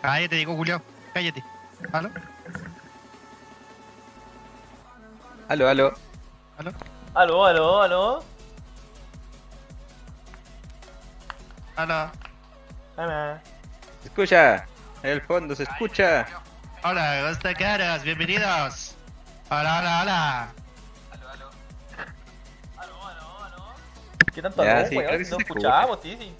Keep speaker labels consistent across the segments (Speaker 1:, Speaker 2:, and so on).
Speaker 1: Cállate, digo, Julio. Cállate. ¿Aló?
Speaker 2: Aló, aló.
Speaker 1: ¿Aló?
Speaker 3: Aló, aló, aló.
Speaker 1: ¿Aló?
Speaker 3: Ana.
Speaker 2: ¿Se escucha? En el fondo se escucha.
Speaker 1: Hola, Costa Caras, bienvenidos. Hola, hola, hola.
Speaker 3: ¿Qué tanto
Speaker 2: Ya,
Speaker 3: aló,
Speaker 2: sí,
Speaker 3: weón?
Speaker 2: creo que sí
Speaker 3: No
Speaker 2: se
Speaker 3: escuchamos, Tizi.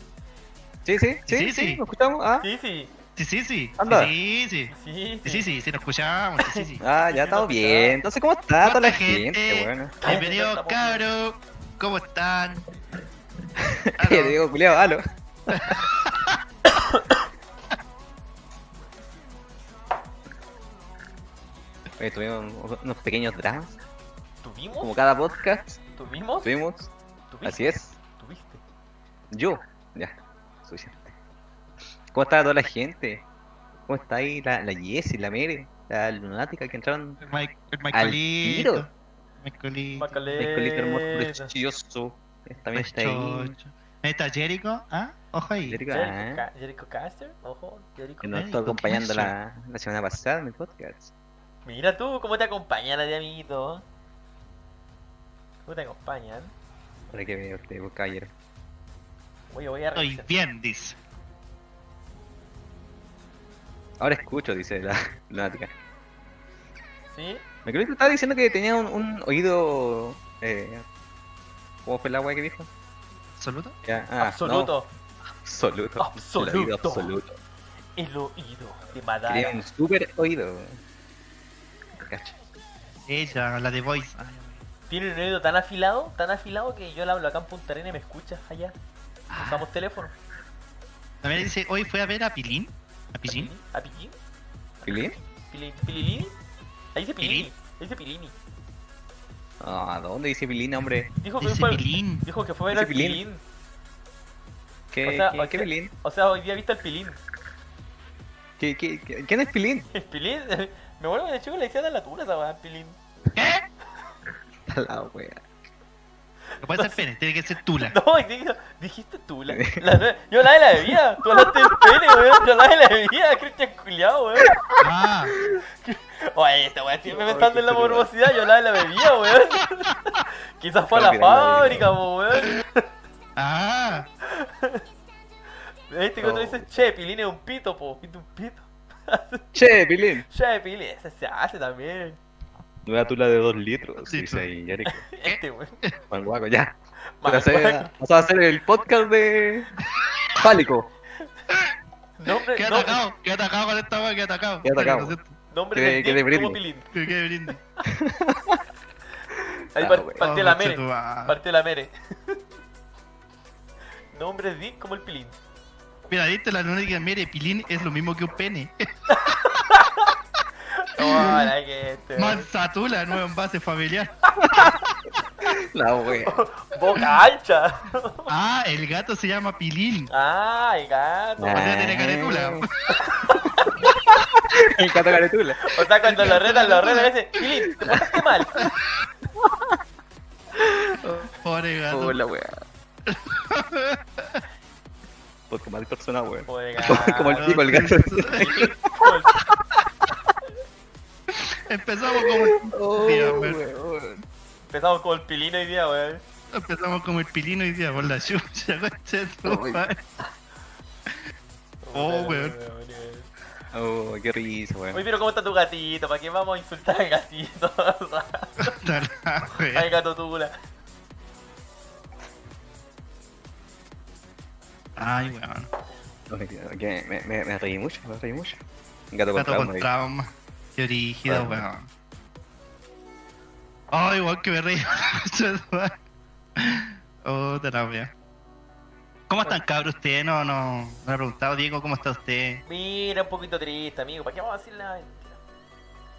Speaker 2: Sí, sí,
Speaker 1: Sí,
Speaker 2: sí, sí,
Speaker 1: sí.
Speaker 2: ¿nos escuchamos? Ah,
Speaker 3: Sí, sí.
Speaker 1: Sí, sí, sí.
Speaker 2: Anda.
Speaker 1: Sí, sí.
Speaker 3: Sí,
Speaker 1: Sí, sí, sí, sí, nos escuchamos. Sí, sí.
Speaker 2: ah ya
Speaker 3: sí, nos
Speaker 2: estamos bien.
Speaker 3: escuchamos.
Speaker 2: Entonces, ¿cómo está toda la
Speaker 1: ¿Cuánta gente?
Speaker 2: Ah, gente? Bueno.
Speaker 1: Bienvenidos, cabros. ¿Cómo están?
Speaker 2: Yo digo, culiao, aló. Oye, tuvimos unos pequeños dramas, como
Speaker 3: ¿Tuvimos?
Speaker 2: cada podcast.
Speaker 3: ¿Tuvimos?
Speaker 2: Tuvimos,
Speaker 3: ¿Tuviste?
Speaker 2: así es.
Speaker 3: ¿Tuviste?
Speaker 2: Yo, ya, suficiente. ¿Cómo está toda la gente? ¿Cómo está ahí la, la Jessie, la Mere, la lunática que entraron
Speaker 1: El Ma- el
Speaker 2: al
Speaker 1: Michaelito.
Speaker 2: tiro?
Speaker 1: Michaelito.
Speaker 3: Macalé.
Speaker 2: El colito hermoso, precioso. También está ahí.
Speaker 1: Chocho. ¿Ahí está Jericho? ¿Ah? Ojo ahí.
Speaker 2: Jericho,
Speaker 3: Jericho,
Speaker 2: ah,
Speaker 3: Ca- Jericho Caster, ojo, Jericho.
Speaker 2: Que nos
Speaker 1: Jericho,
Speaker 2: estuvo acompañando
Speaker 1: ¿qué
Speaker 2: la, la semana pasada en el podcast.
Speaker 3: Mira tú, cómo te acompañan de amiguito. ¿Cómo te acompañan?
Speaker 2: Para que vea usted, vos, caballero.
Speaker 3: Oye, voy a
Speaker 1: Estoy
Speaker 3: revisar.
Speaker 1: bien, dice.
Speaker 2: Ahora escucho, dice la lunática.
Speaker 3: ¿Sí?
Speaker 2: Me creo que estaba diciendo que tenía un, un oído. Eh, ¿Cómo fue la agua que dijo?
Speaker 1: ¿Absoluto?
Speaker 2: Ya, ah, no,
Speaker 3: Absoluto.
Speaker 2: absoluto.
Speaker 3: Absoluto.
Speaker 2: El oído absoluto.
Speaker 3: El oído de
Speaker 2: Que
Speaker 3: Madara.
Speaker 2: Tiene un super oído. Cacho.
Speaker 1: Ella, la de Voice.
Speaker 3: Ah, Tiene un oído tan afilado, tan afilado que yo le hablo acá en Punta Arena y me escuchas allá.
Speaker 2: Ah,
Speaker 1: Ah.
Speaker 3: Usamos teléfono.
Speaker 1: También dice, hoy fue a ver a Pilín. ¿A Pilín?
Speaker 3: ¿A Pillín?
Speaker 2: ¿Pilín?
Speaker 3: ¿Pili- ¿Pililini? Ahí dice Pilini.
Speaker 1: Pilín.
Speaker 3: Ahí dice Pilini.
Speaker 2: Ah, ¿dónde dice Pilín, hombre?
Speaker 3: Dijo que
Speaker 1: Dice
Speaker 3: fue,
Speaker 1: Pilín.
Speaker 3: dijo que fue a ver al
Speaker 2: Dice Pilín.
Speaker 3: Pilín.
Speaker 2: ¿Qué,
Speaker 3: O sea,
Speaker 2: qué,
Speaker 3: o
Speaker 2: qué
Speaker 3: sea-
Speaker 2: Pilín?
Speaker 3: O sea, hoy día viste al Pilín.
Speaker 2: ¿Qué, qué, qué- ¿Quién es Pilín?
Speaker 3: El Pilín. Me vuelvo de chico le decían a la tula esa weá, Pilín.
Speaker 1: ¿Qué?
Speaker 2: La wea.
Speaker 1: No puede ser pene, tiene que ser Tula.
Speaker 3: No, y digo, dijiste tú. La, la nue- yo la de la bebida. Tú hablaste del pene, weón. Yo la de la bebida, Cristian Culeado, weón.
Speaker 1: Ah,
Speaker 3: Oye, esta weá siempre
Speaker 2: Ay,
Speaker 3: pensando
Speaker 2: qué
Speaker 3: en la
Speaker 2: culiao.
Speaker 3: morbosidad. Yo la de la bebida, weón. Quizás fue a la
Speaker 2: Olvidando la
Speaker 3: fábrica, po, weón.
Speaker 1: ah.
Speaker 3: Este cuando
Speaker 2: Oh.
Speaker 3: dices, che, Pilín es un pito, po. Pito un pito.
Speaker 2: Che, Pilín.
Speaker 3: Che, Pilín, ese se hace también.
Speaker 2: Nueva tula de 2 litros,
Speaker 1: Sí,
Speaker 2: dice
Speaker 1: tú.
Speaker 2: ahí, Yarico.
Speaker 3: Este, weón.
Speaker 2: Manguaco, ya.
Speaker 3: Mal,
Speaker 2: Para hacer,
Speaker 3: weón.
Speaker 2: vas a hacer el podcast de. Pálico.
Speaker 3: Nombre,
Speaker 1: Qué
Speaker 3: nombre,
Speaker 1: atacado, qué atacado con esta weá, qué atacado.
Speaker 2: Qué atacado.
Speaker 1: Lo siento.
Speaker 3: nombre
Speaker 2: Que-
Speaker 3: del
Speaker 2: que de
Speaker 3: dick
Speaker 2: Britney.
Speaker 3: como Pilín.
Speaker 1: Que quede brinde.
Speaker 3: Ahí
Speaker 2: Ah,
Speaker 3: par-
Speaker 2: weón.
Speaker 3: partió la
Speaker 1: Oh,
Speaker 3: mere.
Speaker 1: chetumá.
Speaker 3: Partió la mere. Nombre de Dick como el Pilín.
Speaker 1: Mira, viste la luna y que mire, Pilín es lo mismo que un pene.
Speaker 3: Ahora que este.
Speaker 1: Manzatula, nuevo envase familiar.
Speaker 2: La wea.
Speaker 3: Boca ancha.
Speaker 1: Ah, el gato se llama Pilín.
Speaker 3: Ay, gato.
Speaker 1: Ah. sea, tiene caretula.
Speaker 2: El gato caretula.
Speaker 3: O sea, cuando lo retan, lo retan, dice, Pilín, te portaste mal.
Speaker 1: Pobre gato.
Speaker 2: Oh, la wea. Podcast mal persona, wea.
Speaker 3: Pobre
Speaker 1: Ah,
Speaker 2: Como el
Speaker 3: gato.
Speaker 2: pico, el gato.
Speaker 1: Empezamos como.
Speaker 2: Oh.
Speaker 1: Dios, weón.
Speaker 3: Empezamos con el Pilín hoy día, weón.
Speaker 1: Empezamos como el pilino y día por la chucha, concha de tu
Speaker 2: Uy.
Speaker 1: madre. Oh, weón.
Speaker 2: Oh, qué risa,
Speaker 3: Oye,
Speaker 2: wea.
Speaker 3: pero ¿cómo está tu gatito? ¿Para qué vamos a insultar al gatito?
Speaker 1: Eh. Puta la wea.
Speaker 3: Ay, gato tula.
Speaker 1: Ay, weón.
Speaker 2: Que Me, me, me reí mucho, me reí mucho. Gato con
Speaker 1: Gato
Speaker 2: trauma.
Speaker 1: con
Speaker 2: dice.
Speaker 1: trauma. Qué rígido,
Speaker 2: Bueno.
Speaker 1: weón. Ay, weón, que me reí. Concha de tu madre. Oh, te la wea. ¿Cómo están, cabros? Usted no, no, no le he preguntado, Diego, ¿cómo está usted?
Speaker 3: Mira, un poquito triste, amigo. ¿Para qué vamos a decir la mentira?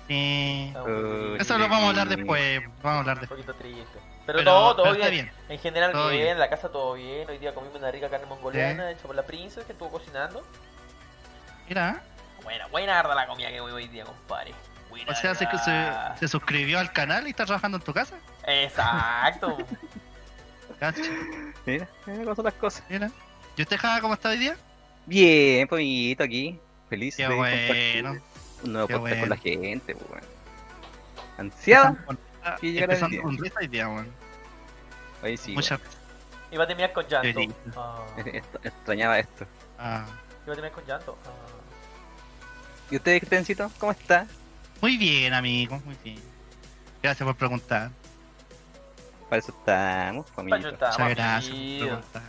Speaker 1: Sí.
Speaker 3: Está un poquito
Speaker 2: Eh,
Speaker 3: triste,
Speaker 1: Eso lo vamos a hablar después. Vamos a hablar
Speaker 3: un
Speaker 1: después.
Speaker 3: poquito triste. Pero,
Speaker 1: Pero-
Speaker 3: todo, todo
Speaker 1: pero está
Speaker 3: bien.
Speaker 1: bien.
Speaker 3: En general,
Speaker 1: Todo
Speaker 3: bien.
Speaker 1: bien.
Speaker 3: La casa todo bien. Hoy día comimos una rica carne mongoliana hecha por la princesa que estuvo cocinando.
Speaker 1: Mira,
Speaker 3: Buena, buena arda la comida que hubo hoy día, compadre. Buena
Speaker 1: o sea, se,
Speaker 3: arda.
Speaker 1: se, se suscribió al canal y está trabajando en tu casa.
Speaker 3: Exacto.
Speaker 1: Cacho,
Speaker 2: Mira, mira cómo son las cosas.
Speaker 1: mira. ¿Y usted, Java, cómo está hoy día?
Speaker 2: Bien, pues, amiguito, aquí. Feliz
Speaker 1: Qué
Speaker 2: de compartir
Speaker 1: bueno.
Speaker 2: un nuevo
Speaker 1: qué
Speaker 2: podcast con
Speaker 1: bueno.
Speaker 2: la gente, pues, weón. Ansiada.
Speaker 1: Ah,
Speaker 2: Y llegar al
Speaker 1: Empezando
Speaker 2: día.
Speaker 1: con risa y día, weón.
Speaker 2: Oye, sí,
Speaker 1: Muchas
Speaker 3: Y va a terminar con llanto.
Speaker 1: Sí.
Speaker 3: Ah,
Speaker 2: weón. Esto- extrañaba esto.
Speaker 1: ah.
Speaker 3: y va a terminar con llanto. Ah.
Speaker 2: ¿Y ustedes, Tencito? ¿Cómo está?
Speaker 1: Muy bien, amigo, muy bien. Gracias por preguntar.
Speaker 2: Para eso estamos,
Speaker 3: Pancho,
Speaker 2: familia.
Speaker 3: está
Speaker 1: Muchas
Speaker 3: más
Speaker 1: gracias por
Speaker 3: frío.
Speaker 1: preguntar.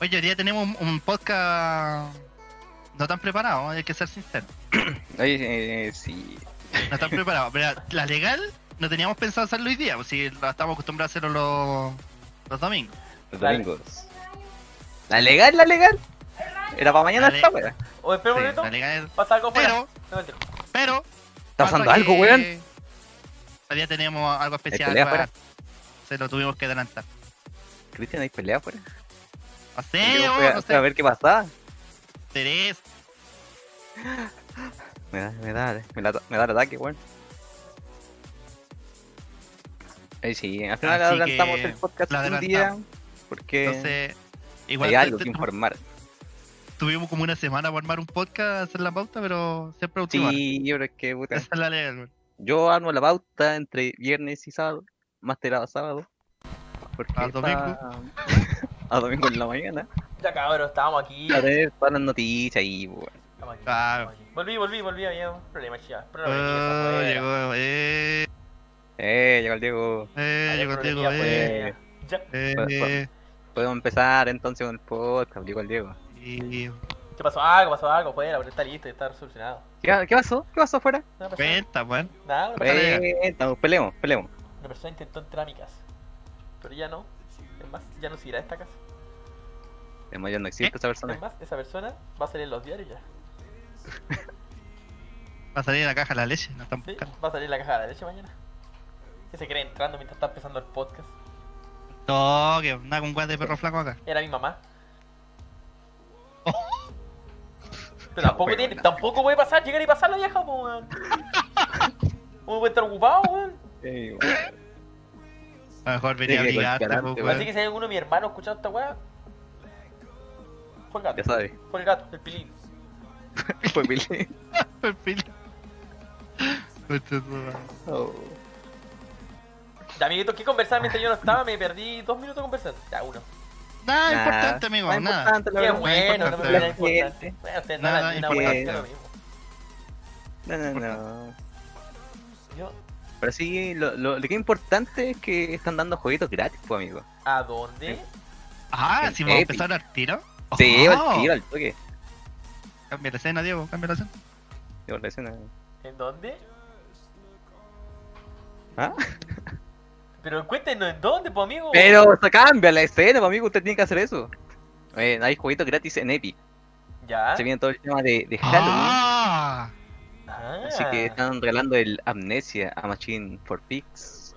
Speaker 1: Oye, hoy día tenemos un, un podcast no tan preparado, hay que ser sincero.
Speaker 2: Oye, eh, sí.
Speaker 1: No tan preparado. Pero la legal no teníamos pensado hacerlo hoy día, pues si lo estamos acostumbrados a hacerlo los, los domingos.
Speaker 2: Los
Speaker 3: Dale.
Speaker 2: domingos. ¿La legal, la legal? Era para mañana
Speaker 1: Dale.
Speaker 2: esta, weón.
Speaker 3: O Oh, espera
Speaker 1: Sí,
Speaker 3: un momento.
Speaker 1: la legal es-
Speaker 3: Pasa algo fuera.
Speaker 1: Pero,
Speaker 3: No, mentira.
Speaker 1: pero.
Speaker 2: ¿Está pasando algo, weón?
Speaker 1: Todavía tenemos algo especial.
Speaker 2: pelea
Speaker 1: para-
Speaker 2: afuera.
Speaker 1: Se lo tuvimos que adelantar.
Speaker 2: Cristian, hay pelea afuera.
Speaker 1: No
Speaker 2: Yo
Speaker 1: sé,
Speaker 2: fui a,
Speaker 1: weón, no
Speaker 2: fui a
Speaker 1: sé.
Speaker 2: ver qué pasaba.
Speaker 1: Interés.
Speaker 2: Me da, me da, me da, me da el ataque, weón. Ahí sí, al final
Speaker 1: Así
Speaker 2: adelantamos
Speaker 1: que
Speaker 2: el podcast
Speaker 1: lo
Speaker 2: un día.
Speaker 1: adelantamos.
Speaker 2: Porque
Speaker 1: Entonces, igual
Speaker 2: hay algo
Speaker 1: te-
Speaker 2: que
Speaker 1: te-
Speaker 2: informar.
Speaker 1: tuvimos como una semana para armar un podcast, hacer la pauta, pero siempre última. hora.
Speaker 2: Sí, pero es que puta.
Speaker 1: Esa es la legal, weón.
Speaker 2: Yo armo la pauta entre viernes y sábado, más tirado a sábado. Porque
Speaker 1: ¿A domingo?
Speaker 2: está- a domingo en la mañana.
Speaker 3: Ya cabrón, estábamos aquí.
Speaker 2: A ver, para las noticias y bueno.
Speaker 3: Estamos aquí,
Speaker 1: Claro.
Speaker 3: estamos aquí. Volví, volví, volví. Había un problema, chica. Problema de limpieza
Speaker 1: Oh,
Speaker 3: afuera.
Speaker 1: llegó, eh,
Speaker 2: Eh, llegó el Diego.
Speaker 1: eh,
Speaker 3: Había
Speaker 1: llegó,
Speaker 3: un
Speaker 1: Diego,
Speaker 3: problema
Speaker 1: eh,
Speaker 3: de afuera. Ya.
Speaker 1: eh,
Speaker 2: Bueno,
Speaker 1: eh,
Speaker 2: Podemos empezar entonces con el podcast, llegó el Diego.
Speaker 1: y-
Speaker 3: ¿Qué pasó algo? Pasó algo fuera, pero está listo y está resolucionado.
Speaker 2: ¿Qué, qué pasó? ¿Qué pasó afuera?
Speaker 3: Una persona,
Speaker 1: Cuenta, weón.
Speaker 3: nada, una, persona,
Speaker 1: Pelea.
Speaker 2: Cuéntanos, peleemos, peleemos.
Speaker 3: una persona intentó entrar a mi casa. Pero ya no. Es más, ya no se irá a esta casa.
Speaker 2: Además, ya no
Speaker 1: ¿Eh?
Speaker 2: existe esa
Speaker 3: Es
Speaker 2: persona.
Speaker 3: más, esa persona va a salir en los diarios ya.
Speaker 1: Va a salir en la caja la leche, no están
Speaker 3: Sí,
Speaker 1: buscando.
Speaker 3: va a salir en la caja de la leche mañana. Que se cree entrando mientras está empezando el podcast.
Speaker 1: No, que nada con guas de perro flaco acá.
Speaker 3: Era mi mamá. Pero
Speaker 2: Chao,
Speaker 3: tampoco,
Speaker 2: pero
Speaker 3: tiene,
Speaker 2: no.
Speaker 3: tampoco puede pasar, llegar y pasar la vieja, po, weón. Uno puede estar ocupado, weón.
Speaker 2: Eh, bueno.
Speaker 1: A lo mejor venía a
Speaker 2: que con
Speaker 1: obligarte,
Speaker 2: garante,
Speaker 1: po,
Speaker 2: weón.
Speaker 1: weón.
Speaker 3: Así que si hay alguno de mis hermanos escuchando esta weá. Fue el
Speaker 2: Ya
Speaker 3: gato,
Speaker 2: sabes.
Speaker 3: fue el gato, el pilín.
Speaker 2: Fue Billy.
Speaker 1: perfil. Concha su madre.
Speaker 2: Oh.
Speaker 3: Ya, amiguitos, ¿qué conversar mientras yo no estaba? Me perdí dos minutos conversando. Ya, uno.
Speaker 1: Nada
Speaker 2: Nada.
Speaker 1: importante, amigo,
Speaker 2: Más
Speaker 1: nada.
Speaker 2: importante, la
Speaker 3: Qué
Speaker 2: verdad.
Speaker 3: bueno, no me
Speaker 1: importante.
Speaker 3: hubiera importante. Bueno, ustedes no
Speaker 1: Nada
Speaker 3: hablan ni una weá,
Speaker 2: importante.
Speaker 3: es lo
Speaker 2: No,
Speaker 3: mismo.
Speaker 2: no, no.
Speaker 3: Yo,
Speaker 2: Pero sí, lo, lo, lo que es importante es que están dando jueguitos gratis, pues, amigo.
Speaker 3: ¿a dónde?
Speaker 1: Ah,
Speaker 2: El
Speaker 1: si vamos a
Speaker 2: Epic.
Speaker 1: empezar al tiro.
Speaker 2: Sí,
Speaker 1: Oh.
Speaker 2: al tiro, al toque.
Speaker 1: Cambia la escena, Diego, cambia la escena.
Speaker 2: Digo, recién, eh.
Speaker 1: Oh.
Speaker 3: ¿En dónde?
Speaker 2: ¿Ah?
Speaker 3: Pero cuéntenos en dónde, pues amigo.
Speaker 2: Pero se cambia la escena, pues, amigo, usted tiene que hacer eso. Eh, hay jueguitos gratis en Epic.
Speaker 3: Ya.
Speaker 2: Se viene todo el tema de, de Halloween.
Speaker 1: Ah,
Speaker 3: Ah.
Speaker 2: Así que están regalando el Amnesia a Machine for Pigs.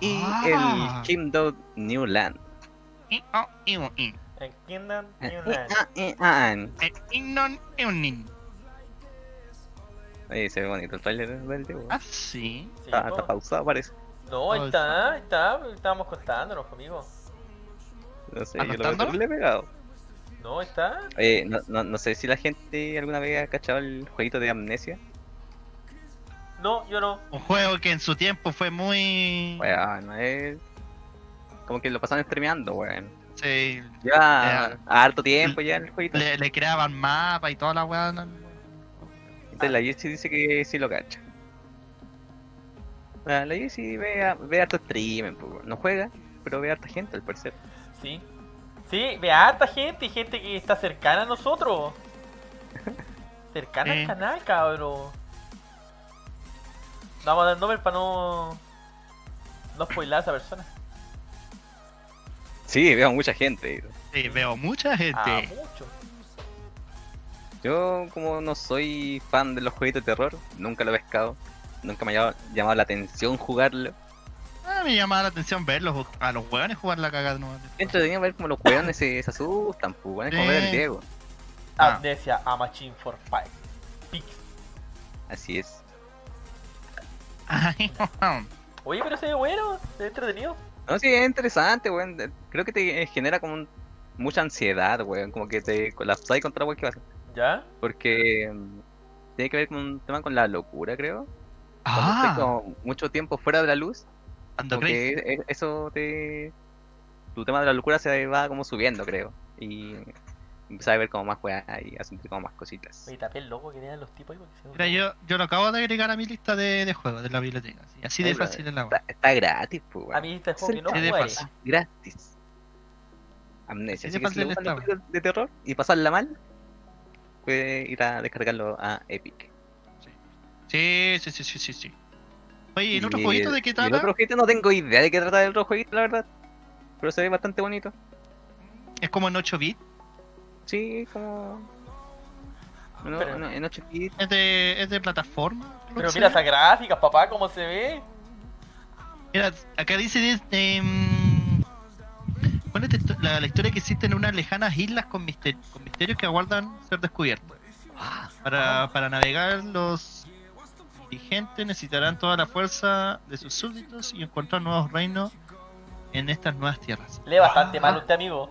Speaker 2: Y
Speaker 1: Ah.
Speaker 2: el Kingdom New Land.
Speaker 1: y- oh, y- oh, y.
Speaker 3: Entiendan
Speaker 2: Eh,
Speaker 3: ni una.
Speaker 2: ah, eh, ah, ah.
Speaker 1: El Innon Eunin.
Speaker 2: Oye, se ve bonito el trailer del Diego.
Speaker 1: Ah, oh. sí.
Speaker 3: Sí,
Speaker 2: Está,
Speaker 3: po.
Speaker 2: está pausado, parece.
Speaker 3: No, ahí está, ahí está. Estábamos contándonos, amigo.
Speaker 2: No sé,
Speaker 1: ¿Ah,
Speaker 2: yo
Speaker 1: no
Speaker 2: lo veo
Speaker 1: estándolo?
Speaker 2: terrible pegado.
Speaker 3: No, ahí está.
Speaker 2: Oye, no, no, no sé si la gente alguna vez ha cachado el jueguito de Amnesia.
Speaker 3: No, yo no.
Speaker 1: Un juego que en su tiempo fue muy.
Speaker 2: Bueno, es. Como que lo pasaban streameando, weón.
Speaker 1: Sí,
Speaker 2: Ya
Speaker 1: Ya.
Speaker 2: harto tiempo ya el jueguito.
Speaker 1: le, le creaban mapa y toda la weá. no-
Speaker 2: Entonces la Jessie dice que sí lo cacha. Ah, La Jessie ve, a- ve harto streaming, pues, weón. no juega, pero ve harta gente al parecer.
Speaker 3: Sí. Sí, ve a harta gente y gente que está cercana a nosotros. Cercana
Speaker 1: Sí.
Speaker 3: al canal, cabrón. No Vamos a dar nombre para no. No spoilar a esa persona.
Speaker 2: Sí, veo mucha gente.
Speaker 1: Sí, veo mucha
Speaker 3: Ah,
Speaker 1: gente.
Speaker 3: mucho.
Speaker 2: Yo como no soy fan de los jueguitos de terror, nunca lo he pescado, nunca me ha llamado, llamado la atención jugarlo.
Speaker 1: Ah, me llamaba la atención verlos a los hueones jugar la cagada nueva.
Speaker 2: Es entretenido ver como los weones se, se asustan, pues, weón, es como ver al
Speaker 1: Sí.
Speaker 2: Diego.
Speaker 1: Ah.
Speaker 3: Amnesia a Machine for Five. Pix.
Speaker 2: Así es.
Speaker 1: Ay, weón.
Speaker 3: Oye, pero se ve bueno, se ve entretenido.
Speaker 2: No, sí, es interesante, weón. Creo que te eh, genera como un- mucha ansiedad, weón. Como que te colapsáis contra la weón que vas.
Speaker 3: ¿Ya?
Speaker 2: Porque mm, tiene que ver con un tema con la locura, creo. Cuando estás
Speaker 1: Ah,
Speaker 2: como mucho tiempo fuera de la luz,
Speaker 1: ando
Speaker 2: como
Speaker 1: crazy.
Speaker 2: que e- e- eso te... Tu tema de la locura se va como subiendo, creo. Y empezás a ver como más weas y a sentir como más cositas.
Speaker 3: Me tapé el logo que tenían los tipos ahí porque se
Speaker 1: Mira, yo, yo lo acabo de agregar a mi lista de, de juegos de la biblioteca. así- Así de
Speaker 2: Ahí lo-
Speaker 1: fácil es la web.
Speaker 2: Está, está gratis, pues,
Speaker 3: A mí este juego que no
Speaker 1: Sí, de
Speaker 3: jugaré.
Speaker 1: paso.
Speaker 2: gratis. Amnesia.
Speaker 1: Así
Speaker 2: Así
Speaker 1: de
Speaker 2: que si le
Speaker 1: fácil
Speaker 2: gustan los
Speaker 1: está.
Speaker 2: juegos de terror y pasarla mal, puede ir a descargarlo a Epic.
Speaker 1: Sí, sí, sí, sí, sí, sí. Oye, ¿y el otro
Speaker 2: Y-
Speaker 1: jueguito de qué
Speaker 2: y El
Speaker 1: trata?
Speaker 2: otro jueguito no tengo idea de qué trata el otro jueguito, la verdad. Pero se ve bastante bonito.
Speaker 1: Es como en 8 bits.
Speaker 2: Sí, como. No,
Speaker 3: Pero-
Speaker 2: no, en 8 bits.
Speaker 1: Es de, es de plataforma. creo
Speaker 3: Pero
Speaker 1: que
Speaker 3: mira
Speaker 1: se
Speaker 3: esas gráficas, papá, cómo se ve.
Speaker 1: Mira, acá dice este, mm, ¿cuál es la histo- la, la historia que existe en unas lejanas islas con, mister- con misterios que aguardan ser descubiertos.
Speaker 3: Ah.
Speaker 1: Para, para navegar, los dirigentes necesitarán toda la fuerza de sus súbditos y encontrar nuevos reinos en estas nuevas tierras.
Speaker 3: Lee bastante
Speaker 1: Ah,
Speaker 3: mal usted, amigo.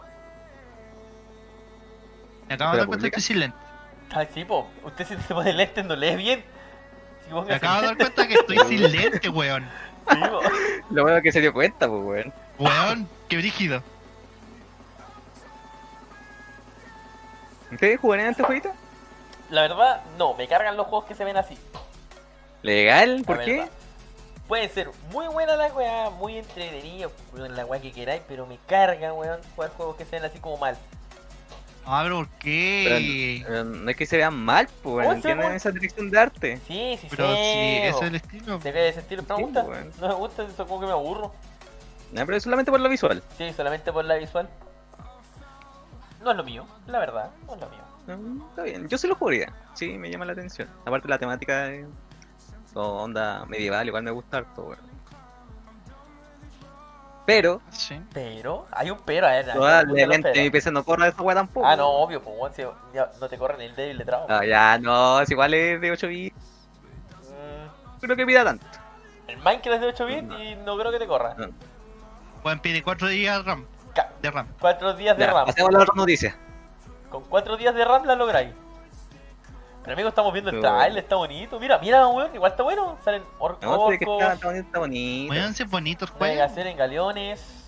Speaker 1: Me acabo de dar
Speaker 2: Pero
Speaker 1: cuenta que
Speaker 2: publica.
Speaker 1: estoy silente.
Speaker 3: Ah, sí, po. Usted si se pone el lente no lee bien. Si vos
Speaker 1: Me
Speaker 3: me
Speaker 1: acabo de dar
Speaker 3: haces-
Speaker 1: cuenta que estoy silente, weón.
Speaker 3: Sí, po.
Speaker 2: Lo bueno que se dio cuenta, pues, weón.
Speaker 1: Weón, qué brígido.
Speaker 2: ¿Ustedes jugarían a este jueguito?
Speaker 3: La verdad, no, me cargan los juegos que se ven así.
Speaker 2: Legal,
Speaker 3: la
Speaker 2: ¿por qué?
Speaker 3: verdad. Puede ser muy buena la weá, muy entretenida, weón, la weá que queráis, pero me cargan, weón, jugar juegos que se ven así como mal.
Speaker 1: Ah, pero ¿por qué?
Speaker 2: Pero, eh, no es que se vean mal, pues, weón.
Speaker 3: Oh, sí,
Speaker 2: Entienden
Speaker 3: weón.
Speaker 2: esa dirección de arte.
Speaker 3: Sí, sí,
Speaker 1: Pero
Speaker 3: sí.
Speaker 1: si
Speaker 3: po.
Speaker 1: ese es el estilo.
Speaker 3: Se ve ese estilo, no me
Speaker 2: Sí,
Speaker 3: gusta.
Speaker 2: weón.
Speaker 3: No me gusta, eso como que me aburro.
Speaker 2: No, pero es solamente por lo visual.
Speaker 3: Sí, solamente por la visual. No es lo mío, la verdad, no es lo mío.
Speaker 2: Mm, Está bien, yo sí lo jugaría. Sí, me llama la atención. Aparte la temática de onda medieval, igual me gusta harto, weón. Pero,
Speaker 1: Sí.
Speaker 3: Pero, hay un pero, a ver. a ver,
Speaker 2: probablemente
Speaker 3: pero.
Speaker 2: mi PC no corra esa weá tampoco.
Speaker 3: Ah, no, obvio, pues weón, si ya no te corren el dedo y le trabo.
Speaker 2: Ah, ya, no, es igual es de 8 bits.
Speaker 3: Mm,
Speaker 2: no Creo que pida tanto.
Speaker 3: El Minecraft es de 8 bits y no creo que te corra.
Speaker 2: No.
Speaker 1: Weón pide 4 días de RAM.
Speaker 3: Ca-
Speaker 1: De RAM.
Speaker 3: Cuatro días de
Speaker 2: Ya,
Speaker 3: RAM.
Speaker 2: pasemos a la otra noticia.
Speaker 3: Con cuatro días de RAM la lográis. Pero amigo, estamos viendo el
Speaker 2: Pero-
Speaker 3: trailer, está bonito. Mira, mira, weón, igual está bueno. Salen or-
Speaker 2: No, sé que está,
Speaker 3: orcos,
Speaker 2: está bonito, está bonito.
Speaker 1: Weón, si es bonito el juego.
Speaker 3: navegación en galeones,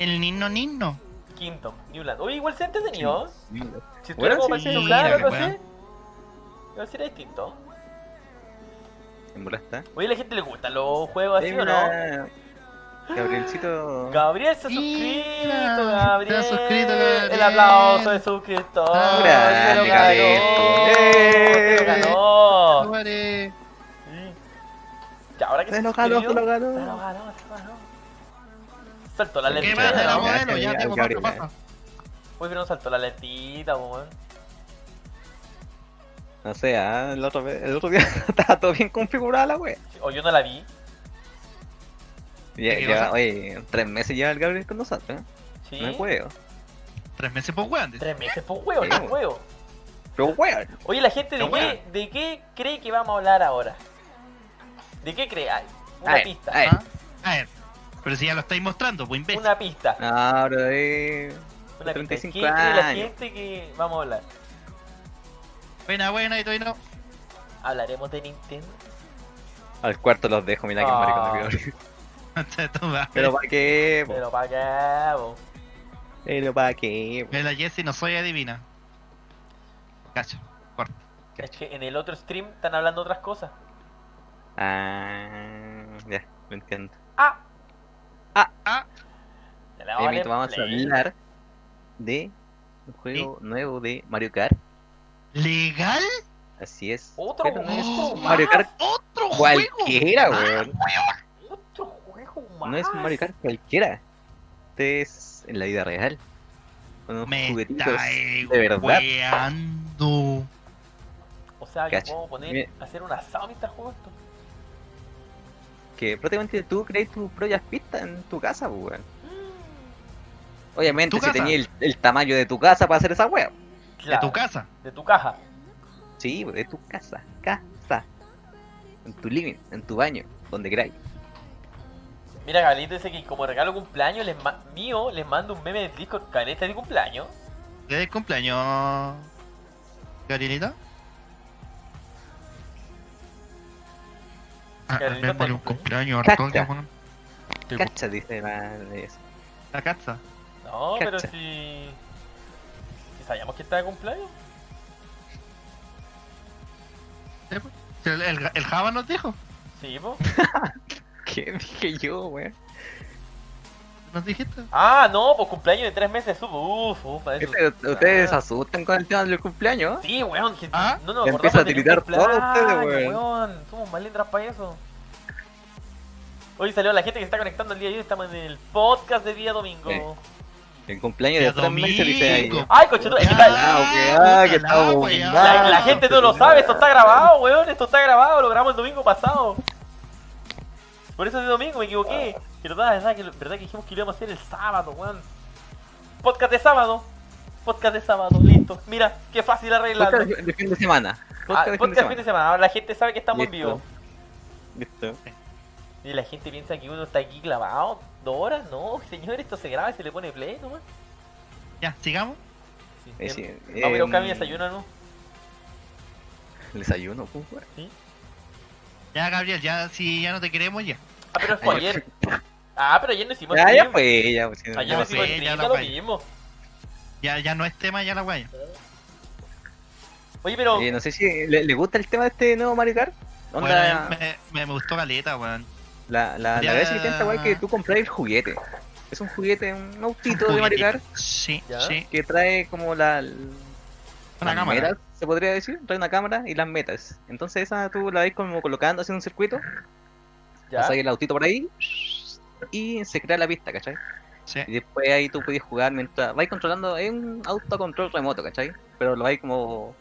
Speaker 1: El Nino Nino.
Speaker 3: Kingdom, Newland. Oye, igual se ha entretenido. ¿eh? Si
Speaker 2: Bueno,
Speaker 3: estuviera como para el
Speaker 1: sí,
Speaker 3: celular o algo
Speaker 1: weón.
Speaker 3: así, igual sería distinto.
Speaker 2: En bola está.
Speaker 3: Oye, a la gente le gustan los juegos así
Speaker 2: Eh,
Speaker 3: o no.
Speaker 2: mira, Gabrielcito.
Speaker 3: Gabriel se ha
Speaker 1: Mira,
Speaker 3: suscrito, Gabriel.
Speaker 1: se ha suscrito, Gabriel.
Speaker 3: El aplauso de suscriptor.
Speaker 1: Grande,
Speaker 3: Oh, se lo
Speaker 2: Gabriel.
Speaker 3: ganó.
Speaker 2: Eh.
Speaker 3: Se lo ganó.
Speaker 1: Muere.
Speaker 3: Sí. Y ahora que
Speaker 2: Se
Speaker 3: se
Speaker 2: lo ganó,
Speaker 3: suscribió,
Speaker 2: se lo ganó.
Speaker 3: Se lo ganó, se lo ganó. Saltó la
Speaker 1: ¿Qué
Speaker 2: Gabriel,
Speaker 1: más de
Speaker 3: lentita.
Speaker 1: la
Speaker 3: ¿no?
Speaker 2: Gabriel,
Speaker 1: modelo? Ya
Speaker 2: Gabriel,
Speaker 1: tengo cuatro
Speaker 2: Gabriel.
Speaker 1: papas.
Speaker 3: Uy, pero no saltó la lentita, po, weón.
Speaker 2: No sé, ah, el, otro, el otro día estaba todo bien configurada la wea.
Speaker 3: O yo no la vi.
Speaker 2: Ya,
Speaker 1: ¿Qué
Speaker 2: lleva-
Speaker 1: cosa?
Speaker 2: oye, tres meses lleva el Gabriel con nosotros. ¿eh?
Speaker 3: Sí.
Speaker 2: No es huevo.
Speaker 1: Tres meses por weón.
Speaker 3: Tres meses, pues, huevo,
Speaker 2: Sí,
Speaker 3: no
Speaker 2: weón.
Speaker 3: huevo.
Speaker 2: Pero weón.
Speaker 3: Oye, la gente, ¿de
Speaker 1: No,
Speaker 3: qué, ¿de qué cree que vamos a hablar ahora? ¿De qué cree? Ay,
Speaker 2: A
Speaker 3: Una
Speaker 2: ver,
Speaker 3: pista.
Speaker 2: a ver.
Speaker 1: Ah, A ver. Pero si ya lo estáis mostrando, pues imbécil.
Speaker 3: Una pista.
Speaker 2: No, bro, eh.
Speaker 3: Una pista. ¿De
Speaker 2: 35
Speaker 3: ¿Qué cree la
Speaker 2: años.
Speaker 3: gente que vamos a hablar?
Speaker 1: Buena, buena y todavía no.
Speaker 3: ¿Hablaremos de Nintendo?
Speaker 2: Al cuarto los dejo, mira que
Speaker 3: Ah.
Speaker 2: maricón el Gabriel.
Speaker 1: Te toma.
Speaker 2: Pero para qué, po.
Speaker 3: Pero pa' acá, po.
Speaker 2: pero para qué. po.
Speaker 1: Mira, la Jessie no soy adivina. Cacho. Corta.
Speaker 3: Es que en el otro stream están hablando otras cosas.
Speaker 2: Ah, ya, lo entiendo.
Speaker 3: Ah.
Speaker 2: Ah.
Speaker 1: Ah.
Speaker 3: Ya le
Speaker 2: Eh,
Speaker 3: vamos a
Speaker 2: mito, vamos a
Speaker 3: play.
Speaker 2: hablar de un juego nuevo de Mario Kart.
Speaker 1: ¿Legal?
Speaker 2: Así es.
Speaker 3: Otro,
Speaker 2: Pero no es
Speaker 3: otro
Speaker 2: un Mario Kart
Speaker 1: ¡Otro juego!
Speaker 2: cualquiera, weón.
Speaker 3: Otro juego más.
Speaker 2: No es un Mario Kart cualquiera. Este es en la vida real. Con unos
Speaker 1: Me
Speaker 2: juguetitos
Speaker 1: estáis
Speaker 2: de verdad.
Speaker 1: weando.
Speaker 3: O sea, que
Speaker 2: Cacha.
Speaker 3: podemos poner,
Speaker 2: Bien.
Speaker 3: hacer un asado mientras este juego esto.
Speaker 2: Que prácticamente tú crees tu propia pista en tu casa, pues, weón. Obviamente,
Speaker 1: Mm. ¿Tu casa?
Speaker 2: si tenías el, el tamaño de tu casa para hacer esa weá.
Speaker 1: De
Speaker 3: Claro,
Speaker 1: tu casa.
Speaker 3: De tu caja.
Speaker 2: Sí, de tu casa, casa. En tu living, en tu baño, donde queráis.
Speaker 3: Mira, Gabrielito dice que como regalo de cumpleaños les ma- mío les mando un meme de Discord caleta de cumpleaños.
Speaker 1: Es de cumpleaños. Karinita? Ah,
Speaker 3: Karinita
Speaker 1: Armemos
Speaker 3: está
Speaker 1: un
Speaker 3: cumpliendo.
Speaker 1: cumpleaños,
Speaker 2: Cacha.
Speaker 1: Artoria, weón. Te gu-
Speaker 2: Cacha, dice la de eso.
Speaker 1: La caza.
Speaker 3: No, pero
Speaker 2: Cacha.
Speaker 3: si. Si sabíamos que estaba de cumpleaños.
Speaker 1: Sí, pues. El, el, el Java nos dijo.
Speaker 3: Sí, po.
Speaker 2: ¿Qué dije yo, weón?
Speaker 1: Nos dijiste.
Speaker 3: Ah, no, pues cumpleaños de tres meses subo. Uf, uf, para eso.
Speaker 2: Este, Ustedes se
Speaker 3: Ah.
Speaker 2: asustan con el tema del cumpleaños.
Speaker 3: Sí, weón. que-
Speaker 1: Ah,
Speaker 3: No nos
Speaker 2: ya empieza a
Speaker 3: acordamos de ningún
Speaker 2: tiritar todo
Speaker 3: cumpleaños,
Speaker 2: ustedes, weón.
Speaker 3: Somos malendras para eso. Hoy salió la gente que se está conectando el día de hoy. Estamos en el podcast de día domingo.
Speaker 2: Sí. El cumpleaños de
Speaker 1: Ya
Speaker 2: tres meses dice ahí.
Speaker 1: domingo.
Speaker 3: Ay, cocheto, es que la,
Speaker 2: ah, que estamos
Speaker 3: la- la
Speaker 2: Ah,
Speaker 3: gente no lo sabe. Esto está grabado, weón. Esto está grabado. Lo grabamos el domingo pasado. Por eso es de domingo, me equivoqué.
Speaker 2: Ah.
Speaker 3: Que verdad, verdad, que, verdad que dijimos que lo íbamos a hacer el sábado, weón. Podcast de sábado. Podcast de sábado, listo. Mira, qué fácil arreglarlo.
Speaker 2: Podcast de fin de semana.
Speaker 3: Ah,
Speaker 2: Podcast de fin de
Speaker 3: podcast fin de
Speaker 2: semana.
Speaker 3: semana. Ahora la gente sabe que estamos en
Speaker 2: Listo.
Speaker 3: vivo.
Speaker 2: Listo.
Speaker 3: Y la gente piensa que uno está aquí clavado dos horas. No, señor, esto se graba y se le pone play nomás.
Speaker 1: Ya, sigamos.
Speaker 3: Sí,
Speaker 2: Eh,
Speaker 3: bien.
Speaker 2: sí,
Speaker 3: Vamos a ir a buscar mi
Speaker 2: em,
Speaker 3: desayuno, ¿no?
Speaker 2: El desayuno, pues, weón.
Speaker 1: Ya, Gabriel, ya si ya no te queremos, ya.
Speaker 3: Ah, pero fue ayer. Ah, pero ayer no hicimos
Speaker 2: Ya, ya
Speaker 3: stream.
Speaker 2: fue, ya, pues, sí,
Speaker 3: Ayer
Speaker 2: ya
Speaker 3: no
Speaker 2: pasó.
Speaker 1: fue. Sí,
Speaker 3: hicimos stream,
Speaker 1: ya
Speaker 3: Ah, ya
Speaker 1: la
Speaker 3: lo
Speaker 1: fue.
Speaker 3: vimos.
Speaker 1: Ya, ya no es tema, ya la guaya.
Speaker 3: Oye, pero...
Speaker 2: Eh, no sé si le, le gusta el tema de este nuevo Mario Kart. Onda,
Speaker 1: Bueno, me, me, me gustó Galeta, weón.
Speaker 2: la, la,
Speaker 1: ya-
Speaker 2: la vez siguiente, weón, que tú compras el juguete. Es un juguete, un autito de Mario Kart
Speaker 1: Sí,
Speaker 3: ¿Ya?
Speaker 1: sí.
Speaker 2: que trae como la,
Speaker 1: Una
Speaker 2: las
Speaker 1: cámara.
Speaker 2: metas, se podría decir, trae una cámara y las metas. Entonces esa tú la vais como colocando haciendo un circuito,
Speaker 3: ya.
Speaker 2: pasas el autito por ahí y se crea la pista, ¿cachai?
Speaker 1: Sí.
Speaker 2: Y después ahí tú puedes jugar mientras vais controlando, es un auto a control remoto, ¿cachai? Pero lo vais como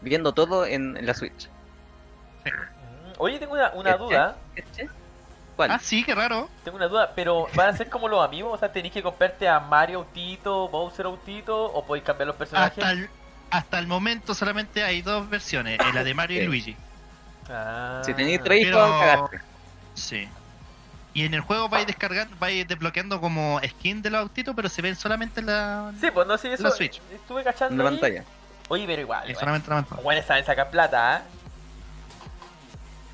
Speaker 2: viendo todo en, en la Switch.
Speaker 3: Mm, Oye, tengo una, una
Speaker 2: ¿Cachai?
Speaker 3: duda.
Speaker 2: ¿Cachai? ¿Cuál?
Speaker 1: Ah, sí, qué raro.
Speaker 3: Tengo una duda, pero ¿van a ser como los amigos? O sea, ¿tenés que comprarte a Mario Autito, Bowser Autito? ¿O podéis cambiar los personajes?
Speaker 1: Hasta el, hasta el momento solamente hay dos versiones, eh, la de Mario y
Speaker 2: Sí.
Speaker 1: Luigi.
Speaker 3: Ah.
Speaker 2: Si tenéis tres
Speaker 1: pero-
Speaker 2: hijos, cagaste.
Speaker 1: Sí. Y en el juego vais descargando, vais desbloqueando como skin de los autitos, pero se ven solamente la.
Speaker 3: Sí, pues no sé, eso
Speaker 1: La Switch.
Speaker 3: estuve cachando
Speaker 2: En la
Speaker 3: ahí.
Speaker 2: pantalla.
Speaker 3: Oye, pero
Speaker 1: eh,
Speaker 3: igual, igual.
Speaker 1: solamente la pantalla.
Speaker 3: Bueno, saben sacar plata, ¿ah?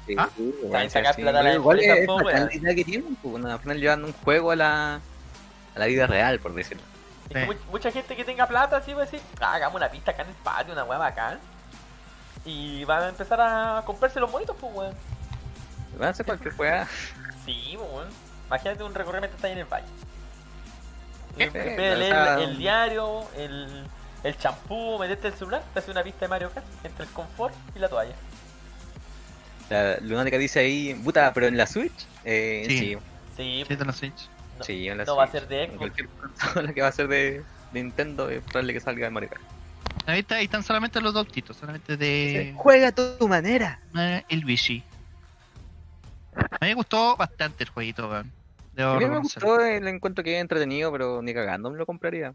Speaker 2: Sí,
Speaker 1: Ah.
Speaker 2: sí,
Speaker 3: Saben
Speaker 2: bueno,
Speaker 3: sacar
Speaker 2: sí,
Speaker 3: plata a
Speaker 2: pero
Speaker 3: la
Speaker 2: Igual es,
Speaker 3: empresa,
Speaker 2: es
Speaker 3: po,
Speaker 2: bacán la
Speaker 3: weón.
Speaker 2: idea que tienen, pues, bueno, al final llevando un juego a la, a la vida real, por decirlo.
Speaker 3: Es que
Speaker 1: Sí.
Speaker 3: mu- mucha gente que tenga plata, sí, va a decir, ah, hagamos una pista acá en el patio, una hueá acá. Y van a empezar a comprarse los monitos, pues, weón.
Speaker 2: Van a hacer cualquier juega.
Speaker 3: Sí, pues, weón. Imagínate un recorrimiento está ahí en el valle.
Speaker 2: Sí,
Speaker 3: Y en vez de
Speaker 2: o
Speaker 3: leer
Speaker 2: sea,
Speaker 3: el diario, el, el champú, meterte el celular, te hace una pista de Mario Kart entre el confort y la toalla.
Speaker 2: La lunática dice ahí, puta, pero en la Switch. Eh,
Speaker 1: Sí.
Speaker 2: sí.
Speaker 3: Sí, pues,
Speaker 1: Sí, de la Switch.
Speaker 3: No,
Speaker 2: sí, en la
Speaker 3: no va a
Speaker 2: Switch.
Speaker 3: ser de
Speaker 2: En
Speaker 3: Xbox.
Speaker 2: Cualquier consola que va a ser de Nintendo, es probable que salga de Mario Kart.
Speaker 1: Ahí, está- ahí están solamente los dos autitos, solamente de
Speaker 2: Juega a tu manera.
Speaker 1: Mario y Luigi. A mí me gustó bastante el jueguito, weón. Debo
Speaker 2: A mí me
Speaker 1: reconocerlo.
Speaker 2: gustó, el encuentro que es entretenido, pero ni cagando me lo compraría.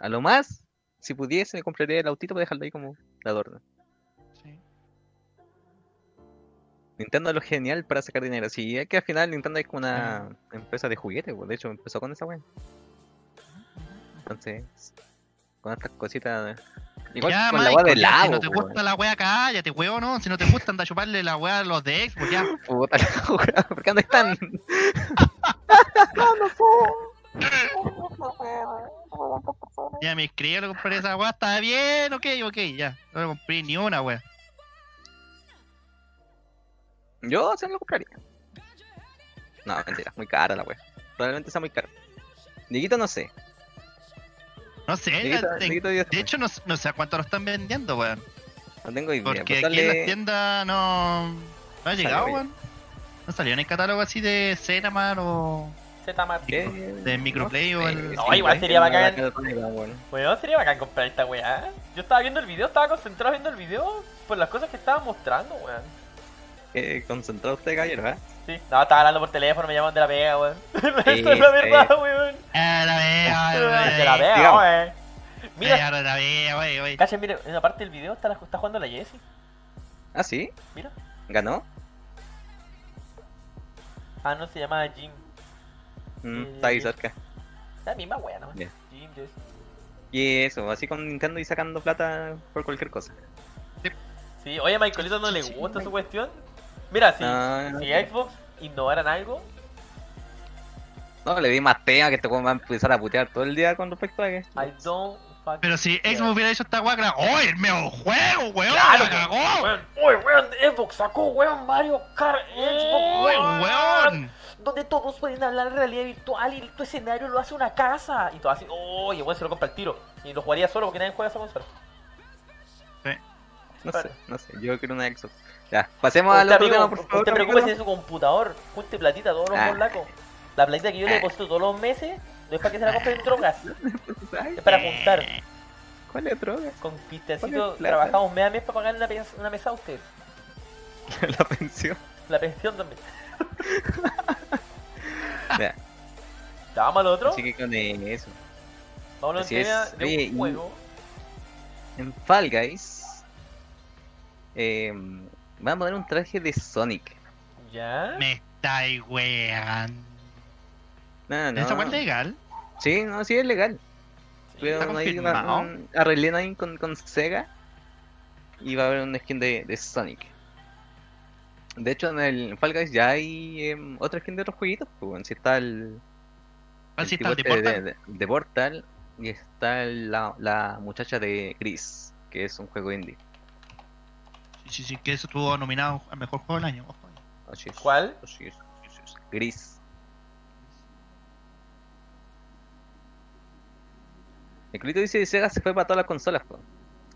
Speaker 2: A lo más, si pudiese, me compraría el autito para dejarlo ahí como de adorno.
Speaker 1: Sí.
Speaker 2: Nintendo es lo genial para sacar dinero. Sí, es que al final Nintendo es como una empresa de juguetes, pues, de hecho empezó con esa weá. Entonces, con estas cositas. Igual
Speaker 1: ya,
Speaker 2: con la
Speaker 1: Mike,
Speaker 2: weá del
Speaker 1: ya,
Speaker 2: lado.
Speaker 1: Si no te gusta la wea, cállate, weón, no. Si no te gusta, anda a chuparle la wea a los de Xbox, ya.
Speaker 2: Puta la jugada, ¿por qué no están?
Speaker 1: Ya me inscribí, lo compré esa wea, está bien, ok, ok, ya. No le compré ni una wea.
Speaker 2: Yo se lo compraría. No, mentira, muy cara la wea. Probablemente sea muy cara. Dieguito no sé.
Speaker 1: No sé,
Speaker 2: Dieguito,
Speaker 1: en-
Speaker 2: Dieguito ya
Speaker 1: de
Speaker 2: sabe,
Speaker 1: hecho no, no sé a cuánto lo están vendiendo, weón.
Speaker 2: no tengo idea.
Speaker 1: Porque
Speaker 2: pues
Speaker 1: aquí en
Speaker 2: dale-
Speaker 1: las tiendas no, no ha llegado,
Speaker 2: ya.
Speaker 1: weón. No salió en el catálogo así de Cenaman o
Speaker 3: Z
Speaker 2: ¿Qué?
Speaker 1: de Microplay o el...
Speaker 3: No, igual sería bacán.
Speaker 2: la católica, weón.
Speaker 3: Weón, sería bacán comprar esta weá. Yo estaba viendo el video, estaba concentrado viendo el video por las cosas que estaban mostrando, weón.
Speaker 2: Eh, concentrado usted, caballero, ¿eh?
Speaker 3: Sí, no, estaba hablando por teléfono, me llaman de la pega, weón. Eso es
Speaker 2: sí. eh.
Speaker 3: la verdad, weón.
Speaker 1: Ah, la vea,
Speaker 3: De la
Speaker 1: la
Speaker 3: pega,
Speaker 2: digamos.
Speaker 3: weón. Mira,
Speaker 1: vea, la vea, wey, wey.
Speaker 3: Cachen, mire, en la parte del video está, la- está jugando la Jessie.
Speaker 2: Ah, sí.
Speaker 3: Mira.
Speaker 2: ¿Ganó?
Speaker 3: Ah, no, se llama Jim.
Speaker 2: Mm,
Speaker 3: Eh,
Speaker 2: está ahí cerca.
Speaker 3: La misma wea, nomás.
Speaker 2: Ya.
Speaker 3: Jim, Jessie.
Speaker 2: Y eso, así con Nintendo y sacando plata por cualquier cosa.
Speaker 3: Sí, oye, a Michaelito no le
Speaker 1: Sí,
Speaker 3: gusta
Speaker 1: Mike.
Speaker 3: su cuestión. Mira, si,
Speaker 2: No, no,
Speaker 3: si
Speaker 2: no.
Speaker 3: Xbox innovaran algo,
Speaker 2: No, le di más tema que te va a empezar a putear todo el día con respecto a esto.
Speaker 3: I don't fucking
Speaker 1: Pero si
Speaker 3: care.
Speaker 1: Xbox hubiera hecho esta weá, era, ¡Oh, el mejor juego, weón!
Speaker 3: Claro,
Speaker 1: ¡La cagó!
Speaker 3: Weón, Oye, weón, Xbox sacó, weón, Mario Kart, Xbox,
Speaker 1: ¡Weón! weón.
Speaker 3: Donde todos pueden hablar en realidad virtual y tu escenario lo hace una casa. Y todo así, oye, weón, se lo compra el tiro. Y lo jugaría solo porque nadie juega esa consola.
Speaker 2: No sé, no sé, yo quiero una Xbox. Ya, pasemos al
Speaker 3: Usted,
Speaker 2: otro
Speaker 3: amigo,
Speaker 2: tema, por favor.
Speaker 3: usted preocúpese de
Speaker 2: amigo.
Speaker 3: su computador, junte platita todos los
Speaker 2: Ah.
Speaker 3: morlacos. La platita que yo le
Speaker 2: Ah.
Speaker 3: deposito todos los meses, no es para que se la compre en drogas,
Speaker 2: Ay,
Speaker 3: es para juntar.
Speaker 2: ¿Cuál es droga?
Speaker 3: Con
Speaker 2: Ponle
Speaker 3: Cristiancito
Speaker 2: plata.
Speaker 3: trabajamos mes a mes para pagar una, pens- una mesa a usted.
Speaker 2: La pensión.
Speaker 3: La pensión también.
Speaker 2: Ya.
Speaker 3: ¿Ya vamos al otro?
Speaker 2: Así que con eso.
Speaker 3: Vamos al
Speaker 2: así
Speaker 3: tema
Speaker 2: es.
Speaker 3: de
Speaker 2: Oye, y-
Speaker 3: un juego.
Speaker 2: En Fall Guys eh, van a poner un traje de Sonic.
Speaker 3: ¿Ya?
Speaker 1: Me estáis weando.
Speaker 2: No, no.
Speaker 1: ¿Esa weá es legal?
Speaker 2: Sí, no, sí es legal.
Speaker 3: Sí.
Speaker 2: Pero ahí
Speaker 1: confirmado.
Speaker 2: una, un, arreglé ahí con, con Sega y va a haber un skin de, de Sonic. De hecho, en el Fall Guys ya hay em, otra skin de otros jueguitos. Pues, bueno, si está el,
Speaker 1: ¿Cuál si está el
Speaker 2: tipo
Speaker 1: de
Speaker 2: este
Speaker 1: Portal?
Speaker 2: de- de Portal y está la, la muchacha de Gris, que es un juego indie.
Speaker 1: Sí, sí, sí, que eso estuvo nominado al mejor juego del año. ojo.
Speaker 2: Así es,
Speaker 3: ¿Cuál?
Speaker 2: así es, así es. Gris. El Clito dice que Sega se fue para todas las consolas. po.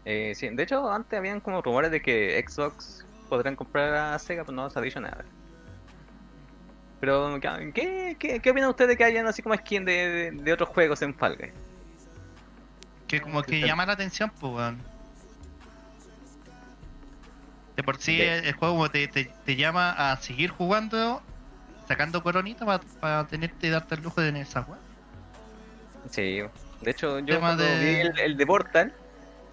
Speaker 2: Eh, sí, de hecho, antes habían como rumores de que Xbox podrían comprar a Sega, pero no se ha dicho nada. Pero, ¿qué, qué, qué opinan ustedes de que hayan así como skin de, de, de otros juegos en Fall Guys?
Speaker 1: Que como que
Speaker 2: Perfecto.
Speaker 1: llama la atención, pues weón. De por sí
Speaker 2: Ok.
Speaker 1: el, el juego como te, te, te llama a seguir jugando, sacando coronita para tenerte darte el lujo de tener esa weá.
Speaker 2: Sí, de hecho yo
Speaker 1: Tema
Speaker 2: cuando
Speaker 1: de-
Speaker 2: vi el, el de Portal,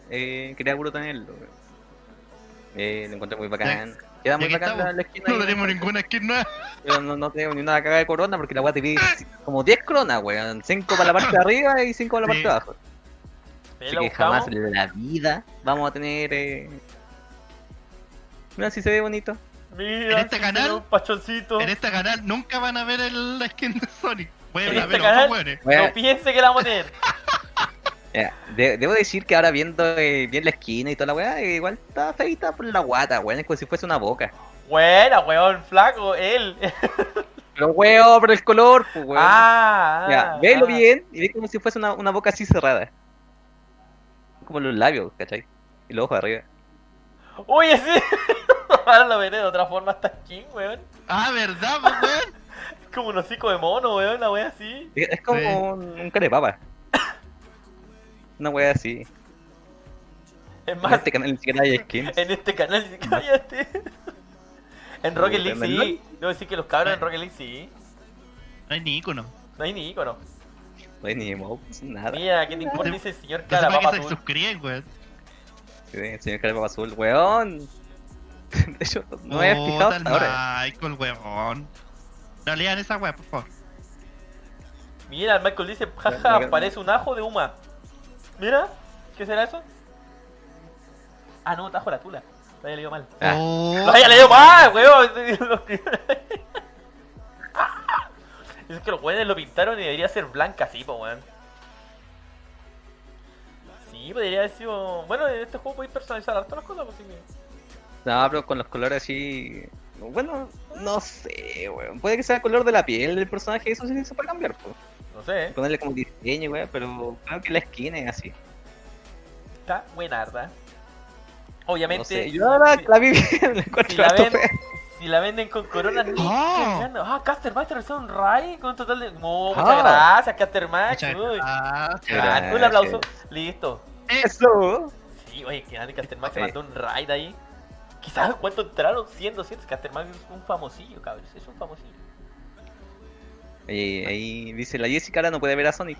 Speaker 2: eh, quería puro tenerlo. weón. Eh, lo encontré muy bacán. Queda muy
Speaker 1: que
Speaker 2: bacán la,
Speaker 1: estamos,
Speaker 2: la esquina.
Speaker 1: No
Speaker 2: ahí,
Speaker 1: tenemos
Speaker 2: weón.
Speaker 1: ninguna skin nueva.
Speaker 2: Yo no, no tengo ni una cagada de corona porque la weá te pide como 10 cronas, weón. 5 para la parte de arriba y 5 para la parte
Speaker 1: Sí.
Speaker 2: de abajo.
Speaker 3: ¿Ya
Speaker 2: Así
Speaker 3: la
Speaker 2: que jamás
Speaker 3: buscamos?
Speaker 2: en la vida vamos a tener... Eh... Mira si se ve bonito.
Speaker 3: Mira,
Speaker 1: este
Speaker 3: sí,
Speaker 1: canal-
Speaker 3: un pachoncito.
Speaker 1: En este canal nunca van a ver el, la skin de Sonic. Pueden
Speaker 3: En este
Speaker 1: ver
Speaker 3: canal-
Speaker 1: otros weones.
Speaker 2: Weón,
Speaker 3: No piense que la vamos a tener.
Speaker 2: Ya, de- debo decir que ahora viendo eh, bien la esquina y toda la weá, eh, igual está feita por la guata, weón. Es como si fuese una boca.
Speaker 3: Buena, weón, flaco, él.
Speaker 2: Pero huevo, pero el color, pues weón.
Speaker 3: Ah,
Speaker 2: Ya,
Speaker 3: ah,
Speaker 2: velo
Speaker 3: ah.
Speaker 2: bien y ve como si fuese una, una boca así cerrada. Como los labios, ¿cachai? Y los ojos arriba.
Speaker 3: Oye, sí. Ahora lo veré de otra forma hasta aquí, weón.
Speaker 1: Ah, ¿verdad, pues, weón?
Speaker 3: Es como un hocico de mono, weón, la wea así.
Speaker 2: Es, es como
Speaker 1: Sí.
Speaker 2: un, un carepapa. Una wea así.
Speaker 3: Es
Speaker 2: En
Speaker 3: más,
Speaker 2: este canal ni siquiera hay skins.
Speaker 3: en este canal, sí, cállate. En Rocket League
Speaker 2: ¿En el
Speaker 3: sí. Debo decir que los cabros en Rocket League sí.
Speaker 1: No hay ni icono.
Speaker 3: No hay ni icono.
Speaker 2: No hay ni emotes, nada.
Speaker 3: Mira, ¿qué te importa? Dice el señor
Speaker 1: Entonces, ¿para
Speaker 3: Carapapa
Speaker 1: qué se
Speaker 3: azul.
Speaker 1: suscriben, weón?
Speaker 2: Sí, el señor carepapa azul, weón. De hecho, no me había fijado
Speaker 1: Puta el
Speaker 2: hasta ahora.
Speaker 1: Oh, Michael, weón. No lean esa weá, por favor.
Speaker 3: Mira, el Michael dice,
Speaker 2: Ya, ya,
Speaker 3: jaja,
Speaker 2: ya.
Speaker 3: parece un ajo de huma. Mira, ¿qué será eso? Ah, no, tajo la tula. Lo había leído mal.
Speaker 2: Ah.
Speaker 1: Oh,
Speaker 3: Lo había leído mal, weón. Es que los weones lo pintaron y debería ser blanca, sí, po, weón. Sí, podría haber sido. Bueno, en este juego podéis personalizar harto las cosas, pues sí. que-
Speaker 2: No, pero con los colores así. Bueno, no sé, weón. Puede que sea el color de la piel del personaje, eso sí se puede cambiar, pues.
Speaker 3: No sé, ¿eh?
Speaker 2: ponerle como diseño, weón, pero creo que la esquina es así.
Speaker 3: está buenarda.
Speaker 2: No
Speaker 3: Obviamente,
Speaker 2: sé, yo ahora
Speaker 3: sí.
Speaker 2: la vi bien, la encuentro
Speaker 3: Si la
Speaker 2: harto
Speaker 3: ven-
Speaker 2: fea.
Speaker 3: si la venden con corona, ni
Speaker 1: Ah.
Speaker 3: cagando. Ah, Caster Master es un Ray con un total de. No,
Speaker 2: Ah.
Speaker 3: muchas gracias, Caster Max.
Speaker 1: Muchas
Speaker 3: Uy.
Speaker 1: gracias.
Speaker 3: Ah, un
Speaker 2: Gracias.
Speaker 3: aplauso. Listo.
Speaker 2: Eso.
Speaker 3: Sí, oye, que Andy Casterman se
Speaker 2: Ok.
Speaker 3: mandó un raid ahí. Quizás cuánto entraron, 100, 200. Casterman es un famosillo, cabrón. Es un famosillo.
Speaker 2: Oye, Eh, ahí dice, la Jessica ahora no puede ver a Sonic.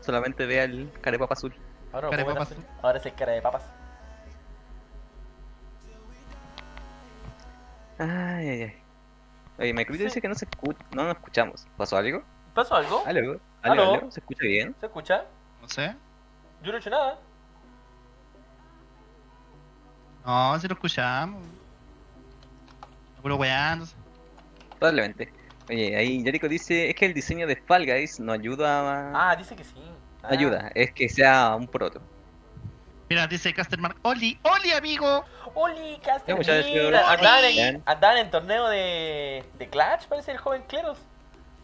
Speaker 2: Solamente ve al carepapa azul.
Speaker 3: Ahora, lo
Speaker 1: Cara de
Speaker 3: puedo ver
Speaker 1: papas.
Speaker 3: así. Ahora es el cara de papas.
Speaker 2: Ay, ay, ay. Oye, Microsoft dice que no se escucha, no nos escuchamos. ¿Pasó algo?
Speaker 3: ¿Pasó algo?
Speaker 2: ¿Aló? ¿Aló?
Speaker 3: ¿Aló?
Speaker 2: aló? ¿Se escucha bien?
Speaker 3: ¿Se escucha?
Speaker 1: No sé.
Speaker 3: Yo no he hecho nada.
Speaker 1: No, si lo escuchamos. Puro weá, no sé.
Speaker 2: Probablemente. Oye, ahí Jericho dice, es que el diseño de Fall Guys no ayuda a...
Speaker 3: Ah, dice que sí. Ah.
Speaker 2: Ayuda, es que sea un proto.
Speaker 1: Mira, dice Casterman, Oli, Oli amigo.
Speaker 3: Oli, Caster.
Speaker 2: Ya, muchachos,
Speaker 3: mira, Andaban en,
Speaker 2: bien.
Speaker 3: andaban en torneo de, de Clash, parece el joven Cleros.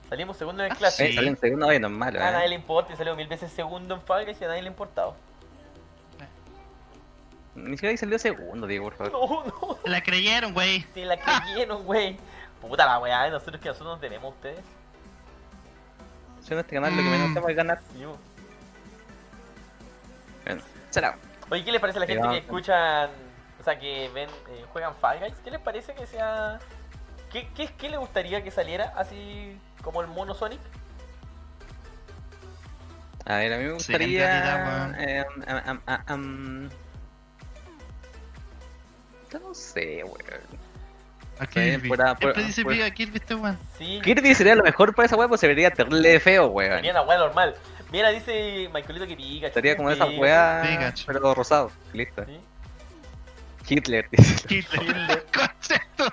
Speaker 3: Salimos segundo en el
Speaker 1: Ah,
Speaker 3: Clash.
Speaker 1: Sí.
Speaker 2: Eh, salió en segundo, oye, no es malo,
Speaker 3: A nadie
Speaker 2: eh.
Speaker 3: le importa y salió mil veces segundo en Fall Guys y a nadie le ha importado.
Speaker 2: Ni siquiera ahí salió segundo, Diego, por favor.
Speaker 3: No, no.
Speaker 1: Se La creyeron, güey.
Speaker 3: Si la creyeron, güey. Puta la weá, nosotros que nosotros nos tenemos ustedes.
Speaker 2: Yo en este canal lo que menos
Speaker 1: Mm.
Speaker 2: hacemos es ganar.
Speaker 3: Sí, bo.
Speaker 2: Bueno, será.
Speaker 3: Oye, ¿qué les parece a la gente
Speaker 2: Ya.
Speaker 3: que escuchan, o sea, que ven, eh, juegan Fall Guys? ¿Qué les parece que sea... ¿Qué, qué, qué le gustaría que saliera así como el mono Sonic?
Speaker 2: A ver, a mí me
Speaker 1: Sí, en realidad,
Speaker 2: gustaría... eh, am, am, am, am. Yo No sé, weón.
Speaker 1: A
Speaker 2: Bien,
Speaker 1: Kirby.
Speaker 2: fuera- fuera-
Speaker 1: Siempre dice
Speaker 2: fuera.
Speaker 1: pega a Kirby este weón.
Speaker 3: Sí,
Speaker 2: Kirby sería lo mejor para esa wea, pues se vería terrible feo, weón.
Speaker 3: sería una weá normal. Mira, dice Michaelito que pica.
Speaker 2: Estaría como esa
Speaker 3: weá.
Speaker 2: wea,
Speaker 1: Pikachu.
Speaker 2: pero rosado. Listo.
Speaker 3: Sí.
Speaker 2: Hitler, dice.
Speaker 1: Kirby. Concepto.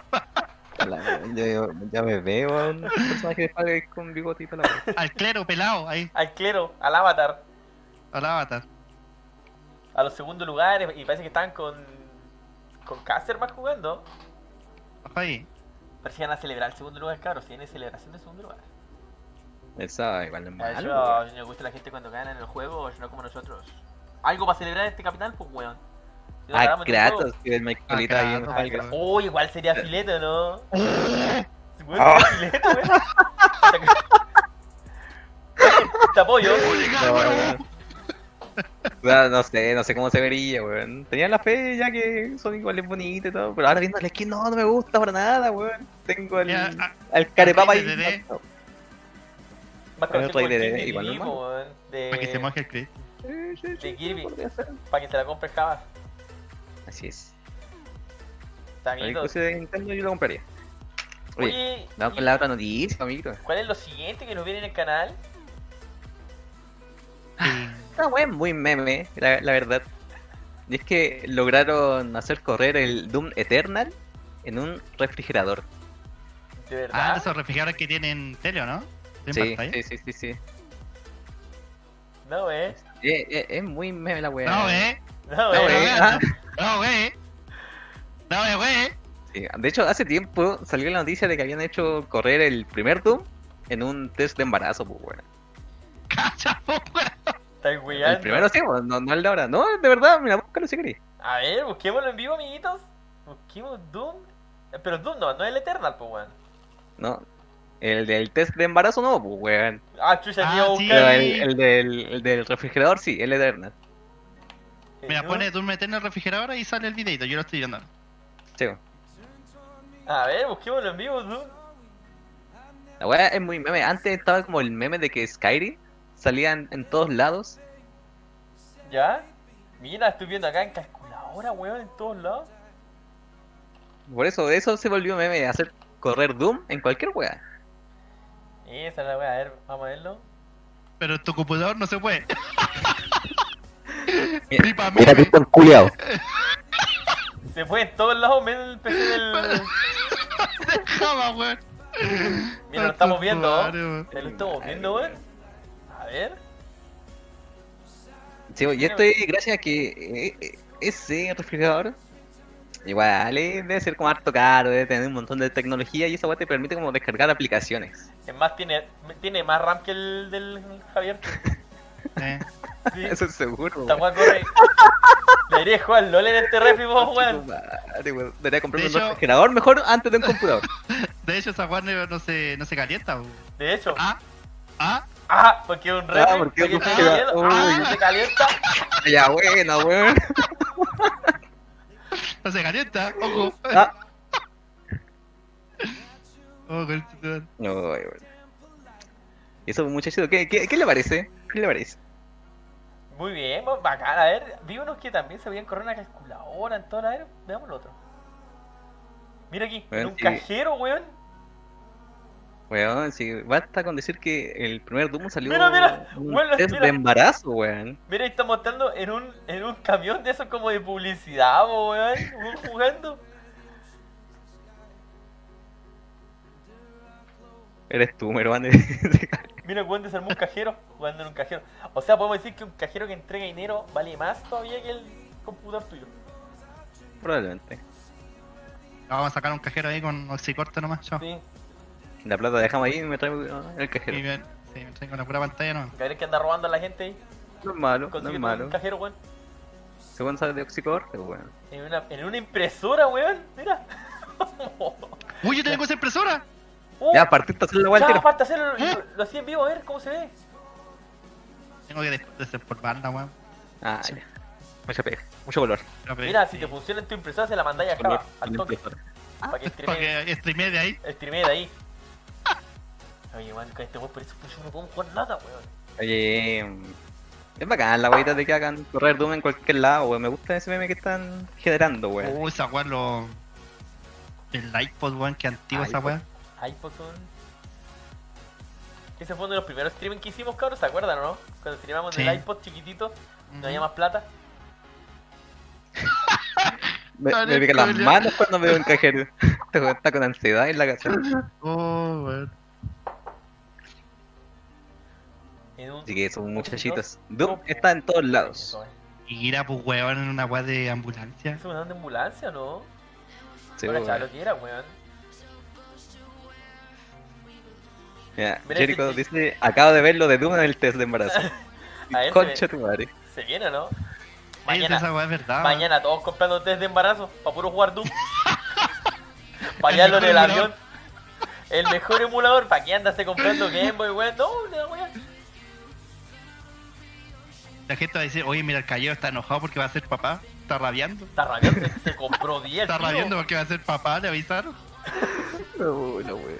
Speaker 2: Hola, yo, yo- ya me veo a un personaje de padre con bigotito la wea.
Speaker 1: Al clero pelado, ahí,
Speaker 3: Al clero, al avatar,
Speaker 1: al avatar.
Speaker 3: a los segundos lugares y parece que estaban con... Con Casterman jugando.
Speaker 1: Ojo ahí.
Speaker 3: Parece que van a celebrar el segundo lugar, cabros. Tienen celebración de segundo lugar.
Speaker 2: Pensaba igual de
Speaker 3: A
Speaker 2: malo. weón.
Speaker 3: ellos les gusta la gente cuando ganan en los juegos, no como nosotros. Algo para celebrar este capital, pues weón. Si no
Speaker 2: Ah,
Speaker 3: ganamos en el juego.
Speaker 2: Kratos, que el Michaelito
Speaker 1: Ah,
Speaker 2: ahí en
Speaker 1: Kratos,
Speaker 2: Fall
Speaker 1: ah,
Speaker 2: Guys.
Speaker 3: Oh, igual sería filete, ¿no? Weón,
Speaker 2: Ah.
Speaker 3: sería filete, weón. Te apoyo.
Speaker 2: No, weón. O sea, no sé, no sé cómo se vería, weón. Tenía la fe ya que son iguales bonitos y todo, pero ahora viendo la skin no, no me gusta para nada, weón. Tengo el,
Speaker 1: Ya, ah,
Speaker 2: al carepapa ahí.
Speaker 1: DDD.
Speaker 2: no,
Speaker 3: Más
Speaker 2: Pero
Speaker 3: conocido como
Speaker 2: estoy de-
Speaker 3: el
Speaker 2: de-
Speaker 3: Kirby,
Speaker 2: igual,
Speaker 3: Kirby,
Speaker 2: hermano.
Speaker 3: po, weón, de-
Speaker 1: Para que se moje el Kirby.
Speaker 2: no. Sí, sí, sí,
Speaker 3: De Kirby.
Speaker 2: podría ser.
Speaker 3: Para que se la compre Java.
Speaker 2: Así es.
Speaker 3: Está bien,
Speaker 2: El
Speaker 3: todo.
Speaker 2: coche de Nintendo yo lo compraría. Oye,
Speaker 3: Oye,
Speaker 2: vamos con la otra noticia, amigo.
Speaker 3: ¿cuál es lo siguiente que nos viene en el canal?
Speaker 1: Sí.
Speaker 2: Esta wea es muy meme, la, la verdad. Y es que lograron hacer correr el Doom Eternal en un refrigerador.
Speaker 3: De verdad.
Speaker 1: Ah, de esos refrigeradores que tienen tele, ¿o ¿no? ¿Tienen
Speaker 2: Sí,
Speaker 1: pantalla?
Speaker 2: sí, sí, sí, sí.
Speaker 3: No, eh.
Speaker 2: Eh, eh, es muy meme la wea.
Speaker 1: No, eh.
Speaker 3: No,
Speaker 2: No,
Speaker 1: Pero
Speaker 3: eh.
Speaker 2: eh.
Speaker 1: vean,
Speaker 2: ah.
Speaker 1: No, güey. No, eh, güey.
Speaker 2: Sí, De hecho, hace tiempo salió la noticia de que habían hecho correr el primer Doom en un test de embarazo, pues bueno.
Speaker 1: Cacha, po, güey.
Speaker 3: Estás
Speaker 2: El
Speaker 3: weyando.
Speaker 2: primero sí, pues, no, no el de ahora. No, de verdad, mira, búscalo si querés.
Speaker 3: A ver, busquémoslo en vivo, amiguitos. Busquemos Doom. Eh, Pero Doom no, no es el Eternal, pues, weón.
Speaker 2: No. El del test de embarazo no, pues weón.
Speaker 3: Ah, chucha,
Speaker 1: Ah,
Speaker 3: sí, iba a
Speaker 1: sí.
Speaker 3: buscar.
Speaker 2: Pero el, el del, el del refrigerador sí, el Eternal.
Speaker 3: Eh,
Speaker 1: Mira,
Speaker 3: Doom.
Speaker 1: pone Doom Eternal en el refrigerador y sale el videito. Yo lo estoy viendo.
Speaker 2: Sí, pues.
Speaker 3: A ver, busquémoslo en vivo, Doom.
Speaker 2: La wea es muy meme. Antes estaba como el meme de que Skyrim salían en todos lados.
Speaker 3: ¿Ya? Mira, estoy viendo acá en calculadora, weón, en todos lados.
Speaker 2: Por eso, eso se volvió meme, hacer correr Doom en cualquier wea.
Speaker 3: Esa es la weá, a ver, vamos a verlo.
Speaker 1: Pero tu computador no se puede.
Speaker 2: Mira,
Speaker 1: Ni pa' mí.
Speaker 2: Mira, Cristian culiao.
Speaker 3: Se fue en todos lados, menos en el PC del.
Speaker 1: Dejaba, güey.
Speaker 3: Mira, lo estamos viendo. ¿no?
Speaker 1: Claro, güey.
Speaker 3: Ya Lo estamos viendo, weón. A ver.
Speaker 2: Sí, y esto es gracias a que eh, eh, ese refrigerador igual eh, debe ser como harto caro, debe tener un montón de tecnología y esa weá te permite como descargar aplicaciones.
Speaker 3: Es más, tiene, tiene más RAM que el del Javier.
Speaker 1: Eh,
Speaker 3: Sí,
Speaker 2: Eso es seguro.
Speaker 3: esta weá corre. Debería jugar LOL en este refri, vos, weón.
Speaker 2: weón. Debería comprarme
Speaker 1: De
Speaker 2: un
Speaker 1: hecho-
Speaker 2: refrigerador mejor antes de un computador.
Speaker 1: De hecho, esa Warner no se, no se calienta. güey.
Speaker 3: De hecho.
Speaker 1: Ah, ah,
Speaker 3: Ah, porque un refri.
Speaker 2: Ah, porque un
Speaker 3: está
Speaker 2: refri-
Speaker 3: caliente.
Speaker 2: Uy.
Speaker 3: Ah, se calienta.
Speaker 2: Ah, ya buena, weón.
Speaker 1: no se calienta. Ojo.
Speaker 2: Ah.
Speaker 1: Ojo, el computador.
Speaker 2: No, weón. Y eso, muchachito, ¿qué, qué, qué le parece? ¿Qué le parece?
Speaker 3: Muy bien, bo- bacán. A ver, vi unos que también se podían correr una calculadora en toda la era. Veamos el otro. Mira aquí, en
Speaker 2: Weón,
Speaker 3: un
Speaker 2: sí.
Speaker 3: cajero, weón.
Speaker 2: Weón, si basta con decir que el primer Doom salió
Speaker 3: Mira, mira,
Speaker 2: un
Speaker 3: weón, lo-
Speaker 2: test
Speaker 3: mira.
Speaker 2: de embarazo, weón.
Speaker 3: Mira, ahí está montando en un, en un camión de esos como de publicidad, po, weón. weón, Jugando.
Speaker 2: Eres tú, Meruan.
Speaker 3: Mira, el weón desarmó un cajero. Jugando en un cajero. O sea, podemos decir que un cajero que entrega dinero vale más todavía que el computador tuyo.
Speaker 2: Probablemente.
Speaker 1: Vamos a sacar un cajero ahí con oxicorte nomás,
Speaker 2: Ah.
Speaker 1: chao.
Speaker 3: Sí.
Speaker 2: La plata la dejamos ahí y me traigo ah, el
Speaker 1: Y
Speaker 2: cajero.
Speaker 1: me, sí, me traigo la pura pantalla nomás.
Speaker 3: Gabriel que anda robando a la gente ahí.
Speaker 2: No es malo, no
Speaker 3: Consigue
Speaker 2: es
Speaker 3: un
Speaker 2: malo.
Speaker 3: cajero, weón.
Speaker 2: Según sale de oxicorte, weón.
Speaker 3: En una, en una impresora, weón. Mira.
Speaker 1: ¡Uy, yo tengo esa impresora!
Speaker 3: Oh,
Speaker 2: Ya, partiste a hacer la weá
Speaker 3: ya,
Speaker 2: al tiro.
Speaker 3: falta hacerlo.
Speaker 1: ¿Eh?
Speaker 3: Lo, lo hacía en vivo, a ver cómo se ve.
Speaker 1: Tengo que des- desempolvarla, weón.
Speaker 2: Ah, ya. Mucha pega, mucho color.
Speaker 1: Pero, pero,
Speaker 3: Mira,
Speaker 1: sí,
Speaker 3: si te funciona en tu impresora, se la mandáis a
Speaker 2: Color,
Speaker 3: Java. Al
Speaker 2: color,
Speaker 3: toque.
Speaker 2: color.
Speaker 3: Para que
Speaker 1: Para
Speaker 3: streame,
Speaker 1: que streamee de ahí.
Speaker 3: streame de ahí. Oye, weón, con este weón, por eso pues, yo no puedo jugar nada, weón.
Speaker 2: Oye, mm, es bacán la weita de que hagan correr Doom en cualquier lado, weón. Me gusta ese meme que están generando,
Speaker 1: Uy,
Speaker 3: Oh,
Speaker 2: weón.
Speaker 1: esa weón, lo. El iPod, weón, que antiguo esa
Speaker 2: iPod.
Speaker 1: weón.
Speaker 3: Ay, pues weón. Ese fue uno de los primeros streaming que hicimos, cabros, ¿se acuerdan o no? Cuando streamamos en
Speaker 1: Sí.
Speaker 3: el iPod chiquitito, no había
Speaker 1: Ujú.
Speaker 3: más plata.
Speaker 2: Me,
Speaker 1: Dale,
Speaker 2: me pican las
Speaker 1: Julio.
Speaker 2: manos cuando veo un cajero. Este weón está con ansiedad en la casa.
Speaker 1: Oh, weón.
Speaker 3: En un...
Speaker 2: Así que son muchachitos.
Speaker 3: Oh,
Speaker 2: Doom está en todos lados.
Speaker 1: Y ir a pues weón en una weá de ambulancia.
Speaker 3: ¿Es una onda de ambulancia o no?
Speaker 2: Sí,
Speaker 3: no cachaba lo
Speaker 2: weón.
Speaker 3: que era, weón.
Speaker 2: Mira,
Speaker 3: Mira,
Speaker 2: Jericho
Speaker 3: ese-
Speaker 2: dice, acabo de ver lo de Doom en el test de embarazo.
Speaker 3: A ver, eh,
Speaker 2: Concha
Speaker 3: se,
Speaker 2: tu madre.
Speaker 3: se viene, ¿o ¿no?
Speaker 1: Ey,
Speaker 3: Mañana,
Speaker 1: esa weá es verdad. weón.
Speaker 3: mañana todos comprando test de embarazo para puro jugar Doom. Paquearlo en el avión. El mejor emulador, ¿para qué andaste comprando Game Boy, weón? No, no, weón.
Speaker 1: La gente va a decir, oye, mira, el calleo está enojado porque va a ser papá. Está rabiando.
Speaker 3: Está rabiando, se, se compró 10.
Speaker 1: Está
Speaker 3: tío.
Speaker 1: rabiando porque va a ser papá, le avisaron.
Speaker 2: No, no, weón.